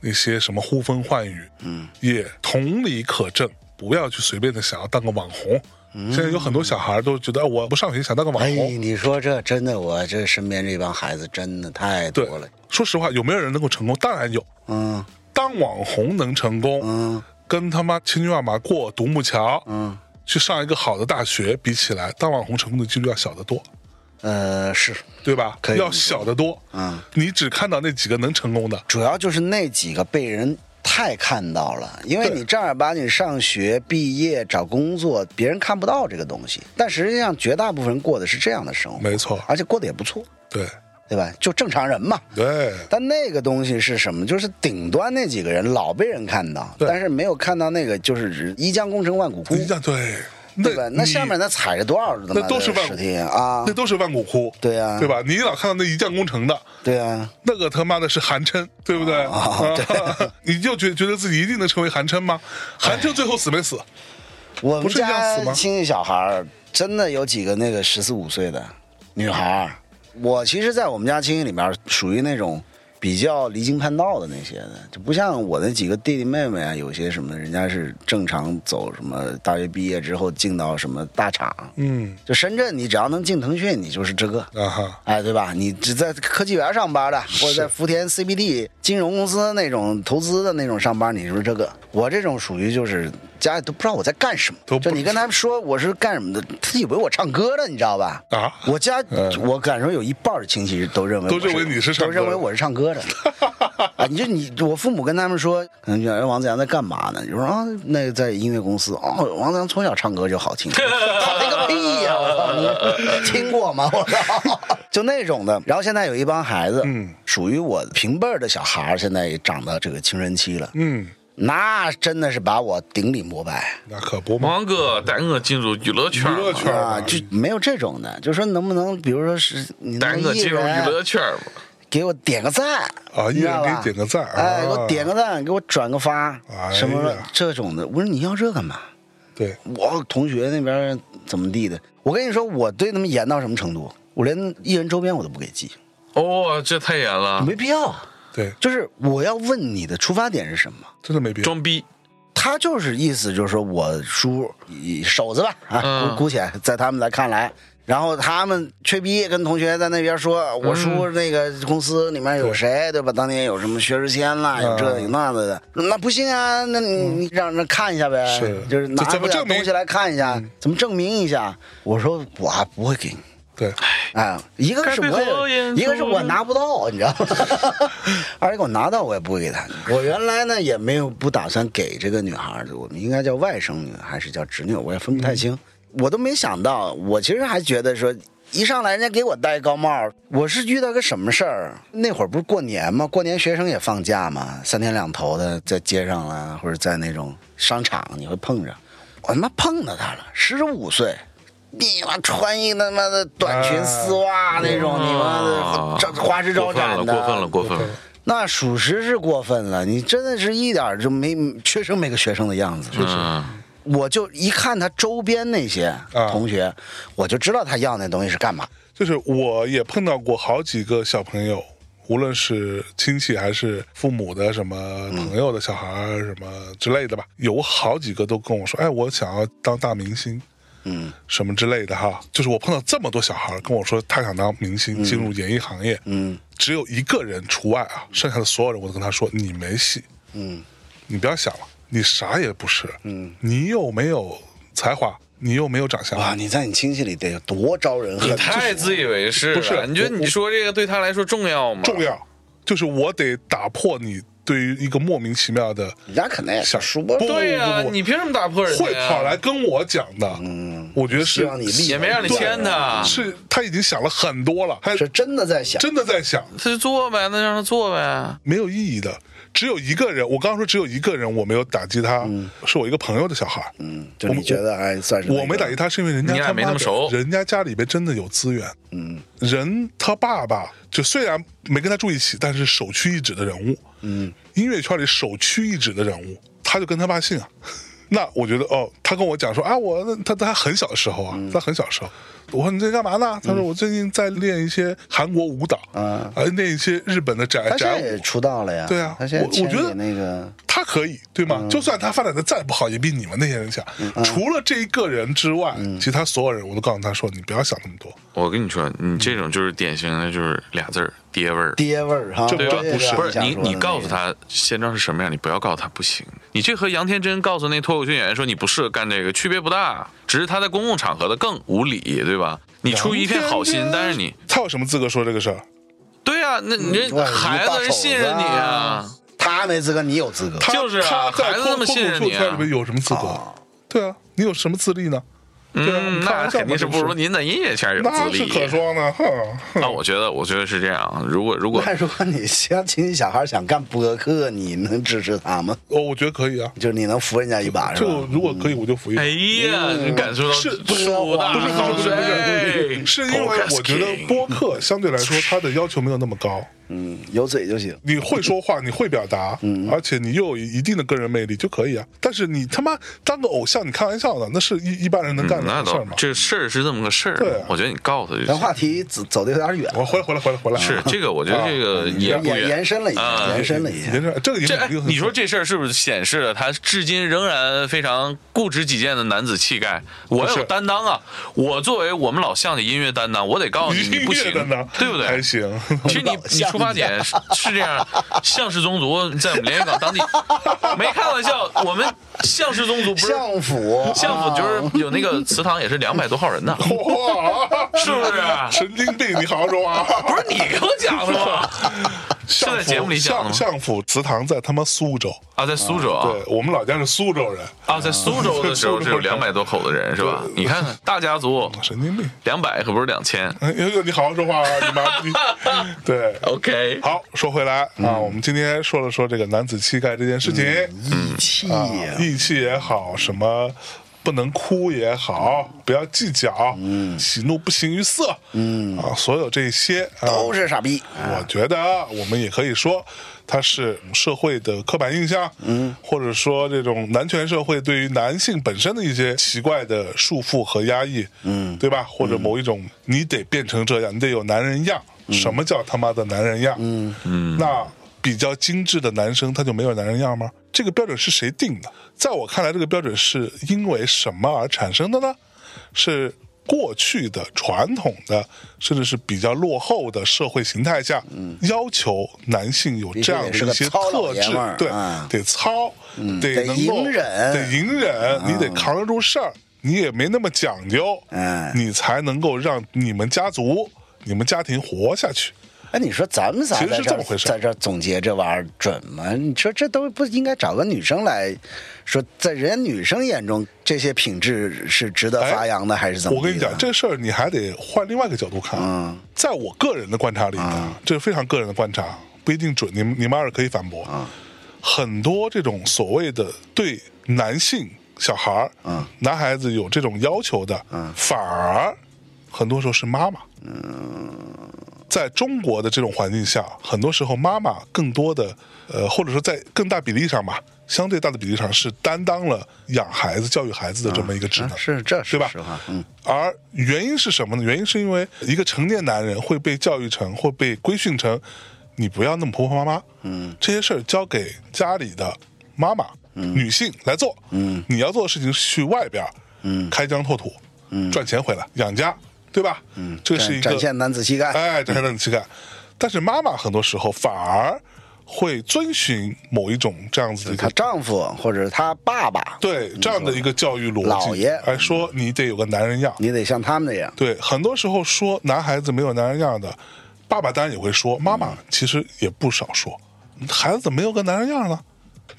Speaker 2: 那些什么呼风唤雨，嗯，也同理可证，不要去随便的想要当个网红。现在有很多小孩都觉得，哎我不上学想当个网
Speaker 3: 哎，
Speaker 2: 红。
Speaker 3: 你说这真的，我这身边这帮孩子真的太
Speaker 2: 对
Speaker 3: 多了。，
Speaker 2: 说实话，有没有人能够成功？当然有，
Speaker 3: 嗯
Speaker 2: 当网红能成功，
Speaker 3: 嗯，
Speaker 2: 跟他妈千军万马过独木桥，
Speaker 3: 嗯，
Speaker 2: 去上一个好的大学比起来，当网红成功的几率要小得多，
Speaker 3: 呃，是，
Speaker 2: 对吧？
Speaker 3: 可以
Speaker 2: 要小得多。
Speaker 3: 嗯，
Speaker 2: 你只看到那几个能成功的，
Speaker 3: 主要就是那几个被人太看到了，因为
Speaker 2: 对
Speaker 3: 你正儿八经上学、毕业、找工作，别人看不到这个东西。但实际上，绝大部分人过的是这样的生活，
Speaker 2: 没错，
Speaker 3: 而且过得也不错，
Speaker 2: 对
Speaker 3: 对吧？就正常人嘛。
Speaker 2: 对，
Speaker 3: 但那个东西是什么？就是顶端那几个人老被人看到，
Speaker 2: 对
Speaker 3: 但是没有看到那个就是一将功成万骨枯，
Speaker 2: 你像对，
Speaker 3: 对吧？那
Speaker 2: 你
Speaker 3: 下面那踩着多少他妈
Speaker 2: 那都是万
Speaker 3: 尸体啊
Speaker 2: 那？都是万骨枯，
Speaker 3: 对啊
Speaker 2: 对吧？你老看到那一将功成的，
Speaker 3: 对啊，
Speaker 2: 那个他妈的是韩琛，对不对？啊 你就觉觉得自己一定能成为韩琛吗？韩琛最后死没死？
Speaker 3: 我
Speaker 2: 不
Speaker 3: 们
Speaker 2: 是这样
Speaker 3: 家
Speaker 2: 死吗
Speaker 3: 亲戚小孩儿真的有几个那个十四五岁的女孩儿。我其实，在我们家亲戚里面，属于那种比较离经叛道的那些的，就不像我那几个弟弟妹妹啊，有些什么人家是正常走什么大学毕业之后进到什么大厂，
Speaker 2: 嗯
Speaker 3: 就深圳，你只要能进腾讯，你就是这个。
Speaker 2: 啊哈，
Speaker 3: 哎，对吧？你只在科技园上班的，或者在福田 CBD 金融公司那种投资的那种上班，你是不是这个？我这种属于就是家里都不知道我在干什么
Speaker 2: 都，不
Speaker 3: 就你跟他们说我是干什么的，他以为我唱歌的，你知道吧？
Speaker 2: 啊
Speaker 3: 我家、我感受有一半儿亲戚都认为
Speaker 2: 都
Speaker 3: 呃我
Speaker 2: 认为你是唱
Speaker 3: 都
Speaker 2: 歌的
Speaker 3: 认为我是 唱歌的。啊，你就你我父母跟他们说，可能就哎王子阳在干嘛呢？就说啊，那个在音乐公司哦，王子阳从小唱歌就 好听，好听个屁呀、我操你听过吗？我操，就那种的。然后现在有一帮孩子，
Speaker 2: 嗯，
Speaker 3: 属于我平辈儿的小孩儿，现在也长到这个青春期了，
Speaker 2: 嗯，
Speaker 3: 那真的是把我顶礼膜拜。
Speaker 2: 那可不嘛，
Speaker 1: 王哥带我进入娱乐圈
Speaker 2: 娱乐
Speaker 1: 儿嘛，
Speaker 2: 圈儿
Speaker 3: 啊，
Speaker 2: 嘛
Speaker 3: 就没有这种的，就说能不能，比如说是你
Speaker 1: 带
Speaker 3: 能
Speaker 1: 我
Speaker 3: 艺
Speaker 1: 进入娱
Speaker 3: 人
Speaker 1: 乐圈儿嘛，
Speaker 3: 给我点个赞
Speaker 2: 啊
Speaker 3: 你知道吧
Speaker 2: 一人给点个赞
Speaker 3: 哎，
Speaker 2: 啊
Speaker 3: 给我点个赞，给我转个发，
Speaker 2: 哎呀
Speaker 3: 什么这种的。我说你要这干嘛？
Speaker 2: 对，
Speaker 3: 我同学那边怎么地的？我跟你说，我对他们严到什么程度？我连艺人周边我都不给寄，
Speaker 1: 哦，这太严了，
Speaker 3: 没必要。
Speaker 2: 对，
Speaker 3: 就是我要问你的出发点是什么？
Speaker 2: 真的没必要。
Speaker 1: 装逼，
Speaker 3: 他就是意思就是说我叔以手子吧啊，
Speaker 1: 嗯
Speaker 3: 姑姑且在他们来看来，然后他们吹逼跟同学在那边说，
Speaker 2: 嗯
Speaker 3: 我叔那个公司里面有谁对吧？当年有什么薛之谦
Speaker 2: 嗯
Speaker 3: 啦，有这有那的的，那不信啊，那你你让人看一下呗，
Speaker 2: 嗯是
Speaker 3: 就是拿
Speaker 2: 这怎么
Speaker 3: 出点
Speaker 2: 证明嗯
Speaker 3: 东西来看一下，怎么证明一下？我说我还不会给你。
Speaker 2: 对，
Speaker 3: 啊，一个是
Speaker 1: 该
Speaker 3: 我
Speaker 1: 被火
Speaker 3: 也，
Speaker 1: 焰
Speaker 3: 一个是
Speaker 1: 灼
Speaker 3: 我
Speaker 1: 热
Speaker 3: 拿不到，你知道吗？而且给我拿到，我也不会给她。我原来呢也没有不打算给这个女孩儿的，我们应该叫外甥女还是叫侄女，我也分
Speaker 1: 嗯
Speaker 3: 不太清。我都没想到，我其实还觉得说。一上来人家给我戴高帽儿，我是遇到个什么事儿？那会儿不是过年嘛，过年学生也放假嘛，三天两头的在街上啦，或者在那种商场你会碰着。我他妈碰到他了，十五岁，你妈啊穿一他妈的短裙丝袜那种，你妈的这花枝招展的，
Speaker 1: 啊过分了，过分了，过分了，
Speaker 3: 那属实是过分了，你真的是一点儿就没学生没个学生的样子。
Speaker 1: 嗯，
Speaker 3: 我就一看他周边那些同学，我就知道他要那东西是干嘛。
Speaker 2: 就是我也碰到过好几个小朋友，无论是亲戚还是父母的什么朋友的小孩儿什么之类的吧，有好几个都跟我说：“哎，我想要当大明星。”嗯，什么之类的哈，就是我碰到这么多小孩儿跟我说他想当明星，进入演艺行业，嗯，只有一个人除外啊，剩下的所有人我都跟他说你没戏，
Speaker 3: 嗯
Speaker 2: 你不要想了，你啥也不是，嗯，你又没有才华，你又没有长相，
Speaker 3: 哇，你在你亲戚里得有多招人恨？
Speaker 1: 太自以为是
Speaker 2: 不是
Speaker 1: 了。你觉得你说这个对他来说重要吗？
Speaker 2: 重要，就是我得打破你对于一个莫名其妙的
Speaker 3: 人家可能也
Speaker 2: 想
Speaker 3: 说不
Speaker 2: 不
Speaker 3: 出
Speaker 1: 对
Speaker 2: 不
Speaker 1: 呀
Speaker 2: 不，不
Speaker 1: 你凭什么打破人家
Speaker 2: 会
Speaker 1: 呀？
Speaker 2: 跑来跟我讲的，嗯，我觉得
Speaker 3: 希
Speaker 2: 是
Speaker 3: 望你立
Speaker 1: 也没让你
Speaker 2: 对
Speaker 1: 签他，
Speaker 2: 是他已经想了很多了，他
Speaker 3: 是真的在想，
Speaker 2: 真的在想，
Speaker 1: 他就做呗，那让他做呗。
Speaker 2: 没有意义的。只有一个人，我刚刚说只有一个人，我没有打击他，
Speaker 3: 嗯
Speaker 2: 是我一个朋友的小孩，嗯，
Speaker 3: 就你觉得还算是那个
Speaker 2: 我没打击他是因为人家
Speaker 1: 你俩
Speaker 2: 他妈
Speaker 1: 没那么
Speaker 2: 的
Speaker 1: 熟
Speaker 2: 人家家里边真的有资源，嗯，人他爸爸就虽然没跟他住一起，但是首屈一指的人物，嗯，音乐圈里首屈一指的人物，他就跟他爸姓啊。 那我觉得哦，他跟我讲说啊，我他他很小的时候啊，他很小的时候，我说你在干嘛呢？他说我最近在练一些韩国舞蹈，啊、练一些日本的宅
Speaker 3: 他
Speaker 2: 宅
Speaker 3: 现在
Speaker 2: 舞
Speaker 3: 也，出道了呀。
Speaker 2: 哎对啊
Speaker 3: 他现在
Speaker 2: 我我觉得
Speaker 3: 签给那个
Speaker 2: 他可以，对吗？就算他发展的再不好，也比你们那些人强。除了这一个人之外，其他所有人我都告诉他说，你不要想那么多。
Speaker 1: 我跟你说，你这种就是典型的，就是俩字儿爹味儿。
Speaker 3: 爹味儿哈，
Speaker 2: 这
Speaker 1: 对吧？
Speaker 2: 不是
Speaker 1: 不是你，你告诉，他现状是什么样，你不要告诉他不行。你这和杨天真告诉那脱口秀演员说你不适合干这个区别不大，只是他在公共场合的更无理，对吧？你出于一片好心，但是你
Speaker 2: 他有什么资格说这个事儿？
Speaker 1: 对啊，那你
Speaker 3: 嗯
Speaker 1: 这孩子人信任你啊，
Speaker 3: 他没资格，你有资格。
Speaker 2: 他
Speaker 1: 就是啊
Speaker 2: 他在
Speaker 1: 孩子
Speaker 2: 脱
Speaker 1: 那么
Speaker 2: 脱口
Speaker 1: 信任
Speaker 2: 秀
Speaker 1: 你啊
Speaker 2: 圈里面有什么资格？对啊，你有什么资历呢？对啊，
Speaker 1: 嗯，
Speaker 2: 你开玩
Speaker 1: 那
Speaker 2: 笑
Speaker 1: 肯
Speaker 2: 吗
Speaker 1: 定是不如。您在音乐圈有
Speaker 2: 这那
Speaker 1: 资
Speaker 2: 是
Speaker 1: 历。
Speaker 2: 可说呢，哼，
Speaker 1: 那我觉得，我觉得是这样。如果如果
Speaker 3: 那如果你相亲小孩想干播客，你能支持他吗？
Speaker 2: 哦，我觉得可以啊。
Speaker 3: 就是你能扶人家一把是
Speaker 2: 就
Speaker 3: 吧？
Speaker 2: 如果可以，我就服一
Speaker 1: 哎
Speaker 2: 服。
Speaker 1: 呀，你感受到
Speaker 2: 嗯是不
Speaker 3: 是
Speaker 1: 树大哎
Speaker 2: 不是不是
Speaker 1: 招
Speaker 2: 不是
Speaker 1: 谁？
Speaker 2: 不是，是因为我觉得播客相对来说它的要求没有那么高。
Speaker 3: 嗯，有嘴就行。
Speaker 2: 你会说话，你会表达，
Speaker 1: 嗯
Speaker 2: 而且你又有一定的个人魅力就可以啊。但是你他妈当个偶像，你开玩笑呢？那是一一般人能干
Speaker 1: 嗯
Speaker 2: 的
Speaker 1: 那
Speaker 2: 事儿
Speaker 1: 倒
Speaker 2: 吗，？
Speaker 1: 这事儿是这么个事
Speaker 2: 对
Speaker 1: 儿
Speaker 2: 啊。
Speaker 1: 我觉得你告诉他就
Speaker 3: 咱
Speaker 1: 行。
Speaker 3: 话题走走的有点远，
Speaker 2: 我回来，回来，回来，回来。
Speaker 1: 是这个，我
Speaker 2: 啊
Speaker 1: 觉得这个
Speaker 2: 嗯
Speaker 1: 也
Speaker 3: 延
Speaker 1: 不远
Speaker 3: 延伸了一下，
Speaker 1: 啊
Speaker 3: 延伸了一下
Speaker 2: 你。这这个影
Speaker 1: 这
Speaker 2: 响
Speaker 1: 哎
Speaker 2: 力很
Speaker 1: 你说这事儿是不是显示了他至今仍然非常固执己见的男子气概？我
Speaker 2: 不
Speaker 1: 有
Speaker 2: 是
Speaker 1: 担当啊！我作为我们老乡的音乐担当，我得告诉你，
Speaker 2: 音
Speaker 1: 你不行
Speaker 2: 乐的呢，，
Speaker 1: 对不
Speaker 2: 还
Speaker 1: 对？
Speaker 2: 行，
Speaker 1: 其实你你出发点是是这样，向氏宗族在我们连云港当地，没开玩笑，我们向氏宗族不是
Speaker 3: 相府，啊
Speaker 1: 相府
Speaker 2: 啊
Speaker 1: 就是有那个祠堂，也是两百多号人呢，
Speaker 2: 哇，
Speaker 1: 是不是？
Speaker 2: 神经病！你好好说话。
Speaker 1: 不是你给我讲的吗？是
Speaker 2: 相
Speaker 1: 在
Speaker 2: 府
Speaker 1: 节目里讲的
Speaker 2: 相
Speaker 1: 吗？
Speaker 2: 相府祠堂在他妈苏州，
Speaker 1: 啊，在苏州啊，
Speaker 2: 对我们老家是苏州人，
Speaker 1: 啊，在苏州的时候是有两百多口的人是吧？你看看大家族，
Speaker 2: 神经病。
Speaker 1: 两百可不是两千。
Speaker 2: 哎呦呦，你好好说话啊，你妈逼！ 对，
Speaker 1: OK，
Speaker 2: 好，说回来啊，我们今天说
Speaker 1: 嗯
Speaker 2: 了说这个男子气概这件事情，
Speaker 3: 义气
Speaker 2: 啊，义气也好，什么不能哭也好，不要计较，嗯，喜怒不形于色，嗯啊，所有这些啊
Speaker 3: 都是傻逼。
Speaker 2: 我觉得啊我们也可以说，它是社会的刻板印象，嗯，或者说这种男权社会对于男性本身的一些奇怪的束缚和压抑，嗯，对吧？或者某一种你得变成这样，你得有男人样。什么叫他妈的男人样？嗯嗯，那比较精致的男生他就没有男人样吗？这个标准是谁定的？在我看来，这个标准是因为什么而产生的呢？是过去的传统的，甚至是比较落后的社会形态下，要求男性有这样的一
Speaker 3: 必
Speaker 2: 些
Speaker 3: 须嗯得是个糙老
Speaker 2: 特
Speaker 3: 爷
Speaker 2: 质
Speaker 3: 们儿，
Speaker 2: 对
Speaker 3: 啊，嗯
Speaker 2: 得糙，得
Speaker 3: 得
Speaker 2: 能够
Speaker 3: 隐忍啊
Speaker 2: 得隐忍，你得扛得住事儿，你也没那么讲究，
Speaker 3: 嗯
Speaker 2: 你才能够让你们家族、你们家庭活下去。
Speaker 3: 哎，你说咱们仨
Speaker 2: 其实
Speaker 3: 在
Speaker 2: 是
Speaker 3: 这
Speaker 2: 这
Speaker 3: 儿
Speaker 2: 么回事
Speaker 3: 在这儿总结这玩意儿准吗？你说这都不应该找个女生来说，在人家女生眼中这些品质是值得
Speaker 2: 哎
Speaker 3: 发扬的，还是怎么地
Speaker 2: 我
Speaker 3: 的？
Speaker 2: 跟你讲，这事儿你还得换另外一个角度看。
Speaker 3: 嗯
Speaker 2: 在我个人的观察里啊，这是非常个人的观察，不一定准。你们你们二可以反驳。
Speaker 3: 嗯
Speaker 2: 很多这种所谓的对男性小孩儿、
Speaker 3: 嗯
Speaker 2: 男孩子有这种要求的，反而很多时候是妈妈。
Speaker 3: 嗯
Speaker 2: 在中国的这种环境下，很多时候妈妈更多的，呃，或者说在更大比例上吧，相对大的比例上是担当了养孩子、教育孩子的这么一个职能。
Speaker 3: 啊是这是
Speaker 2: 对吧
Speaker 3: 实话，嗯，
Speaker 2: 而原因是什么呢？原因是因为一个成年男人会被教育成，会被规训成，你不要那么婆婆妈妈，嗯，这些事儿交给家里的妈妈、女性来做，嗯，你要做的事情是去外边，嗯，开疆拓土，嗯，赚钱回来养家，对吧？嗯，这是一
Speaker 3: 展
Speaker 2: 个
Speaker 3: 展现男子气概。
Speaker 2: 哎，这还能气概。但是妈妈很多时候反而会遵循某一种这样子的一
Speaker 3: 她
Speaker 2: 个
Speaker 3: 丈夫或者她爸爸，
Speaker 2: 对这样的一个教育逻辑，
Speaker 3: 老爷
Speaker 2: 哎，说你得有个男人样。
Speaker 3: 你得像他们这样。
Speaker 2: 对，很多时候说男孩子没有男人样的，爸爸当然也会说，妈妈其实也不少说，孩子怎么没有个男人样呢？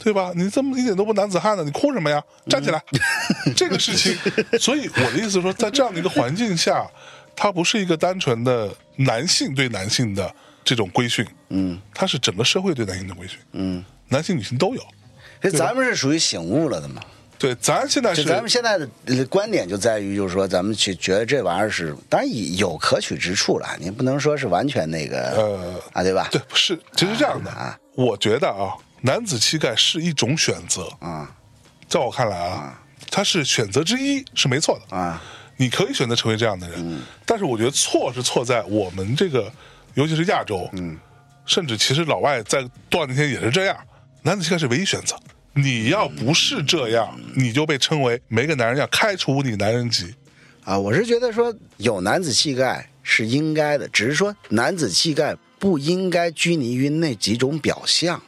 Speaker 2: 对吧？你这么一点都不男子汉呢，你哭什么呀？站起来！ 这个事情，所以我的意思是说，在这样的一个环境下，它不是一个单纯的男性对男性的这种规训，嗯，它是整个社会对男性的规训，嗯，男性女性都有。
Speaker 3: 所以咱们是属于醒悟了的嘛？
Speaker 2: 对，咱现在
Speaker 3: 就是咱们现在的呃观点就在于，就是说咱们去觉得这玩意儿是，当然也有可取之处了，你不能说是完全那个，
Speaker 2: 呃
Speaker 3: 啊，对吧？
Speaker 2: 对，不是，其实这样的，
Speaker 3: 啊
Speaker 2: 我觉得啊，男子气概是一种选择，
Speaker 3: 啊
Speaker 2: 在我看来啊，它是选择之一，是没错的。
Speaker 3: 啊，嗯
Speaker 2: 你可以选择成为这样的人，但是我觉得错是错在我们这个，尤其是亚洲，嗯，甚至其实老外在多少年前也是这样，男子气概是唯一选择。你要不是这样，你就被称为没个男人样，开除你男人籍。
Speaker 3: 啊，我是觉得说有男子气概是应该的，只是说男子气概不应该拘泥于那几种表象，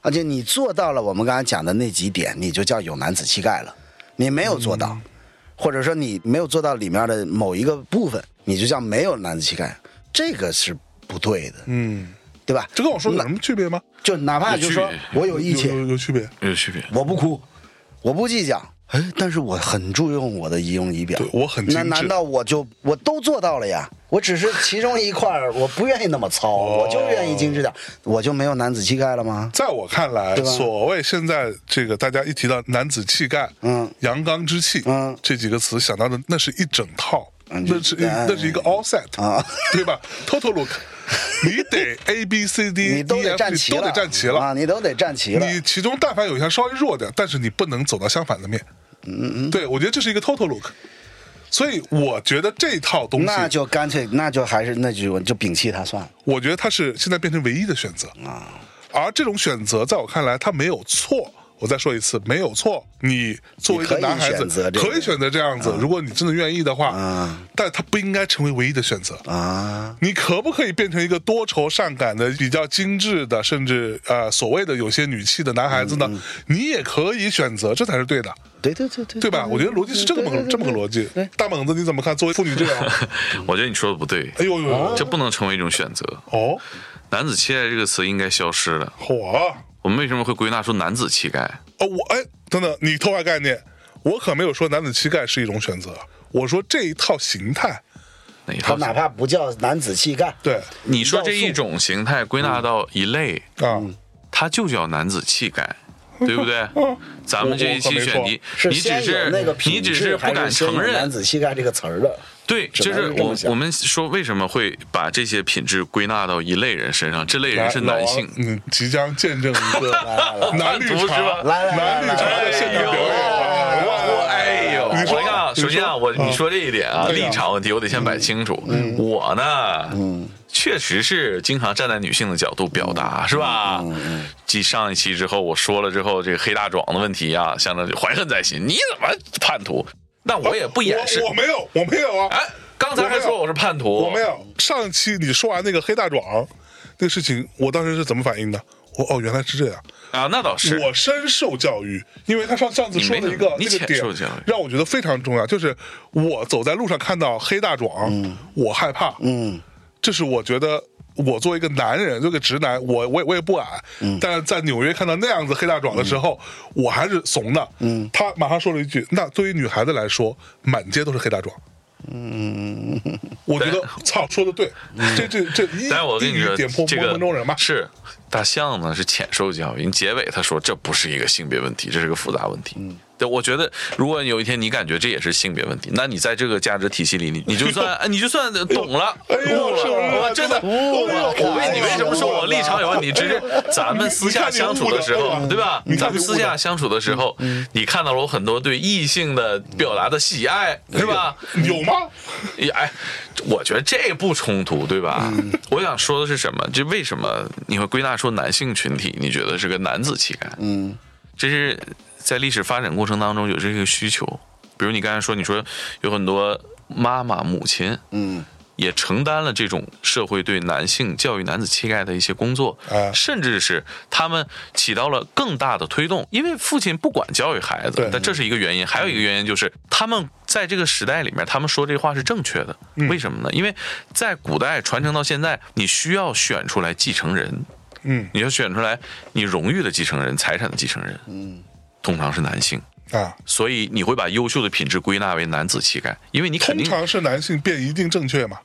Speaker 3: 而且你做到了我们刚才讲的那几点，你就叫有男子气概了。你没有做到，
Speaker 2: 嗯
Speaker 3: 或者说你没有做到里面的某一个部分，你就叫没有男子气概，这个是不对的，
Speaker 2: 嗯，
Speaker 3: 对吧？
Speaker 2: 这跟我说有什么区别吗？
Speaker 3: 就哪怕就说
Speaker 1: 有区
Speaker 3: 我有
Speaker 2: 有
Speaker 3: 义气，
Speaker 2: 有有区别。
Speaker 1: 有区别。
Speaker 3: 我不哭，我不计较。哎，但是我很注重我的仪容仪表，
Speaker 2: 对我很
Speaker 3: 那
Speaker 2: 精致
Speaker 3: 难道我就我都做到了呀？我只是其中一块儿，我不愿意那么糙，
Speaker 2: 哦
Speaker 3: 我就愿意精致点儿，我就没有男子气概了吗？
Speaker 2: 在我看来，
Speaker 3: 对吧
Speaker 2: 所谓现在这个大家一提到男子气概、
Speaker 3: 嗯
Speaker 2: 阳刚之气、
Speaker 3: 嗯
Speaker 2: 这几个词，想到的那是一整套，那是一
Speaker 3: 哎
Speaker 2: 那是一个 all set，、
Speaker 3: 啊
Speaker 2: 对吧？Total look，你得 A B C D，
Speaker 3: 你都
Speaker 2: E,
Speaker 3: 得
Speaker 2: F,
Speaker 3: 站
Speaker 2: 你
Speaker 3: 齐
Speaker 2: 都
Speaker 3: 了，
Speaker 2: 得站齐了。
Speaker 3: 啊，你都得站齐了。
Speaker 2: 你其中但凡有一项稍微弱点，但是你不能走到相反的面。嗯嗯，对我觉得这是一个 total look，所以我觉得这套东西
Speaker 3: 那就干脆，那就还是那句，我就摒弃它算了。
Speaker 2: 我觉得它是现在变成唯一的选择啊。而这种选择，在我看来，它没有错。我再说一次，没有错。你作为一个
Speaker 3: 你可以
Speaker 2: 男孩
Speaker 3: 选择
Speaker 2: 子，
Speaker 3: 这个
Speaker 2: 可以选择这样子，如果你真的愿意的话，
Speaker 3: 啊
Speaker 2: 但它不应该成为唯一的选择。
Speaker 3: 啊，
Speaker 2: 你可不可以变成一个多愁善感的、比较精致的，甚至呃所谓的有些女气的男孩子
Speaker 3: 嗯
Speaker 2: 呢？你也可以选择，这才是对的，
Speaker 3: 对对对对，
Speaker 2: 对吧？我觉得逻辑是这么
Speaker 3: 嗯对
Speaker 2: 个这么个逻。辑。大猛子，你怎么看？作为妇女这样，
Speaker 1: 我觉得你说的不对，
Speaker 2: 哎呦呦 呦，
Speaker 1: 这不能成为一种选择。
Speaker 2: 哦，
Speaker 1: 男子气概这个词应该消失了。
Speaker 2: 火！啊
Speaker 1: 我们为什么会归纳出男子气概？
Speaker 2: 哦，我哎，等等，你偷换概念，我可没有说男子气概是一种选择，我说这一套形态，
Speaker 1: 哪一
Speaker 3: 他
Speaker 1: 套？
Speaker 3: 哪怕不叫男子气概，
Speaker 2: 对
Speaker 1: 你
Speaker 3: 嗯
Speaker 1: 说这一种形态归纳到一类，
Speaker 2: 啊，
Speaker 1: 它就叫男子气概。
Speaker 2: 嗯
Speaker 1: 对不对？咱们这一期选题，
Speaker 3: 是
Speaker 1: 你只
Speaker 3: 先有
Speaker 1: 是
Speaker 3: 那个品
Speaker 1: 你只
Speaker 3: 质
Speaker 1: 不
Speaker 3: 还
Speaker 1: 敢
Speaker 3: 先有
Speaker 1: 承认
Speaker 3: 男子气概这个词儿的，
Speaker 1: 对，
Speaker 3: 只
Speaker 1: 就
Speaker 3: 能
Speaker 1: 是
Speaker 3: 是这么
Speaker 1: 我
Speaker 3: 想
Speaker 1: 我们说为什么会把这些品质归纳到一类人身上？这类人是
Speaker 2: 来
Speaker 1: 男
Speaker 2: 老
Speaker 1: 性
Speaker 2: 王，你即将见证一个男绿
Speaker 1: 毒是
Speaker 2: 茶
Speaker 1: 吧，
Speaker 3: 来来来
Speaker 2: 男绿茶
Speaker 3: 来
Speaker 2: 的
Speaker 3: 来
Speaker 2: 现场
Speaker 3: 来
Speaker 2: 表演。啊
Speaker 3: 来
Speaker 2: 哇
Speaker 1: 我哎呦，
Speaker 2: 你说
Speaker 1: 我看，首先啊，我你说这一点啊，
Speaker 2: 对嗯呀
Speaker 1: 立场问题，我得先摆清楚。我
Speaker 2: 嗯
Speaker 1: 呢，确实是经常站在女性的角度表达，
Speaker 2: 嗯
Speaker 1: 是吧？继上一期之后，我说了之后，这个黑大壮的问题啊，相当于怀恨在心，你怎么叛徒？那我也不掩饰
Speaker 2: 我，我没有，我没有啊
Speaker 1: 哎，，刚才还说我是叛徒，
Speaker 2: 我没有。上一期你说完那个黑大壮那个事情，我当时是怎么反应的？我哦，原来是这样。
Speaker 1: 啊，那倒是，
Speaker 2: 我深受教育，因为他上上次说的
Speaker 1: 你
Speaker 2: 一个
Speaker 1: 没
Speaker 2: 那个
Speaker 1: 怎么你
Speaker 2: 点
Speaker 1: 浅受教育，
Speaker 2: 让我觉得非常重要，就是我走在路上看到黑大壮，我害怕，嗯，这是我觉得。我作为一个男人，作为一个直男，我我也我也不矮，但是在纽约看到那样子黑大壮的时候，我还是怂的。嗯，他马上说了一句：“那对于女孩子来说，满街都是黑大壮。”嗯，我觉得操，说的对，这这这一
Speaker 1: 但是我跟
Speaker 2: 一
Speaker 1: 你
Speaker 2: 语
Speaker 1: 说，
Speaker 2: 点破
Speaker 1: 这
Speaker 2: 摩
Speaker 1: 个
Speaker 2: 门中人嘛，
Speaker 1: 是大象呢是浅受教育，你结尾他说这不是一个性别问题，这是个复杂问题。
Speaker 2: 嗯
Speaker 1: 对，我觉得如果有一天你感觉这也是性别问题，那你在这个价值体系里，你你就算哎你就算懂了，
Speaker 2: 哎呦
Speaker 1: 悟
Speaker 2: 是不是
Speaker 1: 了，我真的
Speaker 2: 真的
Speaker 1: 悟了。
Speaker 2: 哎呦哎
Speaker 1: 我为你为什么说我立场有问题？只是咱们私下相处的时
Speaker 2: 你看你
Speaker 1: 候
Speaker 2: 悟，了哎
Speaker 1: 对吧
Speaker 2: 你？
Speaker 1: 咱
Speaker 2: 看你悟了嗯
Speaker 1: 们私下相处的时候，你看到了我很多对异性的表达的喜爱，
Speaker 2: 嗯
Speaker 1: 是
Speaker 2: 哎
Speaker 1: 吧？
Speaker 2: 有吗？
Speaker 1: 呀， 哎，我觉得这不冲突，对吧？我想说的是什么？这为什么你会归纳出男性群体？你觉得是个男子气概？嗯，这是在历史发展过程当中有这个需求。比如你刚才说，你说有很多妈妈、母亲，嗯，也承担了这种社会对男性教育男子气概的一些工作，
Speaker 2: 哎
Speaker 1: 甚至是他们起到了更大的推动。因为父亲不管教育孩子
Speaker 2: 对，
Speaker 1: 嗯但这是一个原因，还有一个原因就是他们在这个时代里面，他们说这话是正确的。
Speaker 2: 嗯
Speaker 1: 为什么呢？因为在古代传承到现在，你需要选出来继承人，
Speaker 2: 嗯
Speaker 1: 你要选出来你荣誉的继承人、财产的继承人，嗯，通常是男性。
Speaker 2: 啊，
Speaker 1: 所以你会把优秀的品质归纳为男子气概，因为你肯
Speaker 2: 通
Speaker 1: 定
Speaker 2: 常是男性便一定正确嘛？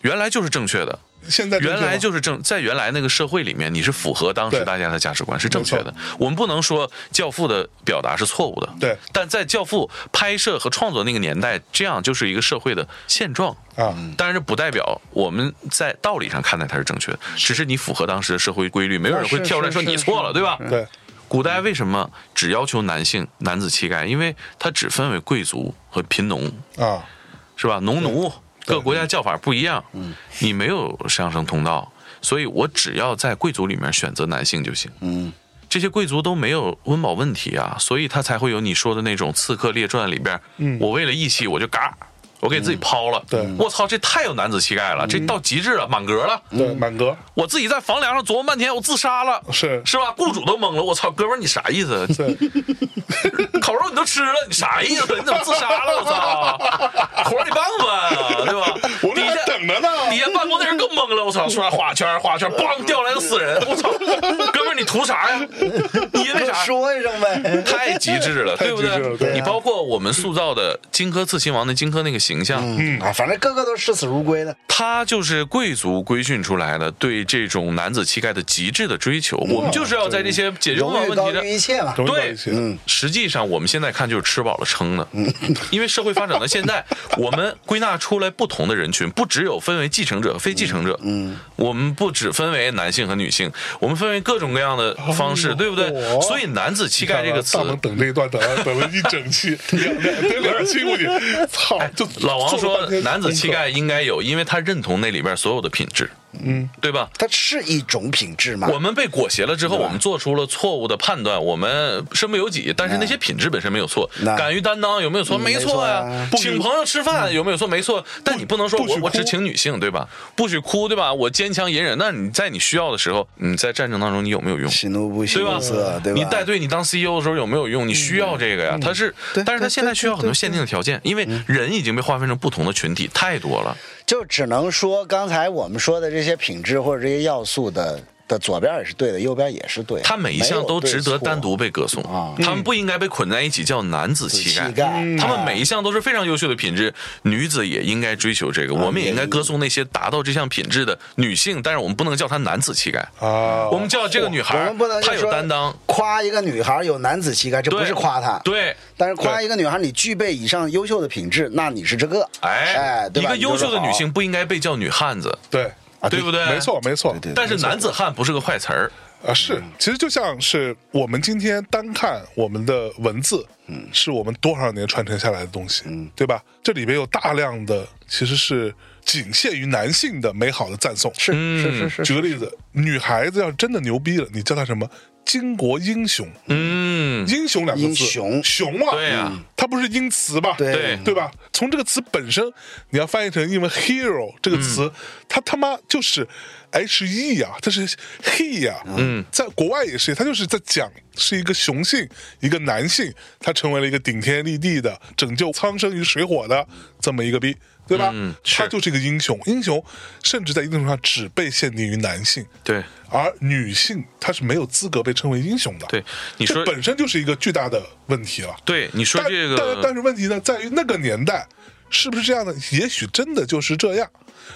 Speaker 1: 原来就是正确的，
Speaker 2: 现在正确
Speaker 1: 原
Speaker 2: 吗
Speaker 1: 来就是正在原来那个社会里面，你是符合当时
Speaker 2: 对
Speaker 1: 大家的价值观，是正确
Speaker 2: 没
Speaker 1: 的。我们不能说《教父》的表达是错误的，
Speaker 2: 对
Speaker 1: 但在《教父》拍摄和创作那个年代，这样就是一个社会的现状。
Speaker 2: 啊，
Speaker 1: 当然，这不代表我们在道理上看待它是正确的，只是你符合当时的社会规律，没有人会跳出来说你错了，对吧？
Speaker 2: 对，
Speaker 1: 古代为什么只要求男性男子气概？因为它只分为贵族和贫农，
Speaker 2: 啊，
Speaker 1: 是吧？农奴各国家叫法不一样，嗯，你没有上升通道，所以我只要在贵族里面选择男性就行，嗯。这些贵族都没有温饱问题啊，所以他才会有你说的那种《刺客列传》里边，嗯、我为了义气我就嘎，我给自己抛了。
Speaker 2: 对
Speaker 1: 我操，这太有男子气概了，这到极致了，满格了。
Speaker 3: 嗯
Speaker 2: 对，满格
Speaker 1: 我自己在房梁上琢磨半天，我自杀了，
Speaker 2: 是
Speaker 1: 是吧？雇主都懵了，我操，哥们儿你啥意思？
Speaker 2: 对，
Speaker 1: 烤肉你都吃了，你啥意思？你怎么自杀了？我操！活儿你办不办啊？对吧？
Speaker 2: 我这
Speaker 1: 底
Speaker 2: 还
Speaker 1: 下
Speaker 2: 等着呢，
Speaker 1: 底下办公那人更懵了，我操！说画圈画圈，梆掉来个死人，我操！哥们儿你图啥呀？你因为啥？
Speaker 3: 说一声呗。
Speaker 1: 太极致了，
Speaker 2: 太
Speaker 1: 对不
Speaker 2: 极致了对啊
Speaker 1: 你包括我们塑造的荆轲刺秦王的荆轲那个形象，
Speaker 3: 嗯啊，反正个个都视死如归的。
Speaker 1: 他就是贵族规训出来的对这种男子气概的极致的追求。
Speaker 2: 嗯
Speaker 1: 我们就是要在这些解决
Speaker 3: 荣
Speaker 1: 温饱问
Speaker 3: 誉高
Speaker 1: 题上
Speaker 3: 于一切嘛。
Speaker 2: 容易到
Speaker 1: 对嗯
Speaker 2: 一起，
Speaker 1: 实际上我们现在看就是吃饱了撑的，因为社会发展到现在，我们归纳出来不同的人群，不只有分为继承者、非继承者，嗯，我们不只分为男性和女性，我们分为各种各样的方式，
Speaker 2: 哦
Speaker 1: 对不对？所以男子气概这个词
Speaker 2: 大。萌等这一段等了等了一 整期，两两得两期估计，操，就
Speaker 1: 老王
Speaker 2: 做
Speaker 1: 说
Speaker 2: 了半天，
Speaker 1: 男子气概应该有，因为他认同那里边所有的品质，嗯，对吧？
Speaker 3: 它是一种品质嘛？
Speaker 1: 我们被裹挟了之后，我们做出了错误的判断，我们身不由己。但是那些品质本身没有错，
Speaker 3: 那
Speaker 1: 敢于担当有没有错？
Speaker 3: 嗯
Speaker 1: 没错啊
Speaker 3: 没错
Speaker 1: 呀
Speaker 3: 呀。
Speaker 2: 不许
Speaker 1: 请朋友吃饭有没有错？没错。但你不能说
Speaker 2: 不许
Speaker 1: 我
Speaker 2: 哭
Speaker 1: 我只请女性对吧？不许哭对吧？我坚强隐忍。那你在你需要的时候，你在战争当中你有没有用？
Speaker 3: 喜怒不喜
Speaker 1: 对吧
Speaker 3: 怒色，对吧？嗯
Speaker 1: 你带队，你当 CEO 的时候有没有用？你需要这个呀，他是，但是他现在需要很多限定的条件，因为
Speaker 3: 嗯
Speaker 1: 人已经被划分成不同的群体，太多了。
Speaker 3: 就只能说刚才我们说的这些品质或者这些要素的的左边也是对的，右边也是对的。
Speaker 1: 他每一项都值得单独被歌颂
Speaker 3: 啊，
Speaker 1: 他们不应该被捆在一起叫男子气
Speaker 3: 没有
Speaker 1: 概
Speaker 3: 对错。盖，
Speaker 1: 他们每一项都是非常优秀的品质，女子也应该追求这
Speaker 3: 啊
Speaker 1: 个，我们也应该歌颂那些达到这项品质的女性，但是我们不能叫她男子气概，
Speaker 2: 啊，
Speaker 1: 我们叫这个女
Speaker 3: 哦我
Speaker 1: 孩
Speaker 3: 们不能，
Speaker 1: 她
Speaker 3: 就
Speaker 1: 有
Speaker 3: 说
Speaker 1: 担当，
Speaker 3: 夸一个女孩有男子气概，这
Speaker 1: 对
Speaker 3: 不是夸她。。
Speaker 1: 对，
Speaker 3: 但是夸一个女孩，你具备以上优秀的品质，那你是这个，
Speaker 1: 哎
Speaker 3: 哎，，对
Speaker 1: 一
Speaker 3: 吧
Speaker 1: 个优秀的女，
Speaker 3: 你就是好
Speaker 1: 性不应该被叫女汉子，
Speaker 2: 对
Speaker 3: 啊
Speaker 1: 对不对？
Speaker 2: 没错没错，
Speaker 3: 对对
Speaker 1: 但是男子汉不是个坏词儿，
Speaker 2: 啊，是，其实就像是我们今天单看我们的文字，嗯，是我们多少年传承下来的东西，嗯，对吧？这里边有大量的其实是仅限于男性的美好的赞颂。
Speaker 3: 是
Speaker 1: 嗯
Speaker 3: 是是是，
Speaker 2: 举个例子，女孩子要是真的牛逼了，你叫她什么？巾帼英雄，
Speaker 1: 嗯，
Speaker 2: 英雄两个字，
Speaker 3: 英雄
Speaker 2: 雄啊，
Speaker 1: 对啊
Speaker 2: 它不是英词吧？
Speaker 3: 对
Speaker 1: 对
Speaker 2: 对吧？从这个词本身，你要翻译成英文 “hero” 这个词，
Speaker 1: 嗯
Speaker 2: 它他妈就是 “h e” 啊，它是 “he” 呀、嗯，在国外也是，它就是在讲是一个雄性，一个男性，他成为了一个顶天立地的、拯救苍生于水火的这么一个逼。对吧？
Speaker 1: 嗯
Speaker 2: 他
Speaker 1: 是
Speaker 2: 就是一个英雄，英雄甚至在一定程度上只被限定于男性，
Speaker 1: 对
Speaker 2: 而女性她是没有资格被称为英雄的。
Speaker 1: 对，你
Speaker 2: 这
Speaker 1: 说
Speaker 2: 本身就是一个巨大的问题了。
Speaker 1: 对，你说
Speaker 2: 但
Speaker 1: 这
Speaker 2: 但但
Speaker 1: 个
Speaker 2: 是问题呢，在于那个年代是不是这样的？也许真的就是这样。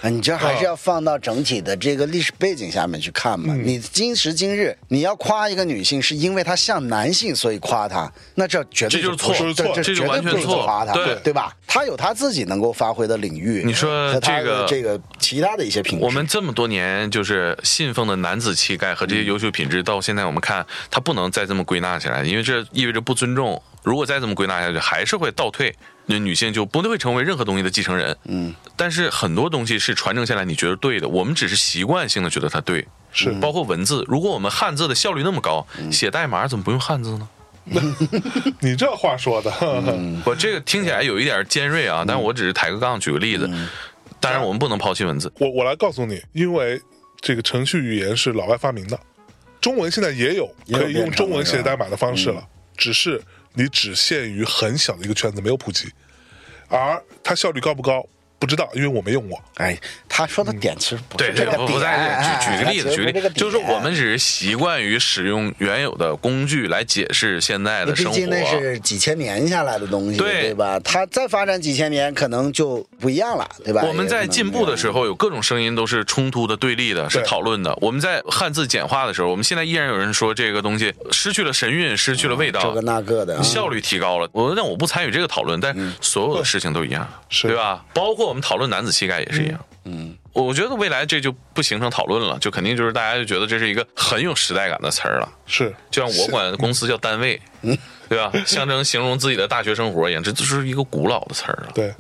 Speaker 3: 哎你这还是要放到整体的这个历史背景下面去看嘛。你今时今日，你要夸一个女性，是因为她像男性，所以夸她，那这绝对
Speaker 1: 这就是
Speaker 3: 不
Speaker 1: 错
Speaker 2: 这
Speaker 3: 这
Speaker 1: 这就
Speaker 3: 绝对
Speaker 1: 完全
Speaker 3: 不是
Speaker 1: 错
Speaker 3: 夸她，
Speaker 1: 对
Speaker 3: 对吧？她有她自己能够发挥的领域，
Speaker 1: 你说
Speaker 3: 和她
Speaker 1: 这
Speaker 3: 的
Speaker 1: 个
Speaker 3: 这个其他的一些品质，
Speaker 1: 我们这么多年就是信奉的男子气概和这些优秀品质，到现在我们看，它不能再这么归纳起来，因为这意味着不尊重。如果再这么归纳下去，还是会倒退，那女性就不会成为任何东西的继承人。嗯，但是很多东西是传承下来，你觉得对的，我们只是习惯性的觉得它对。
Speaker 2: 是
Speaker 1: 包括文字，如果我们汉字的效率那么高，写代码怎么不用汉字呢？
Speaker 2: 你这话说的，呵呵
Speaker 1: 我这个听起来有一点尖锐啊，但是我只是抬个杠举个例子。当然，我们不能抛弃文字。
Speaker 2: 我我来告诉你，因为这个程序语言是老外发明的，中文现在也有
Speaker 3: 也有
Speaker 2: 可以用
Speaker 3: 编程
Speaker 2: 中文
Speaker 3: 是吧
Speaker 2: 写代码的方式
Speaker 1: 嗯
Speaker 2: 了，只是你只限于很小的一个圈子，没有普及。而它效率高不高不知道，因为我没用过。
Speaker 3: 哎，他说的点其实不
Speaker 1: 对
Speaker 3: 是
Speaker 1: 对
Speaker 3: 这，个
Speaker 1: 我不再
Speaker 3: 点，
Speaker 1: 举举个例子，
Speaker 3: 哎
Speaker 1: 举个例子，就是我们。只是习惯于使用原有的工具来解释现在的
Speaker 3: 它其实
Speaker 1: 生
Speaker 3: 不是这个点毕竟那
Speaker 1: 活。
Speaker 3: 是几千年下来的东西，
Speaker 1: 对
Speaker 3: 对吧？它再发展几千年，可能就不一样了，对吧？
Speaker 1: 我们在进步
Speaker 3: 啊
Speaker 1: 的时候，有各种声音都是冲突的、对立的，是
Speaker 2: 对
Speaker 1: 讨论的。我们在汉字简化的时候，我们现在依然有人说这个东西失去了神韵，失去了味
Speaker 3: 这
Speaker 1: 道
Speaker 3: 个，那个嗯的啊，
Speaker 1: 效率提高了。我那我不参与这个讨论，但所有的事情都一样，
Speaker 2: 是
Speaker 1: 对吧？包括我们讨论男子气概也是一样。嗯，我觉得未来这就不形成讨论了，就肯定就是大家就觉得这是一个很有时代感的词儿了。
Speaker 2: 是，
Speaker 1: 就像我管公司叫单位，
Speaker 3: 嗯
Speaker 1: 对吧？ 象征形容自己的大学生活一样，这就是一个古老的词儿了。啊
Speaker 2: 对，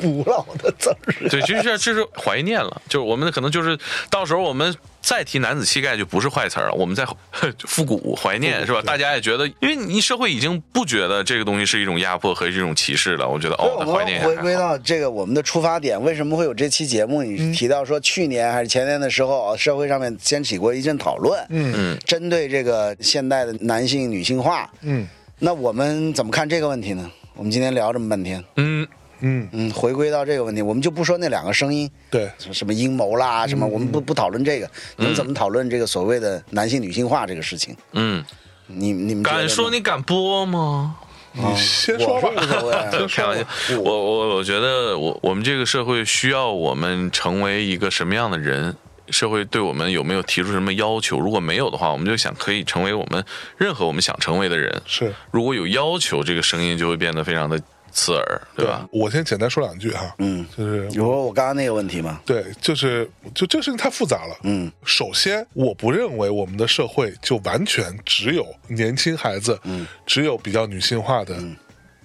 Speaker 3: 古老的字儿。
Speaker 1: 对，就是这是怀念了，就是我们可能就是到时候我们再提男子气概就不是坏词儿了，我们在 复古怀念是吧？大家也觉得，因为你社会已经不觉得这个东西是一种压迫和一种歧视了，我觉得
Speaker 3: 所以
Speaker 1: 哦，
Speaker 3: 我
Speaker 1: 那怀念
Speaker 3: 们
Speaker 1: 一下
Speaker 3: 回
Speaker 1: 还
Speaker 3: 归
Speaker 1: 好
Speaker 3: 到这个我们的出发点，为什么会有这期节目？你提到说去年还是前年的时候，社会上面掀起过一阵讨论，嗯，针对这个现代的男性女性化，
Speaker 2: 嗯
Speaker 3: 那我们怎么看这个问题呢？我们今天聊这么半天，
Speaker 1: 嗯，
Speaker 2: 嗯，
Speaker 3: 嗯，回归到这个问题，我们就不说那两个声音，
Speaker 2: 对，
Speaker 3: 什么什么阴谋啦，什么，我们不不讨论这个，我们怎么讨论这个所谓的男性女性化这个事情？
Speaker 1: 嗯，
Speaker 3: 你你们觉得
Speaker 1: 敢
Speaker 3: 呢
Speaker 1: 说你敢播吗？
Speaker 2: 你先说
Speaker 3: 啊我
Speaker 2: 吧
Speaker 3: 是。无所谓啊，
Speaker 1: 对，开玩笑，我我我觉得我我们这个社会需要我们成为一个什么样的人？社会对我们有没有提出什么要求？如果没有的话，我们就想可以成为我们任何我们想成为的人。
Speaker 2: 是，
Speaker 1: 如果有要求，这个声音就会变得非常的刺耳，对啊吧？
Speaker 2: 我先简单说两句哈，
Speaker 3: 嗯，
Speaker 2: 就是
Speaker 3: 有我刚刚那个问题吗？
Speaker 2: 对，就是就这个事情太复杂了。
Speaker 3: 嗯，
Speaker 2: 首先，我不认为我们的社会就完全只有年轻孩子，嗯，只有比较女性化的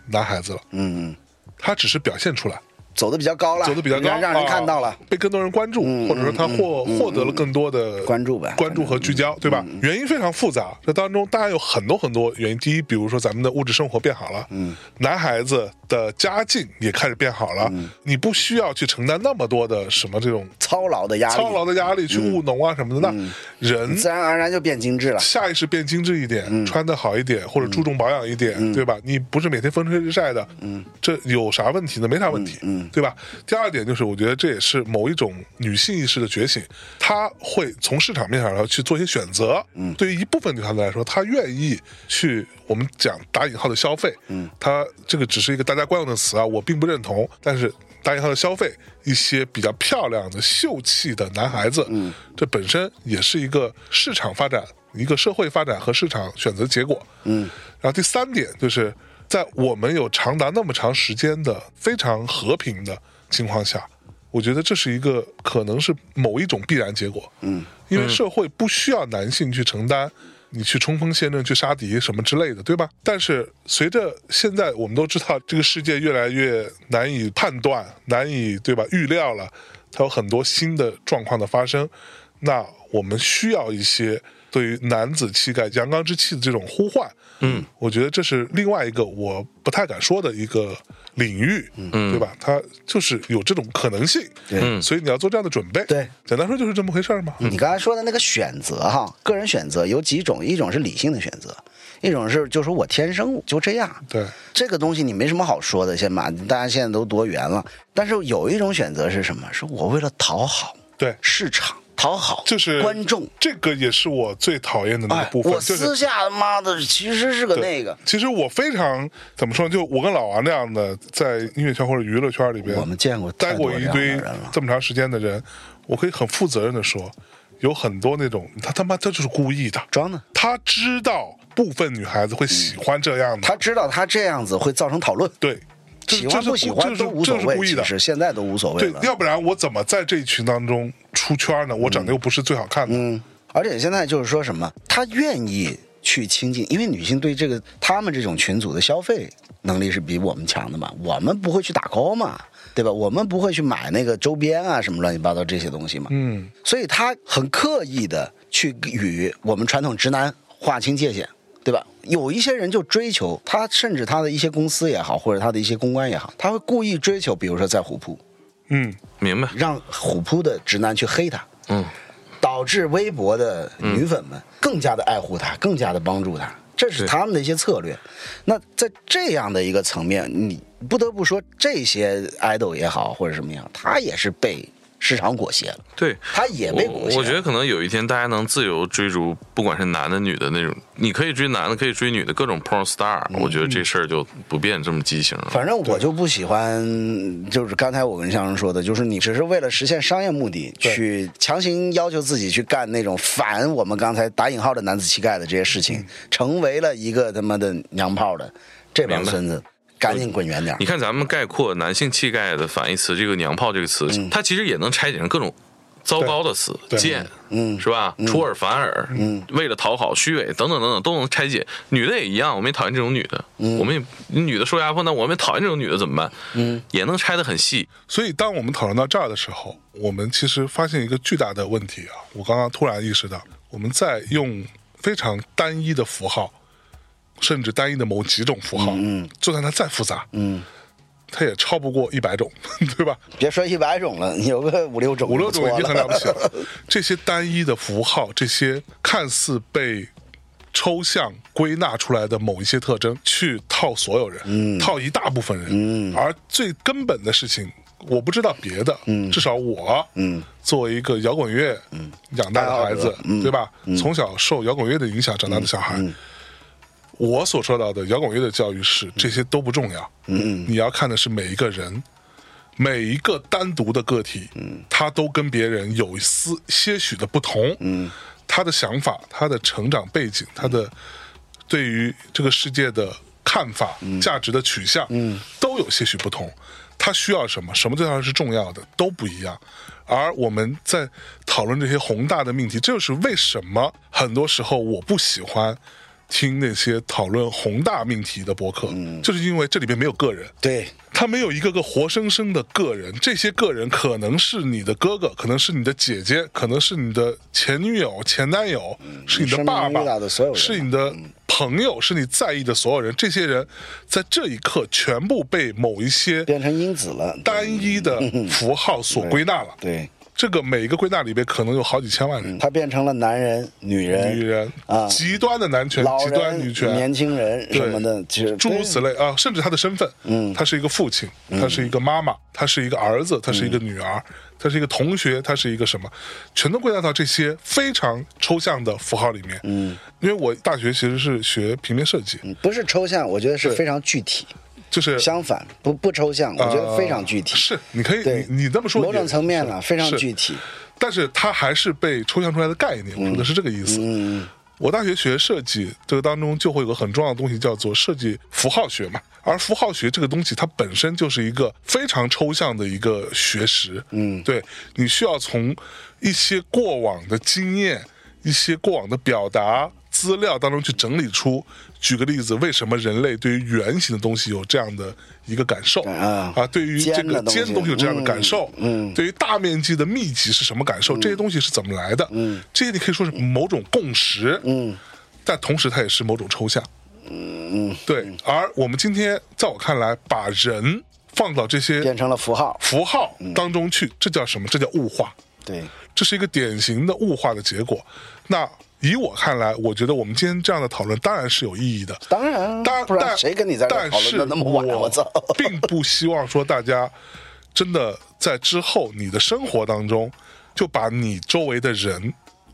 Speaker 2: 男孩子了，
Speaker 3: 嗯，嗯，
Speaker 2: 他只是表现出来，
Speaker 3: 走的比较高了，
Speaker 2: 走的比较高，
Speaker 3: 让让人
Speaker 2: 啊
Speaker 3: 看到了。嗯
Speaker 2: 被更多人关注，或者说他获获得了更多的
Speaker 3: 关注嗯吧
Speaker 2: 关注和聚焦，对吧？原因非常复杂，这当中当然有很多很多原因。第一，比如说咱们的物质生活变好了，嗯，男孩子的家境也开始变好了，你不需要去承担那么多的什么这种
Speaker 3: 操劳嗯的压力，嗯
Speaker 2: 操劳的嗯压力去务农啊什么的，那人
Speaker 3: 自然而然就变精致了。
Speaker 2: 下意识变精致一点，穿的好一点，或者注重保养一点，对吧？你不是每天风吹日晒的，嗯，这有啥问题呢？没啥问题，嗯，对吧？第二点就是，我觉得这也是某一种女性意识的觉醒，她会从市场面上然后去做一些选择，嗯，对于一部分女孩子来说，她愿意去我们讲打引号的消费，嗯，她这个只是一个大家惯用的词啊，我并不认同，但是打引号的消费，一些比较漂亮的、秀气的男孩子，嗯，这本身也是一个市场发展、一个社会发展和市场选择结果，嗯。然后第三点就是在我们有长达那么长时间的非常和平的情况下，我觉得这是一个可能是某一种必然结果，嗯，因为社会不需要男性去承担。你去冲锋陷阵、去杀敌什么之类的，对吧？但是随着现在我们都知道，这个世界越来越难以判断、难以对吧预料了，它有很多新的状况的发生。那我们需要一些对于男子气概、阳刚之气的这种呼唤。嗯，我觉得这是另外一个我不太敢说的一个领域，嗯，对吧？它就是有这种可能性，
Speaker 3: 对
Speaker 2: 所以你要做这样的准备。
Speaker 3: 对，
Speaker 2: 简单说就是这么回事儿嘛。
Speaker 3: 你刚才说的那个选择哈，个人选择有几种，一种是理性的选择，一种是就说我天生就这样。
Speaker 2: 对，
Speaker 3: 这个东西你没什么好说的，先吧，大家现在都多元了。但是有一种选择是什么？是我为了讨好
Speaker 2: 对，
Speaker 3: 市场，讨好
Speaker 2: 就是
Speaker 3: 观众。
Speaker 2: 这个也是我最讨厌的那
Speaker 3: 哎
Speaker 2: 个，部分，
Speaker 3: 我
Speaker 2: 就是
Speaker 3: 私下他妈的其实是个
Speaker 2: 对
Speaker 3: 那个，
Speaker 2: 其实我非常怎么说呢？就我跟老王这样的，在音乐圈或者娱乐圈里边，
Speaker 3: 我们见过
Speaker 2: 待
Speaker 3: 太多
Speaker 2: 过
Speaker 3: 这
Speaker 2: 一
Speaker 3: 样的
Speaker 2: 堆
Speaker 3: 人了。
Speaker 2: 这么长时间的人，我可以很负责任的说，有很多那种他他妈他就是故意的，
Speaker 3: 装的，
Speaker 2: 他知道部分女孩子会喜欢这样的，
Speaker 3: 嗯他知道他这样子会造成讨论，
Speaker 2: 对，这
Speaker 3: 喜欢
Speaker 2: 这是
Speaker 3: 不喜欢
Speaker 2: 这是
Speaker 3: 都无所
Speaker 2: 这是
Speaker 3: 谓，
Speaker 2: 故意
Speaker 3: 其
Speaker 2: 的，
Speaker 3: 实现在都无所谓
Speaker 2: 对
Speaker 3: 了，。
Speaker 2: 要不然我怎么在这一群当中出圈呢？我长得又不是最好看的，
Speaker 3: 嗯，而且现在就是说什么，她愿意去亲近，因为女性对这个她们这种群组的消费能力是比我们强的嘛，我们不会去打 call 嘛，对吧？我们不会去买那个周边啊什么乱七八糟这些东西嘛，
Speaker 2: 嗯，
Speaker 3: 所以她很刻意的去与我们传统直男划清界限。对吧？有一些人就追求他，甚至他的一些公司也好，或者他的一些公关也好，他会故意追求，比如说在虎扑，
Speaker 2: 嗯，
Speaker 1: 明白？
Speaker 3: 让虎扑的直男去黑他，
Speaker 1: 嗯，
Speaker 3: 导致微博的女粉们更加的爱护他，更加的帮助他，这是
Speaker 1: 对
Speaker 3: 他们的一些策略。那在这样的一个层面，你不得不说，这些 idol 也好或者什么也好，他也是被市场裹挟了，
Speaker 1: 对，
Speaker 3: 他也被裹
Speaker 1: 我
Speaker 3: 挟了。
Speaker 1: 我觉得可能有一天大家能自由追逐，不管是男的女的那种，你可以追男的，可以追女的，各种 porn star，、我觉得这事儿就不变这么畸形了。
Speaker 3: 反正我就不喜欢，就是刚才我跟向生说的，就是你只是为了实现商业目的去强行要求自己去干那种反我们刚才打引号的男子气概的这些事
Speaker 2: 嗯
Speaker 3: 情，成为了一个他妈的娘炮的这帮
Speaker 1: 明白
Speaker 3: 孙子，赶紧滚远点儿
Speaker 1: 你看咱们概括男性气概的反义词，这个“娘炮”这个词，它其实也能拆解成各种糟糕的词，
Speaker 2: 对
Speaker 1: 贱，嗯，是吧？出尔反尔，嗯，为了讨好、虚伪等等等等，都能拆解。女的也一样，我们也讨厌这种女的，我们也女的受压迫，那我们也讨厌这种女的怎么办？嗯，也能拆得很细。
Speaker 2: 所以，当我们讨论到这儿的时候，我们其实发现一个巨大的问题啊！我刚刚突然意识到，我们在用非常单一的符号，甚至单一的某几种符号，嗯，就算它再复杂，嗯，它也超不过一百种， 对吧？
Speaker 3: 别说一百种了，有个五六种
Speaker 2: 五
Speaker 3: 就
Speaker 2: 六
Speaker 3: 不
Speaker 2: 种
Speaker 3: 错
Speaker 2: 已经
Speaker 3: 了，
Speaker 2: 很了不起了。这些单一的符号，这些看似被抽象归纳出来的某一些特征，去套所有人，套一大部分人。而最根本的事情，我不知道别的，至少我，作为一个摇滚乐养大的孩子，对吧？从小受摇滚乐的影响长大的小孩。我所受到的摇滚乐的教育是，这些都不重要。嗯，你要看的是每一个人，每一个单独的个体，嗯，他都跟别人有丝些许的不同，嗯，他的想法、他的成长背景、他的对于这个世界的看法、价值的取向，嗯，都有些许不同。他需要什么，什么对他是重要的，都不一样。而我们在讨论这些宏大的命题，这就是为什么很多时候我不喜欢听那些讨论宏大命题的博客，就是因为这里边没有个人，
Speaker 5: 对，
Speaker 2: 他没有一个个活生生的个人，这些个人可能是你的哥哥，可能是你的姐姐，可能是你的前女友、前男友，是你的爸
Speaker 3: 嗯生命中
Speaker 2: 爸，
Speaker 3: 遇到的所有人
Speaker 2: 是你的朋友，是你在意的所有人。这些人在这一刻全部被某一些
Speaker 3: 变成因子了。
Speaker 2: 单一的符号所归纳了。
Speaker 3: 嗯对，
Speaker 2: 这个每一个归纳里边可能有好几千万人，
Speaker 3: 他变成了男人、女人、
Speaker 2: 女人
Speaker 3: 啊
Speaker 2: 极端的男权，
Speaker 3: 老
Speaker 2: 极端
Speaker 3: 人、
Speaker 2: 女权，
Speaker 3: 年轻人什
Speaker 2: 对
Speaker 3: 么的，其实哎
Speaker 2: 诸如此类啊，甚至他的身份，嗯，他是一个父亲，他是一个妈妈，他是一个儿子，他是一
Speaker 3: 嗯
Speaker 2: 个女儿，他是一个同学，他是一个什么，全都归纳到这些非常抽象的符号里面，嗯，因为我大学其实是学平面设计，
Speaker 3: 对嗯不是抽象，我觉得是
Speaker 2: 对
Speaker 3: 非常具体。
Speaker 2: 就是
Speaker 3: 相反，不不抽象，我觉得非常具体。
Speaker 2: 呃是，你可以
Speaker 3: 对，
Speaker 2: 你你这么说也，
Speaker 3: 某种层面了，
Speaker 2: 是
Speaker 3: 非常具。体
Speaker 2: 是。但是它还是被抽象出来的概念，我说的是这个意思。嗯，我大学学设计，这个当中就会有个很重要的东西叫做设计符号学嘛。而符号学这个东西，它本身就是一个非常抽象的一个学识。嗯，对，你需要从一些过往的经验、一些过往的表达资料当中去整理出。举个例子，为什么人类对于圆形的东西有这样的一个感受
Speaker 3: 啊
Speaker 2: 啊？对于
Speaker 3: 尖
Speaker 2: 这
Speaker 3: 的
Speaker 2: 个
Speaker 3: 东
Speaker 2: 尖
Speaker 3: 西
Speaker 2: 的东西有这样的感受，
Speaker 3: 嗯嗯
Speaker 2: 对于大面积的密集是什么感受？这些东西是怎么来的？嗯，这些你可以说是某种共识，嗯，但同时它也是某种抽象，嗯，对。而我们今天在我看来，把人放到这
Speaker 3: 变
Speaker 2: 些
Speaker 3: 成了符号，
Speaker 2: 符号当中去，这叫什么？这叫物化，
Speaker 3: 对，
Speaker 2: 这是一个典型的物化的结果。那以我看来，我觉得我们今天这样的讨论当然是有意义的，
Speaker 3: 当然，
Speaker 2: 但
Speaker 3: 不然
Speaker 2: 但
Speaker 3: 谁跟你在这儿
Speaker 2: 但
Speaker 3: 讨
Speaker 2: 是
Speaker 3: 论的那么晚？我操！
Speaker 2: 并不希望说大家真的在之后你的生活当中，就把你周围的人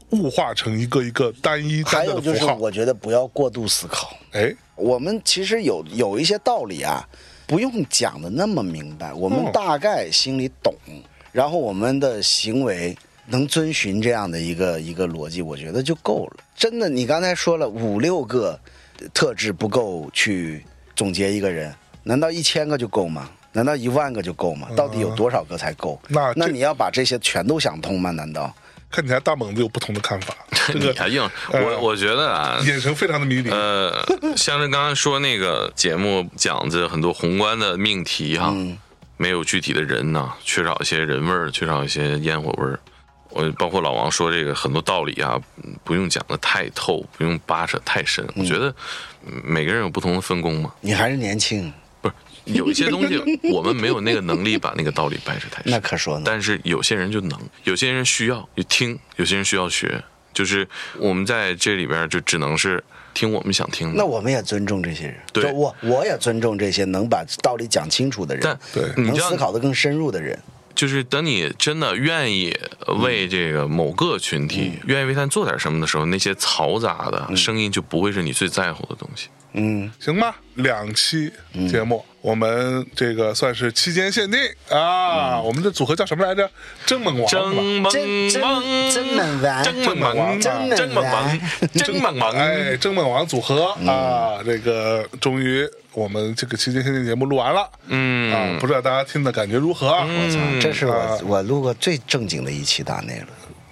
Speaker 2: 物化成一个一个单一
Speaker 3: 还
Speaker 2: 单调
Speaker 3: 有
Speaker 2: 的
Speaker 3: 就是
Speaker 2: 符，号。
Speaker 3: 我觉得不要过度思考。
Speaker 2: 哎，
Speaker 3: 我们其实有有一些道理啊，不用讲的那么明白，我们
Speaker 2: 嗯
Speaker 3: 大概心里懂，然后我们的行为能遵循这样的一个一个逻辑，我觉得就够了。真的，你刚才说了五六个特质不够去总结一个人，难道一千个就够吗？难道一万个就够吗？到底有多少个才够？
Speaker 2: 嗯那
Speaker 3: 那
Speaker 2: 这
Speaker 3: 你要把这些全都想通吗？难道？
Speaker 2: 看起来大猛子有不同的看 法，这
Speaker 1: 你
Speaker 2: 个
Speaker 1: 还硬，
Speaker 2: 呃
Speaker 1: 我我觉得啊，
Speaker 2: 眼神非常的迷离。
Speaker 1: 呃，像是刚刚说那个节目讲的很多宏观的命题哈，没有具体的人呐、缺少一些人味儿，缺少一些烟火味儿。我包括老王说这个很多道理啊，嗯不用讲的太透，不用扒扯太深。我觉得嗯每个人有不同的分工嘛，
Speaker 3: 你还是年轻，
Speaker 1: 不是有一些东西我们没有那个能力把那个道理掰扯太深。
Speaker 3: 那可说呢。
Speaker 1: 但是有些人就能，有些人需要就听，有些人需要学，就是我们在这里边就只能是听我们想听的。
Speaker 3: 那我们也尊重这些人，
Speaker 1: 嗯对
Speaker 3: 就我我也尊重这些能把道理讲清楚的人
Speaker 1: 但，
Speaker 2: 对
Speaker 1: 你
Speaker 3: 能
Speaker 1: 知道
Speaker 3: 思，考的更深入的人。
Speaker 1: 就是等你真的愿意
Speaker 2: 嗯
Speaker 1: 为这个某个群体，愿意为他做点什么的时候，那些嘈杂的
Speaker 2: 嗯
Speaker 1: 声音就不会是你最在乎的东西。
Speaker 3: 嗯，
Speaker 2: 行吧，两期节目，我们这个算是期间限定啊。
Speaker 3: 嗯
Speaker 2: 我们这组合叫什么来着？蒸猛王
Speaker 1: 蒸
Speaker 2: 是吧？
Speaker 1: 猛
Speaker 3: 真真
Speaker 1: 王，
Speaker 3: 真猛王
Speaker 1: 蒸猛王，真
Speaker 2: 真
Speaker 3: 猛王
Speaker 1: 猛王， 真猛王，
Speaker 2: 哎，蒸猛王组合、
Speaker 3: 嗯
Speaker 2: 啊，这个终于我们这个期间限定节目录完了，
Speaker 1: 嗯
Speaker 2: 啊，不知道大家听的感觉如何啊？
Speaker 3: 我操，这是
Speaker 2: 啊
Speaker 3: 我我录过最正经的一期大内了。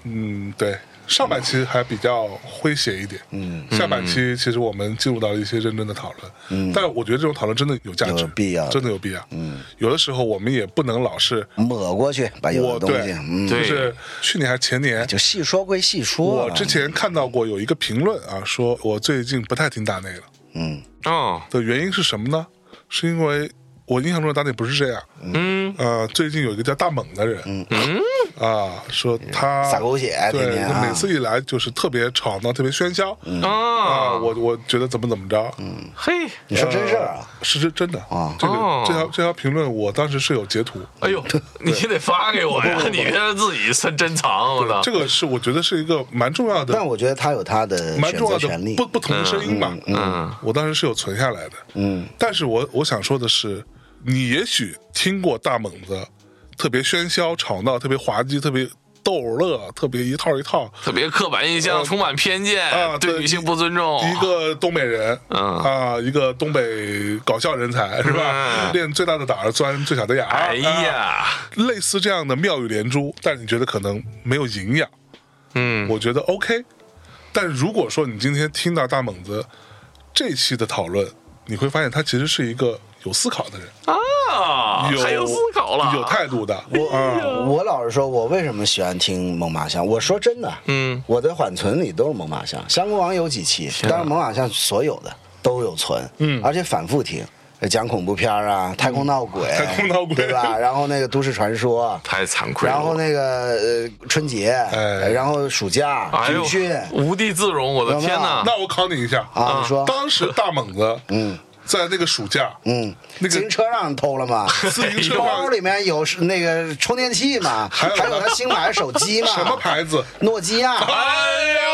Speaker 2: 嗯，对，上半期还比较诙谐一点，嗯，下半期其实我们进入到了一些认真的讨论，嗯，但是我觉得这种讨论真的有价值，
Speaker 3: 有必要
Speaker 2: 真的有必要，嗯，有的时候我们也不能老是，
Speaker 3: 抹过去，把有
Speaker 2: 我
Speaker 3: 的东
Speaker 2: 对
Speaker 3: 西，，嗯，
Speaker 2: 就
Speaker 1: 对
Speaker 2: 是去年还是前年，
Speaker 3: 就细说归细说
Speaker 2: 我
Speaker 3: 啊。
Speaker 2: 之前看到过有一个评论啊，说我最近不太听大内了。
Speaker 3: 嗯，
Speaker 1: 哦，
Speaker 2: 的原因是什么呢？是因为我印象中的打底不是这样。
Speaker 1: 嗯，
Speaker 2: 呃，最近有一个叫大猛的人，嗯啊，说他
Speaker 3: 撒狗血天
Speaker 2: 对，
Speaker 3: 天
Speaker 2: 他
Speaker 3: 啊嗯
Speaker 2: 每次一来就是特别吵闹，特别喧嚣啊。
Speaker 1: 啊，
Speaker 2: 我我觉得怎么怎么着，嗯，
Speaker 1: 嘿，
Speaker 3: 你说真事儿啊？
Speaker 2: 是真真的
Speaker 3: 啊
Speaker 2: 这个
Speaker 1: 哦
Speaker 2: 这条这条评论，我当时是有截图。
Speaker 1: 哎呦，你得发给我呀！你这自己真珍藏，我操！
Speaker 2: 这个是我觉得是一个蛮重要的
Speaker 3: 但我觉得他有他的
Speaker 2: 蛮
Speaker 3: 选
Speaker 2: 重
Speaker 3: 择
Speaker 2: 要
Speaker 3: 权
Speaker 2: 的
Speaker 3: 利，
Speaker 2: 不不同的声音嘛。
Speaker 1: 嗯嗯
Speaker 2: 我当时是有存下来的。嗯，但是我我想说的是，你也许听过大猛子特别喧嚣、吵闹、特别滑稽、特别逗乐、特别一套一套。
Speaker 1: 特别刻板印象，充满偏
Speaker 2: 啊
Speaker 1: 见，哎对
Speaker 2: 对
Speaker 1: 女性不尊重。
Speaker 2: 一个东北人，
Speaker 1: 嗯
Speaker 2: 啊，一个东北搞笑人才是吧？
Speaker 1: 嗯
Speaker 2: 练最大的胆儿，钻最小的眼儿。
Speaker 1: 哎
Speaker 2: 啊，
Speaker 1: 呀，
Speaker 2: 类似这样的妙语连珠，但是你觉得可能没有营养，
Speaker 1: 嗯，
Speaker 2: 我觉得 OK。但如果说你今天听到大猛子这期的讨论，你会发现他其实是一个有思考的人，
Speaker 1: 啊，
Speaker 2: 有
Speaker 1: 还有思考了，哎
Speaker 2: 有态度的。
Speaker 3: 我、我老实说，我为什么喜欢听猛犸象？我说真的，
Speaker 1: 嗯，
Speaker 3: 我的缓存里都是猛犸象，香菇王有几期，
Speaker 2: 啊
Speaker 3: 但是猛犸象所有的都有存，嗯，而且反复听，讲恐怖片啊，太空闹鬼，
Speaker 2: 嗯太空闹鬼
Speaker 3: 对吧？然后那个都市 传说，
Speaker 1: 太惭愧了。
Speaker 3: 然后那个呃春节，
Speaker 2: 哎
Speaker 3: 然后暑假
Speaker 1: 哎呦
Speaker 3: 军训，，
Speaker 1: 无地自容，我的天
Speaker 3: 有
Speaker 1: 哪！
Speaker 2: 那我考你一下
Speaker 3: 啊你说
Speaker 2: 当时大猛子，嗯，在那个暑假，
Speaker 3: 嗯，
Speaker 2: 那
Speaker 3: 自行
Speaker 2: 个
Speaker 3: 车让人偷了吗？
Speaker 2: 自行车
Speaker 3: 包
Speaker 2: 上
Speaker 3: 里面有是那个充电器嘛，
Speaker 2: 还
Speaker 3: 还
Speaker 2: 有
Speaker 3: 有他新买的手机嘛，
Speaker 2: 什么牌子？
Speaker 3: 诺基亚。
Speaker 1: 哎呦，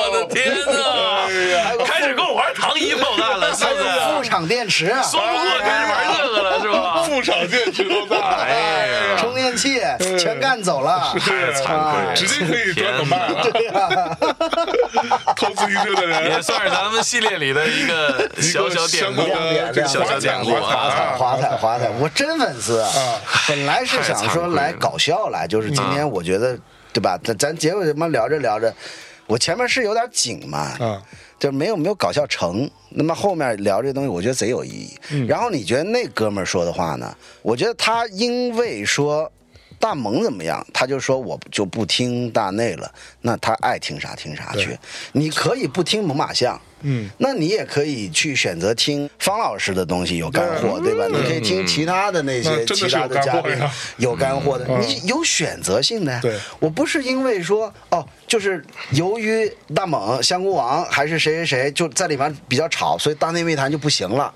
Speaker 1: 我的天
Speaker 3: 哎
Speaker 1: 哪！
Speaker 3: 呀
Speaker 1: 开始跟我玩糖衣炮弹了，是
Speaker 3: 还
Speaker 1: 不
Speaker 3: 有
Speaker 2: 哎
Speaker 3: 副
Speaker 1: 是？
Speaker 3: 厂电池，
Speaker 1: 说不过开始玩这个了，是吧？
Speaker 2: 副厂电池都大，
Speaker 1: 啊哎呀，
Speaker 3: 充电器全干走了。
Speaker 1: 太惭愧了，
Speaker 2: 直接可以转口
Speaker 1: 天
Speaker 2: 卖
Speaker 1: 哪！
Speaker 2: 了。 偷自行车的
Speaker 1: 也
Speaker 2: 人，
Speaker 1: 算是咱们系列里的一个小小典故
Speaker 2: 一个相关，的
Speaker 1: 这小小典故
Speaker 3: 华
Speaker 1: 啊！
Speaker 3: 彩华彩华彩，我真粉丝。本来是想说来搞笑来，就是今
Speaker 2: 嗯
Speaker 3: 天我觉得对吧？咱咱结果他妈聊着聊着，我前面是有点紧嘛，
Speaker 2: 啊，
Speaker 3: 就没有没有搞笑成。那么后面聊这东西，我觉得贼有意义。
Speaker 2: 嗯
Speaker 3: 然后你觉得那哥们儿说的话呢？我觉得他因为说大萌怎么样，他就说我就不听大内了。那他爱听啥听啥去
Speaker 2: 对。
Speaker 3: 你可以不听猛犸象，
Speaker 2: 嗯，
Speaker 3: 那你也可以去选择听方老师的东西，有干货，对吧？你可以听其他的那
Speaker 2: 嗯那
Speaker 3: 些
Speaker 2: 真的是
Speaker 3: 其他
Speaker 2: 有干
Speaker 3: 嘉
Speaker 2: 货
Speaker 3: 宾
Speaker 2: 呀
Speaker 3: 有干货的，
Speaker 2: 嗯
Speaker 3: 你有选择性的呀。
Speaker 2: 对
Speaker 3: 我不是因为说哦，就是由于大猛、香菇王还是谁谁谁就在里面比较吵，所以大内密谈就不行了。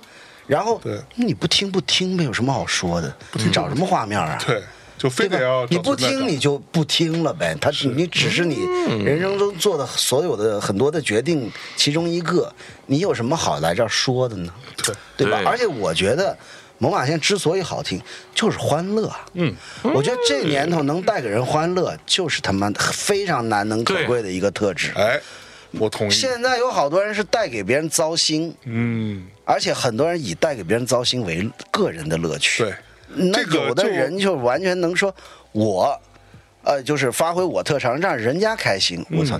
Speaker 3: 然后
Speaker 2: 对
Speaker 3: 你不听不听呗，有什么好说的？你找什么画面啊？
Speaker 2: 对，就非
Speaker 3: 对
Speaker 2: 得要
Speaker 3: 吧？你
Speaker 2: 找
Speaker 3: 不
Speaker 2: 存在
Speaker 3: 听
Speaker 2: 感
Speaker 3: 你就不听了呗，他你只是你人生中做的所有的很多的决定其中一个，你有什么好来这儿说的呢？
Speaker 2: 对
Speaker 3: 对吧？
Speaker 1: 对
Speaker 3: 而且我觉得。猛犸象之所以好听，就是欢乐。嗯，我觉得这年头能带给人欢乐，就是他妈非常难能可
Speaker 1: 对
Speaker 3: 贵的一个特质。
Speaker 2: 哎，我同意。
Speaker 3: 现在有好多人是带给别人糟心，
Speaker 2: 嗯，
Speaker 3: 而且很多人以带给别人糟心为个人的乐趣。
Speaker 2: 对，
Speaker 3: 那
Speaker 2: 这个
Speaker 3: 有的
Speaker 2: 就
Speaker 3: 人就完全能说我，呃，就是发挥我特长，让人家开心。我操，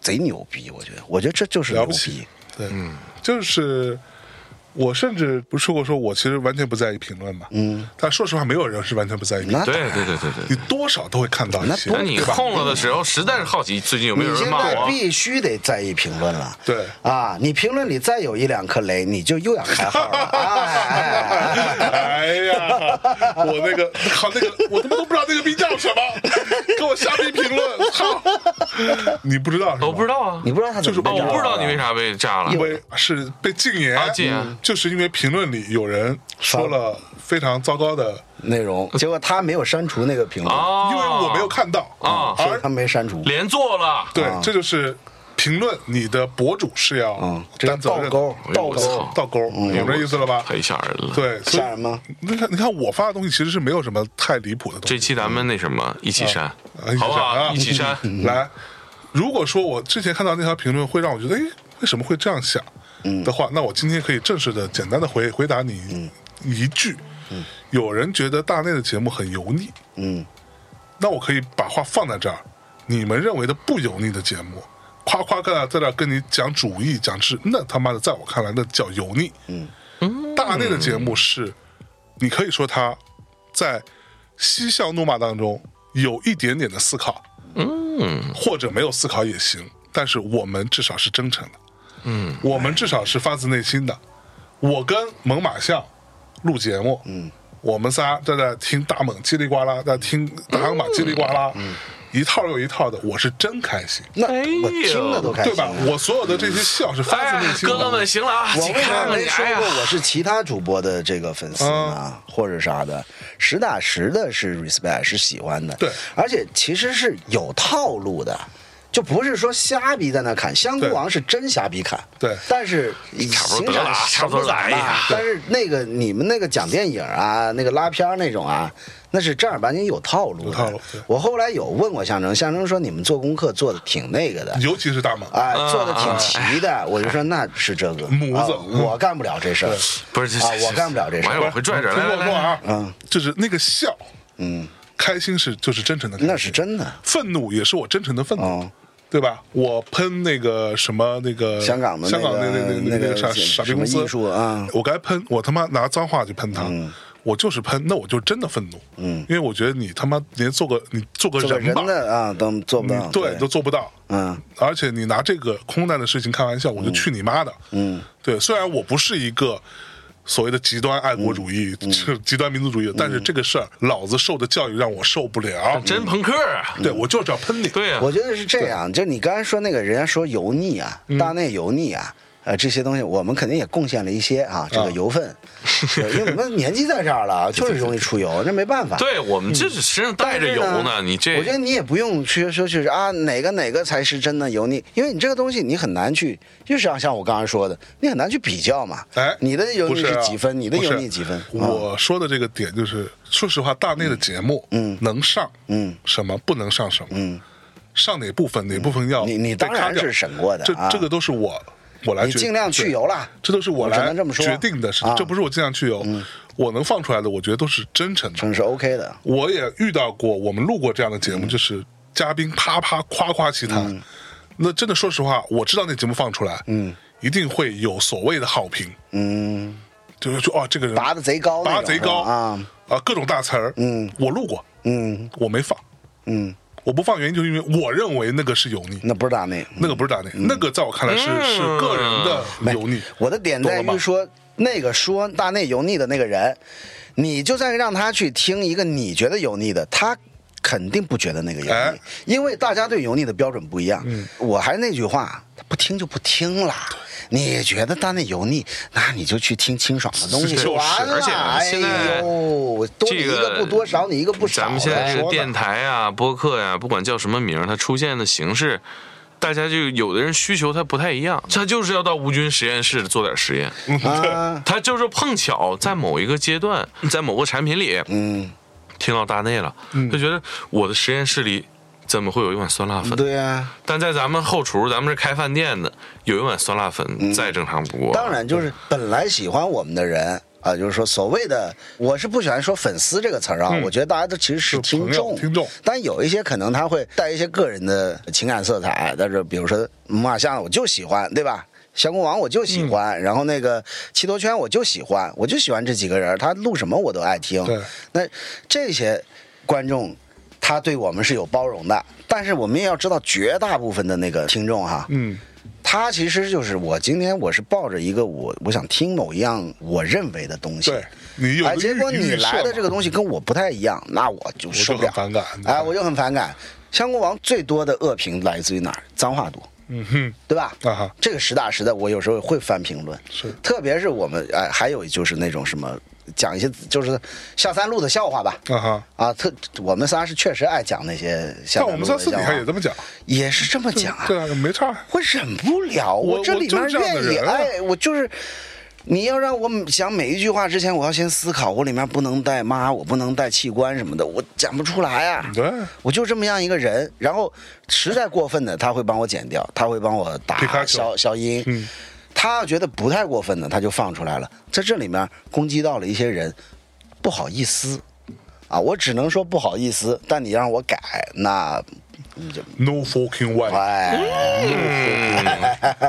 Speaker 3: 贼牛逼！我觉得，我觉得这就是
Speaker 2: 嗯了
Speaker 3: 牛
Speaker 2: 不
Speaker 3: 逼
Speaker 2: 起。。对，就是我甚至不是说过，说我其实完全不在意评论嘛。嗯，但说实话，没有人是完全不在意评论，
Speaker 3: 那
Speaker 1: 对对对对对
Speaker 2: 你。多少都会看到一些，
Speaker 1: 那你
Speaker 2: 对吧？
Speaker 1: 空了的时候，实在是好奇最近有没有
Speaker 3: 你
Speaker 1: 人
Speaker 3: 现
Speaker 1: 骂
Speaker 3: 在
Speaker 1: 我。啊
Speaker 3: 必须得在意评论了。
Speaker 2: 对
Speaker 3: 啊，你评论里再有一两颗雷，你就又想开 号了。哎哎哎
Speaker 2: 哎呀，我那个靠那个，我他妈都不知道那个逼叫什么，给我瞎逼评论，操！你不知道是吧？
Speaker 1: 我不知道啊，
Speaker 3: 你不知道他怎么
Speaker 1: 哦，我
Speaker 3: 着
Speaker 1: 不知道
Speaker 3: 了
Speaker 1: 你为啥被炸了。
Speaker 2: 为是被禁言，
Speaker 1: 啊禁言
Speaker 2: 嗯就是因为评论里有人说了
Speaker 3: 啊
Speaker 2: 非常糟糕的，
Speaker 3: 内容，结果他没有删除那个评论，
Speaker 1: 哦，
Speaker 2: 啊因为我没有看到
Speaker 1: 啊
Speaker 3: 所以
Speaker 2: 而
Speaker 3: 他没删除。
Speaker 1: 连坐了。
Speaker 2: 对，这就是评论，你的博主是要
Speaker 3: 嗯，这叫
Speaker 2: 担责
Speaker 3: 倒
Speaker 2: 任的，
Speaker 3: 钩，
Speaker 1: 哎呦
Speaker 3: 倒
Speaker 1: 我
Speaker 3: 钩
Speaker 1: 操，哎
Speaker 2: 倒钩，懂这意思了吧？
Speaker 1: 太吓人了。，
Speaker 2: 对，所以
Speaker 3: 吓人吗？
Speaker 2: 你看，你看我发的东西其实是没有什么太离谱的东西
Speaker 1: 这。期咱们那什么，一起删
Speaker 2: 啊一，起
Speaker 1: 好不
Speaker 2: 删啊
Speaker 1: 好？一起删。
Speaker 3: 嗯
Speaker 2: 来，如果说我之前看到那条评论会让我觉得，哎，为什么会这样想
Speaker 3: 嗯
Speaker 2: 的话，那我今天可以正式的、简单的回回答你一句。有人觉得大内的节目很油腻，
Speaker 3: 嗯，
Speaker 2: 那我可以把话放在这儿，你们认为的不油腻的节目。夸夸在在这儿跟你讲主义讲治，那他妈的在我看来那叫油腻。嗯，大内的节目是，你可以说他在嬉笑怒骂当中有一点点的思考，
Speaker 1: 嗯，
Speaker 2: 或者没有思考也行，但是我们至少是真诚的，嗯，我们至少是发自内心的。我跟猛犸象录节目，嗯，我们仨在那听大猛叽里呱啦，在听大河马叽里呱啦，一套又一套的，我是真开心，
Speaker 3: 那
Speaker 1: 哎呦
Speaker 3: 我听了都开
Speaker 2: 对
Speaker 3: 心
Speaker 2: 吧
Speaker 3: 了。？
Speaker 2: 我所有的这些笑是发
Speaker 1: 哎
Speaker 2: 自内，心
Speaker 1: 哥
Speaker 2: 的。
Speaker 1: 哥们，行了啊，
Speaker 3: 我
Speaker 1: 请
Speaker 3: 为啥
Speaker 1: 看看
Speaker 3: 没
Speaker 1: 你，
Speaker 3: 说
Speaker 1: 哎呀
Speaker 3: 过，我是其他主播的这个粉丝
Speaker 2: 嗯
Speaker 3: 呢，或者啥的？实打实的是 respect 是喜欢的，
Speaker 2: 对
Speaker 3: 而且其实是有套路的。就不是说瞎逼在那砍，香菇王是真瞎逼砍，
Speaker 2: 对
Speaker 3: 但是
Speaker 1: 差不多得
Speaker 3: 行
Speaker 1: 了
Speaker 3: 赏
Speaker 1: 啊
Speaker 3: 差不
Speaker 1: 差不
Speaker 3: 多
Speaker 1: 多
Speaker 3: 咋
Speaker 1: 了哎
Speaker 3: 样
Speaker 1: 呀
Speaker 3: 但是那个你们那个讲电影啊，那个拉片儿那种啊，那是正儿八经有套路的。
Speaker 2: 有套路对
Speaker 3: 我后来有问过象征，象征说你们做功课做的挺那个的，
Speaker 2: 尤其是大猛，
Speaker 3: 哎，
Speaker 1: 嗯
Speaker 3: 做的挺齐的，我就说那是这个
Speaker 2: 母子
Speaker 3: 啊我干不了这事儿，
Speaker 1: 不是这
Speaker 3: 啊，我干不了这事
Speaker 1: 我
Speaker 3: 儿，
Speaker 1: 一会儿会拽拽
Speaker 2: 听
Speaker 1: 来
Speaker 2: 我
Speaker 1: 来
Speaker 2: 说
Speaker 1: 来，
Speaker 2: 啊，嗯，就是那个笑，嗯，开心是就是真诚的开心，
Speaker 3: 那是真的
Speaker 2: 愤怒也是我真诚的愤怒。
Speaker 3: 嗯
Speaker 2: 对吧？我喷那个什么那个
Speaker 3: 香港的那
Speaker 2: 香港那
Speaker 3: 个
Speaker 2: 那那
Speaker 3: 那
Speaker 2: 个
Speaker 3: 个
Speaker 2: 傻傻逼公
Speaker 3: 什么
Speaker 2: 司
Speaker 3: 艺术啊嗯
Speaker 2: 我该喷，我他妈拿脏话去喷他。我就是喷，那我就真的愤怒，嗯，因为我觉得你他妈连做个你做个
Speaker 3: 做个
Speaker 2: 人
Speaker 3: 人
Speaker 2: 吧，
Speaker 3: 的啊都做不
Speaker 2: 你
Speaker 3: 到，
Speaker 2: 对都做不到，
Speaker 3: 嗯
Speaker 2: 而且你拿这个空难的事情开玩笑，我就去你妈的！嗯，对，虽然我不是一个所谓的极端爱国主义、
Speaker 3: 嗯
Speaker 2: 是极端民族主义，但是这个事儿，老子受的教育让我受不了。
Speaker 1: 真朋克啊！
Speaker 2: 对，我就是要喷你。
Speaker 1: 对啊呀、
Speaker 3: 我觉得是这样，就你刚才说那个人家说油腻啊，
Speaker 2: 嗯
Speaker 3: 大内油腻啊。呃，这些东西我们肯定也贡献了一些啊，这个油 分，对因为我们年纪在这儿了，就是容易出油，那没办法。
Speaker 1: 对我们这是身上带
Speaker 3: 嗯但
Speaker 1: 着
Speaker 3: 是
Speaker 1: 油呢，你这
Speaker 3: 我觉得你也不用去说去啊哪个哪个才是真的油腻，因为你这个东西你很难去，就是像像我刚才说的，你很难去比较嘛。
Speaker 2: 哎，
Speaker 3: 你的油
Speaker 2: 不
Speaker 3: 腻
Speaker 2: 是啊
Speaker 3: 几分？你的
Speaker 2: 不
Speaker 3: 油
Speaker 2: 是
Speaker 3: 腻几分？啊
Speaker 2: 我说的这个点就是，说实话，大内的节目，嗯，能上，嗯，什么不能上什么，嗯，上哪部分哪部分要
Speaker 3: 嗯你你
Speaker 2: 被
Speaker 3: 当然
Speaker 2: 咔掉
Speaker 3: 是审过的
Speaker 2: 这
Speaker 3: 啊
Speaker 2: 这个都是我我来
Speaker 3: 你
Speaker 2: 决
Speaker 3: 尽量去
Speaker 2: 对
Speaker 3: 油了
Speaker 2: 这都是我
Speaker 3: 我只
Speaker 2: 来
Speaker 3: 能这么说
Speaker 2: 决定的事
Speaker 3: 啊，
Speaker 2: 这不是我尽量去油，我能放出来的，我觉得都是真诚的
Speaker 3: 真。是 OK 的。
Speaker 2: 我也遇到过，我们录过这样的节
Speaker 3: 嗯
Speaker 2: 目，就是嘉宾啪啪夸夸其谈。那真的，说实话，我知道那节目放出来，嗯，一定会有所谓的好评，
Speaker 3: 嗯，
Speaker 2: 就是说哦，这个人
Speaker 3: 拔得贼高那种
Speaker 2: 拔得贼高
Speaker 3: 是吧啊
Speaker 2: 啊，各种大词儿，嗯，我录过，
Speaker 3: 嗯
Speaker 2: 我没放，
Speaker 3: 嗯，
Speaker 2: 我不放原因就是因为我认为那个是油腻，
Speaker 3: 那不是大内。
Speaker 2: 那个不是大
Speaker 3: 嗯
Speaker 2: 内，那个在我看来是是个人的油腻。
Speaker 3: 我的点在
Speaker 2: 懂了
Speaker 3: 于
Speaker 2: 吗
Speaker 3: 说，那个说大内油腻的那个人，你就算让他去听一个你觉得油腻的，他。肯定不觉得那个油腻，
Speaker 2: 哎
Speaker 3: 因为大家对油腻的标准不一样。
Speaker 1: 嗯
Speaker 3: 我还是那句话，他不听就不听啦。你觉得大内油腻，那你就去听清爽的东西
Speaker 1: 是
Speaker 3: 就完了。
Speaker 1: 而且现在
Speaker 3: 哎呦，多你一
Speaker 1: 这
Speaker 3: 个
Speaker 1: 个
Speaker 3: 不多，少你一个不少。哎
Speaker 1: 咱们现在这
Speaker 3: 说
Speaker 1: 个
Speaker 3: 吧
Speaker 1: 电台啊、播客呀、不管叫什么名儿，它出现的形式，大家就有的人需求它不太一样，他就是要到无菌实验室做点实验，
Speaker 3: 啊，
Speaker 1: 他就是碰巧在某一个阶段，在某个产品里，
Speaker 3: 嗯，
Speaker 1: 听到大内了，就觉得我的实验室里怎么会有一碗酸辣粉？
Speaker 3: 对啊。
Speaker 1: 但在咱们后厨，咱们是开饭店的，有一碗酸辣粉再正常不过。
Speaker 3: 嗯当，然，就是本来喜欢我们的人啊，就是说所谓的，我是不喜欢说粉丝这个词儿啊，我觉得大家都其实是
Speaker 2: 就嗯
Speaker 3: 听
Speaker 2: 朋友
Speaker 3: 众，
Speaker 2: 听众
Speaker 3: 但有一些可能他会带一些个人的情感色彩，但是比如说马相我就喜欢，对吧？香菇王我就
Speaker 2: 嗯
Speaker 3: 喜欢，然后那个七多圈我就喜欢，我就喜欢这几个人，他录什么我都爱听
Speaker 2: 对。
Speaker 3: 那这些观众，他对我们是有包容的，但是我们也要知道，绝大部分的那个听众哈，
Speaker 2: 嗯，
Speaker 3: 他其实就是我今天我是抱着一个我我想听某一样我认为的东西，
Speaker 2: 对你有
Speaker 3: 哎，
Speaker 2: 个
Speaker 3: 结果
Speaker 2: 预
Speaker 3: 你
Speaker 2: 预设
Speaker 3: 来的
Speaker 2: 嘛
Speaker 3: 这个东西跟我不太一样，那我就受不
Speaker 2: 很
Speaker 3: 了，
Speaker 2: 反感
Speaker 3: 哎，我就很反感。香锅王最多的恶评来自于哪儿？脏话多，
Speaker 2: 嗯哼，
Speaker 3: 对吧？
Speaker 2: 啊哈
Speaker 3: 这个实打实的，我有时候会翻评论，
Speaker 2: 是
Speaker 3: 特别是我们哎，还有就是那种什么讲一些就是下三路的笑话吧，
Speaker 2: 啊哈。
Speaker 3: 啊，特我们仨是确实爱讲那些下
Speaker 2: 但
Speaker 3: 三
Speaker 2: 我
Speaker 3: 路
Speaker 2: 们
Speaker 3: 的
Speaker 2: 仨
Speaker 3: 笑
Speaker 2: 私底下
Speaker 3: 话
Speaker 2: 也，这么讲，
Speaker 3: 也是这么讲啊，
Speaker 2: 对啊，没差。
Speaker 3: 我忍不了，
Speaker 2: 我
Speaker 3: 这里面
Speaker 2: 我就是这样的
Speaker 3: 愿意，
Speaker 2: 人啊
Speaker 3: 哎，我就是。你要让我讲每一句话之前，我要先思考，我里面不能带妈，我不能带器官什么的，我讲不出来啊。
Speaker 2: 对
Speaker 3: 我就这么样一个人。然后实在过分的，他会帮我剪掉，他会帮我
Speaker 2: 皮卡
Speaker 3: 打
Speaker 2: 丘
Speaker 3: 消消音。
Speaker 2: 嗯
Speaker 3: 他要觉得不太过分的，他就放出来了。在这里面攻击到了一些人，不好意思啊，我只能说不好意思。但你让我改，那你就
Speaker 2: No fucking way！
Speaker 3: 哎。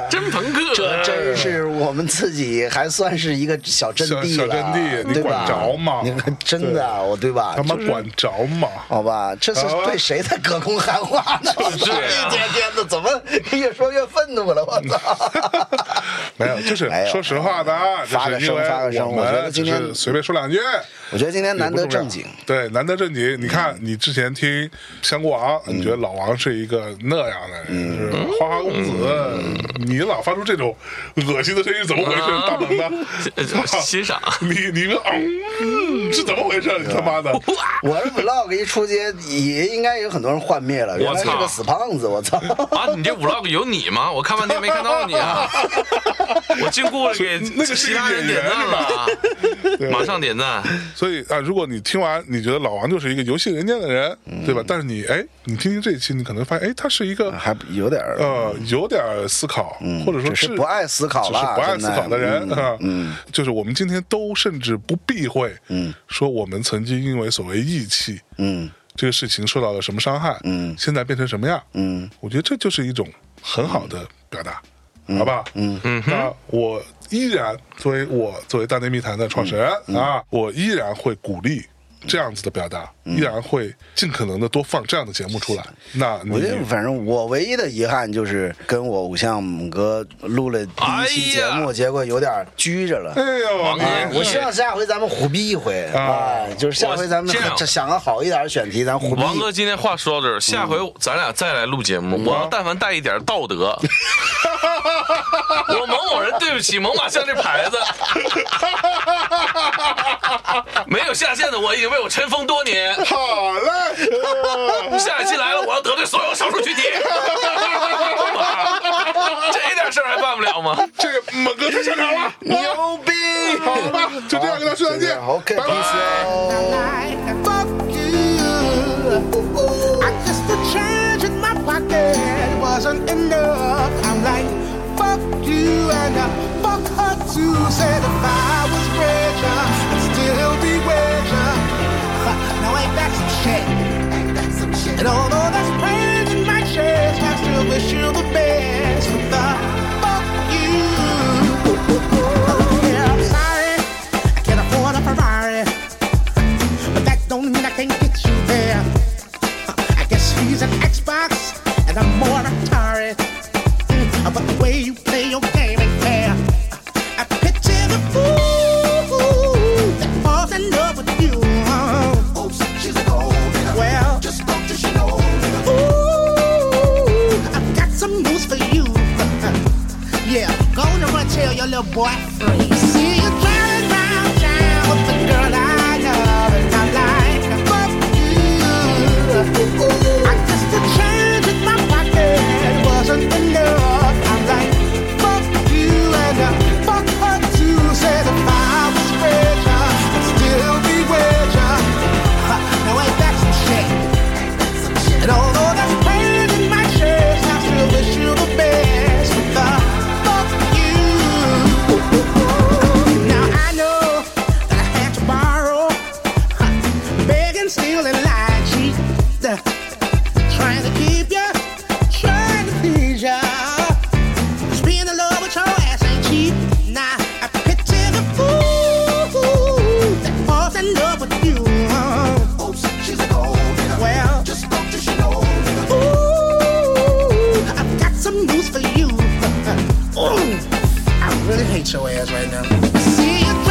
Speaker 1: 真朋克，
Speaker 3: 这真是我们自己还算是一个小阵地
Speaker 2: 小小
Speaker 3: 了，
Speaker 2: 阵地你
Speaker 3: 对吧
Speaker 2: 管着吗
Speaker 3: 你看真的啊，我对吧？
Speaker 2: 他妈啊
Speaker 3: 就是
Speaker 2: 管着嘛！
Speaker 3: 好吧，这是对谁在隔空喊话呢？我操！一天天的，怎么越说越愤怒了？我操！
Speaker 2: 没有，就是
Speaker 3: 没有
Speaker 2: 说实话的啊，就
Speaker 3: 发个
Speaker 2: 是因
Speaker 3: 声
Speaker 2: 为
Speaker 3: 发个声
Speaker 2: 我
Speaker 3: 我觉得
Speaker 2: 们只
Speaker 3: 今天
Speaker 2: 是随便说两句，
Speaker 3: 我觉得今天难得
Speaker 2: 也不重要
Speaker 3: 正经，嗯
Speaker 2: 对，难得正经。你看，你之前听香锅王，你觉得老王是一个那样的
Speaker 3: 嗯
Speaker 2: 人，就是花花公子，你老发出这种恶心的声音，怎么回事？
Speaker 3: 嗯
Speaker 1: 啊
Speaker 2: 大鹏呢
Speaker 1: 这这？欣赏
Speaker 2: 你你们嗯是怎么回事？你他妈的！
Speaker 3: 我这 vlog 一出街，也应该有很多人幻灭了。原来是
Speaker 1: 我操
Speaker 3: 个死胖子，我操！
Speaker 1: 啊，你这 vlog 有你吗？我看半天没看到你 啊！我经过了给
Speaker 2: 那个是
Speaker 1: 其
Speaker 2: 一个
Speaker 1: 他人点赞了啊， 马上点赞。
Speaker 2: 所以啊，如果你听完你觉得老王就是一个游戏人间的人，
Speaker 3: 嗯
Speaker 2: 对吧？但是你哎，你听听这一期，你可能发现哎，他是一个
Speaker 3: 还有点儿
Speaker 2: 呃有点儿思考，或者说
Speaker 3: 嗯只是不爱思考
Speaker 2: 只是
Speaker 3: 了
Speaker 2: 不爱思考
Speaker 3: 现在嗯
Speaker 2: 的人啊。就是我们今天都甚至不避讳，嗯，说我们曾经因为所谓义气，
Speaker 3: 嗯，
Speaker 2: 这个事情受到了什么伤害，
Speaker 3: 嗯
Speaker 2: 现在变成什么样，
Speaker 3: 嗯
Speaker 2: 我觉得这就是一种很好的表达，好吧？嗯嗯，那我依然作为我作为大内密谈的创始人、
Speaker 3: 嗯
Speaker 2: 啊，我依然会鼓励。这样子的表达，
Speaker 3: 嗯
Speaker 2: 依然会尽可能的多放这样的节目出来。那你
Speaker 3: 我觉得反正我唯一的遗憾就是跟我偶像猛哥录了第一期节
Speaker 1: 哎
Speaker 3: 目，结果有点拘着了。
Speaker 2: 哎呦，
Speaker 1: 王哥
Speaker 2: 哎
Speaker 1: 我
Speaker 3: 我希望下回咱们虎逼一回，
Speaker 2: 啊
Speaker 3: 哎，就是下回咱们
Speaker 1: 我这样
Speaker 3: 想个好一点的选题，咱虎逼。
Speaker 1: 王哥今天话说到这儿，下回咱俩再来录节目，
Speaker 3: 嗯
Speaker 1: 我要但凡带一点道 德，我某某人对不起猛犸象这牌 子，没有下线的我已经为我尘封多年。
Speaker 2: 好嘞，
Speaker 1: 下一期来了，我要得罪所有少数群体。 这点事儿还办不了吗？
Speaker 2: 这个猛哥太擅长了，
Speaker 3: 牛逼！
Speaker 2: 好吧，就这样跟大家说再见
Speaker 3: 嗯好，OK，
Speaker 2: 拜拜。
Speaker 6: Fuck you. I just the change in my pocket wasn't enough. I'm like, fuck you and I fuck her too. Said if I was richer, I'd still be richer. Ha, Now ain't that some shit? Ain't that some shit? And although that's pain in my chest, I still wish you the best. But the fuck you. Oh, yeah, I'm sorry. I can't afford a Ferrari. But that don't mean I can't get you there. Uh, I guess he's an Xbox and I'm more an Atari. Mm, uh, But the way you play your game ain't fair. Uh, I picture the fool that falls in love with you. Oops, Oh, she's an old nigga. Well, just don't you she know. Ooh, I've got some news for you. Yeah, go on and run tell your little boy free. See you turn round town with the girl I love, and I'm like, fuck you. I just the change in my pocket wasn't enough. I'm like, fuck you, and I fuck her too. Said if I was richer, I'd still be richer. Ha, Now ain't that some shit? And although that's pain in my chest, I still wish you the best. But the fuck you. Now I know that I had to borrow, huh, beg and steal and lie, cheat, uh, trying to keep you, trying to please you. Cause being in love with your ass ain't cheap. Nah, I picture the fool that falls in love with you. Oops, Oh, she's a gold digger. Well, just spoke to she know. Ooh, I've got some news for you. Ooh, I really hate your ass right now. See you.